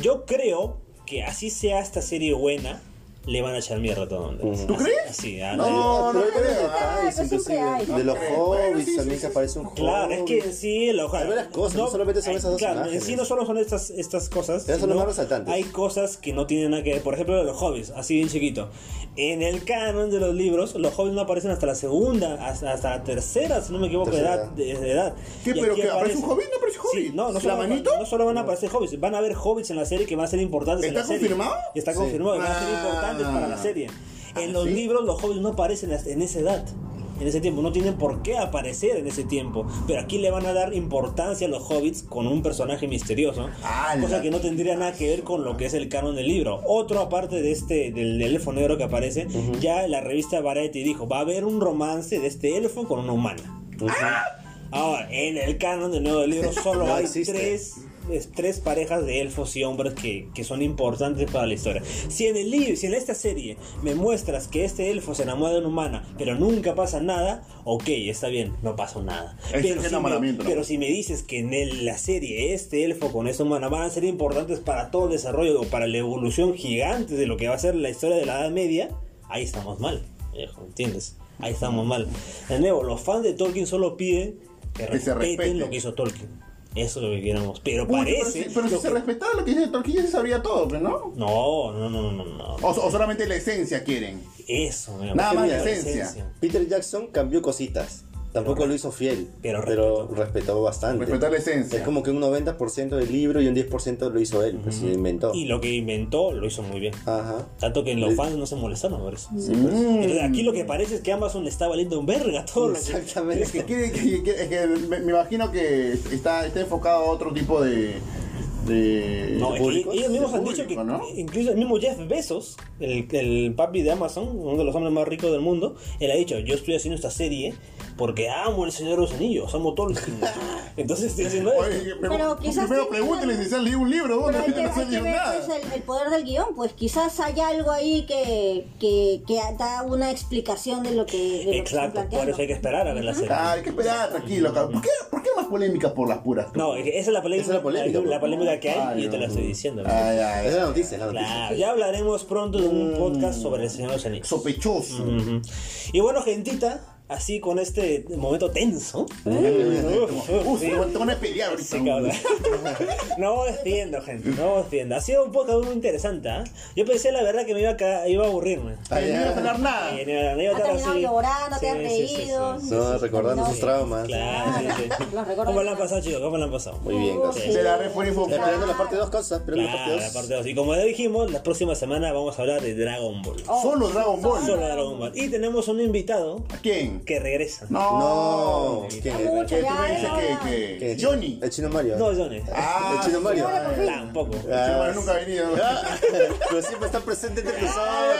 S3: Yo creo que así sea esta serie buena, le van a echar mierda a todo el mundo.
S4: ¿Tú crees?
S3: Así, a-
S4: No, no
S2: Pero hay varios
S4: creo, ah,
S2: detalles,
S1: eso siempre
S2: inclusive,
S1: hay.
S2: De los
S4: Bueno, sí, sí,
S2: hobbies también
S4: sí,
S2: que aparece un
S3: Claro, es que en
S2: hobby.
S3: sí, la hoja.
S2: Hay varias cosas, no solamente son
S3: hay-
S2: esas dos
S3: Claro, en
S2: imágenes.
S3: sí no solo son estas, estas cosas.
S2: Esas son
S3: sino
S2: las más resaltantes.
S3: Hay cosas que no tienen nada que ver. Por ejemplo, los hobbies, así bien chiquito. En el canon de los libros, los hobbies no aparecen hasta la segunda, hasta, hasta la tercera, si no me equivoco, de edad.
S2: Tercera.
S3: De, de edad.
S4: ¿Qué,
S3: Y
S4: pero
S3: aquí
S4: que aparece un
S3: aparece-
S4: hobbit? ¿No aparece un
S3: Sí,
S4: hobbit?
S3: no, no
S4: ¿La
S3: solo, van-
S4: manito?
S3: no solo van a aparecer hobbits, van a haber hobbits en la serie que van a ser importantes. en
S4: ¿Está
S3: la serie.
S4: confirmado?
S3: Está
S2: Sí.
S3: confirmado, que van a ser
S4: Ah.
S3: importantes para la serie. En
S4: Ah,
S3: los
S4: ¿sí?
S3: libros los hobbits no aparecen hasta- en esa edad, en ese tiempo, no tienen por qué aparecer en ese tiempo, pero aquí le van a dar importancia a los hobbits con un personaje misterioso,
S4: Ah,
S3: cosa
S4: la-
S3: que no tendría nada que ver con lo que es el canon del libro. Otro aparte de este del, del elfo negro que aparece, ya la revista Variety dijo, va a haber un romance de este elfo con una humana. Ah, Ahora, en el canon del nuevo libro solo
S2: No
S3: hay
S2: existe.
S3: tres, es- tres parejas de elfos y hombres que, que son importantes para la historia. Si en el libro, si en esta serie me muestras que este elfo se enamora de una humana, pero nunca pasa nada, ok, está bien, no pasa nada.
S4: Es
S3: pero,
S4: el
S3: si me,
S4: enamoramiento, ¿no?
S3: pero si me dices que en el- la serie este elfo con esta humana van a ser importantes para todo el desarrollo o para la evolución gigante de lo que va a ser la historia de la Edad Media, ahí estamos mal, viejo, ¿entiendes? Ahí estamos mal. De nuevo, los fans de Tolkien solo piden que
S4: Que se
S3: respeten
S4: respete.
S3: lo que hizo Tolkien. Eso es lo que queremos. Pero
S4: Uy,
S3: parece.
S4: pero si- Pero si
S3: lo
S4: se
S3: que-
S4: respetara lo que dice Torquilla, se sabría todo, pero no.
S3: No, no, no, no, no.
S4: O, o solamente la esencia quieren.
S3: Eso, mi amor.
S4: Nada más la
S3: Pero
S4: esencia.
S2: Peter Jackson cambió cositas. Tampoco lo hizo fiel,
S3: pero
S2: pero,
S3: respetó.
S2: respetó. bastante.
S4: Respetar la esencia.
S2: Es como que un 90% del libro y un 10% lo hizo él, pues, y lo inventó.
S3: Y lo que inventó lo hizo muy bien.
S2: Ajá.
S3: Tanto que los
S2: Sí.
S3: fans no se molestaron por eso.
S4: Mm.
S3: Entonces, aquí lo que parece es que Amazon le está valiendo un verga todo lo que-
S2: Exactamente.
S4: Es que, quiere- que- que- es que me, me imagino que está, está enfocado a otro tipo de. de
S3: No, es
S4: de
S3: que
S4: público,
S3: ellos mismos
S4: de
S3: han dicho que
S4: público, ¿no?
S3: incluso el mismo Jeff Bezos, el, el papi de Amazon, uno de los hombres más ricos del mundo, él ha dicho, yo estoy haciendo esta serie porque amo el Señor de los Anillos, amo Tolkien. Entonces estoy haciendo esto.
S4: Oye,
S1: Pero quizás
S4: primero
S1: sí,
S4: pregúntenle
S1: claro.
S4: si se han leído un libro, ¿no?
S3: Pues
S1: Pero hay
S4: No
S1: que,
S4: se
S1: hay
S4: han
S1: que
S4: leído
S1: ver
S4: nada.
S1: pues, el, el poder del guión, pues quizás haya algo ahí que, que, que da una explicación de lo que, de lo que están
S3: Exacto, por
S1: planteando.
S3: eso hay que esperar a ver la serie.
S4: Ah, hay que esperar, tranquilo. cabrón. ¿Por qué, por qué más polémica por las puras.
S3: No, esa es la polémica,
S2: Esa es la polémica,
S3: la,
S2: pues.
S3: polémica que hay y
S4: Ay,
S3: yo te la estoy diciendo. pues.
S4: Ay, ay,
S2: Es la noticia, es la noticia.
S3: Claro, ya hablaremos pronto de un podcast sobre el Señor de los Anillos.
S4: Sospechoso.
S3: Ujú. Y bueno, gentita, así con este momento tenso.
S4: Uy,
S3: Sí.
S4: te van- te van a pelear ahorita.
S3: Sí, cabrón. no vamos despidiendo, gente. No vamos despidiendo. Ha sido un podcast muy interesante. ¿ah? Yo pensé, la verdad, que me iba a, ca- iba a aburrirme. Eh,
S4: Ay, no iba a hablar nada.
S3: Y en la anécdota
S5: Has terminado
S3: sí.
S5: llorando, te has reído.
S2: No, recordando
S5: No,
S2: sus traumas.
S3: Claro, sí, sí.
S5: Los recuerdos.
S3: ¿Cómo la han pasado, chicos? ¿Cómo la han pasado?
S2: Muy bien, gracias.
S4: De la red fue info-
S2: Esperando la parte 2, cosas. Esperando
S3: Claro,
S2: la
S3: la
S2: parte
S3: parte dos. Y como ya dijimos, la próxima semana vamos a hablar de Dragon Ball.
S1: Oh.
S4: Solo Dragon
S5: Oh,
S4: Ball.
S3: Solo Dragon Ball. Y tenemos un invitado
S4: ¿A quién?
S3: que regresa.
S2: 2.
S4: No.
S2: No, ¿quién
S5: Está
S2: es?
S5: mucho.
S4: Que tú me
S5: Ya,
S4: dices
S5: ya, ya.
S4: que-
S2: ¿Quién
S4: que.
S2: es?
S4: Johnny.
S2: Eh, El chino Mario.
S3: No, Johnny.
S4: Ah,
S2: el chino Mario.
S5: Ahora por fin.
S3: Tampoco.
S4: El chino
S2: Ah,
S4: Mario nunca ha venido.
S2: Ah, Pero siempre está presente entre
S3: Él
S2: nosotros.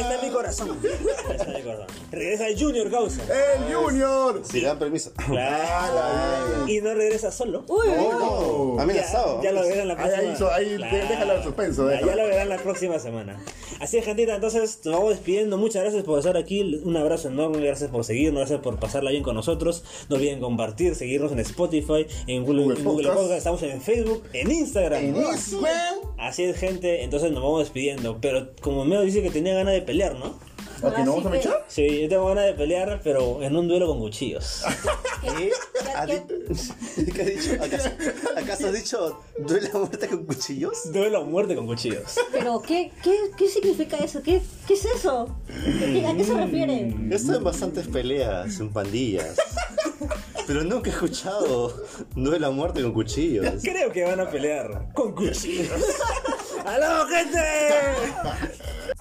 S3: está en mi corazón. Él está en mi corazón. Regresa el Junior Causa.
S4: ¡El Junior!
S2: Si le dan permiso. Ah,
S3: Claro. Y no regresa solo.
S5: Uy,
S2: Oh, Amenazado.
S3: Ya, ya lo verán la
S4: Ahí,
S3: próxima
S4: ahí, so- ahí, de- déjalo en suspenso,
S3: Ya,
S4: déjalo.
S3: ya lo verán la próxima semana. Así es, gentita. Entonces, nos vamos despidiendo. Muchas gracias por estar aquí. Un abrazo enorme. Gracias por seguirnos. Gracias por pasarla bien con nosotros. No olviden compartir, seguirnos en Spotify, en Google,
S4: Google
S3: en Google
S4: Podcast.
S3: Podcast. Estamos en Facebook, en Instagram.
S4: En Instagram.
S3: Así es, gente. Entonces, nos vamos despidiendo. Pero como Meo dice que tenía ganas de pelear, ¿no?
S4: Ok, ¿no vamos a mechar?
S3: Sí, yo tengo ganas de pelear, pero en un duelo con cuchillos.
S2: ¿Eh? ¿Ha di- ¿Qué has dicho? ¿Acaso, acaso has dicho duele la muerte con cuchillos?
S3: duelo a muerte con cuchillos.
S5: pero ¿qué, qué, qué significa eso? ¿Qué, qué es eso? ¿Qué- ¿A qué se refiere?
S2: Esto en bastantes peleas, en pandillas. Pero nunca he escuchado duele la muerte con cuchillos.
S3: Creo que van a pelear con cuchillos. ¡Aló, gente!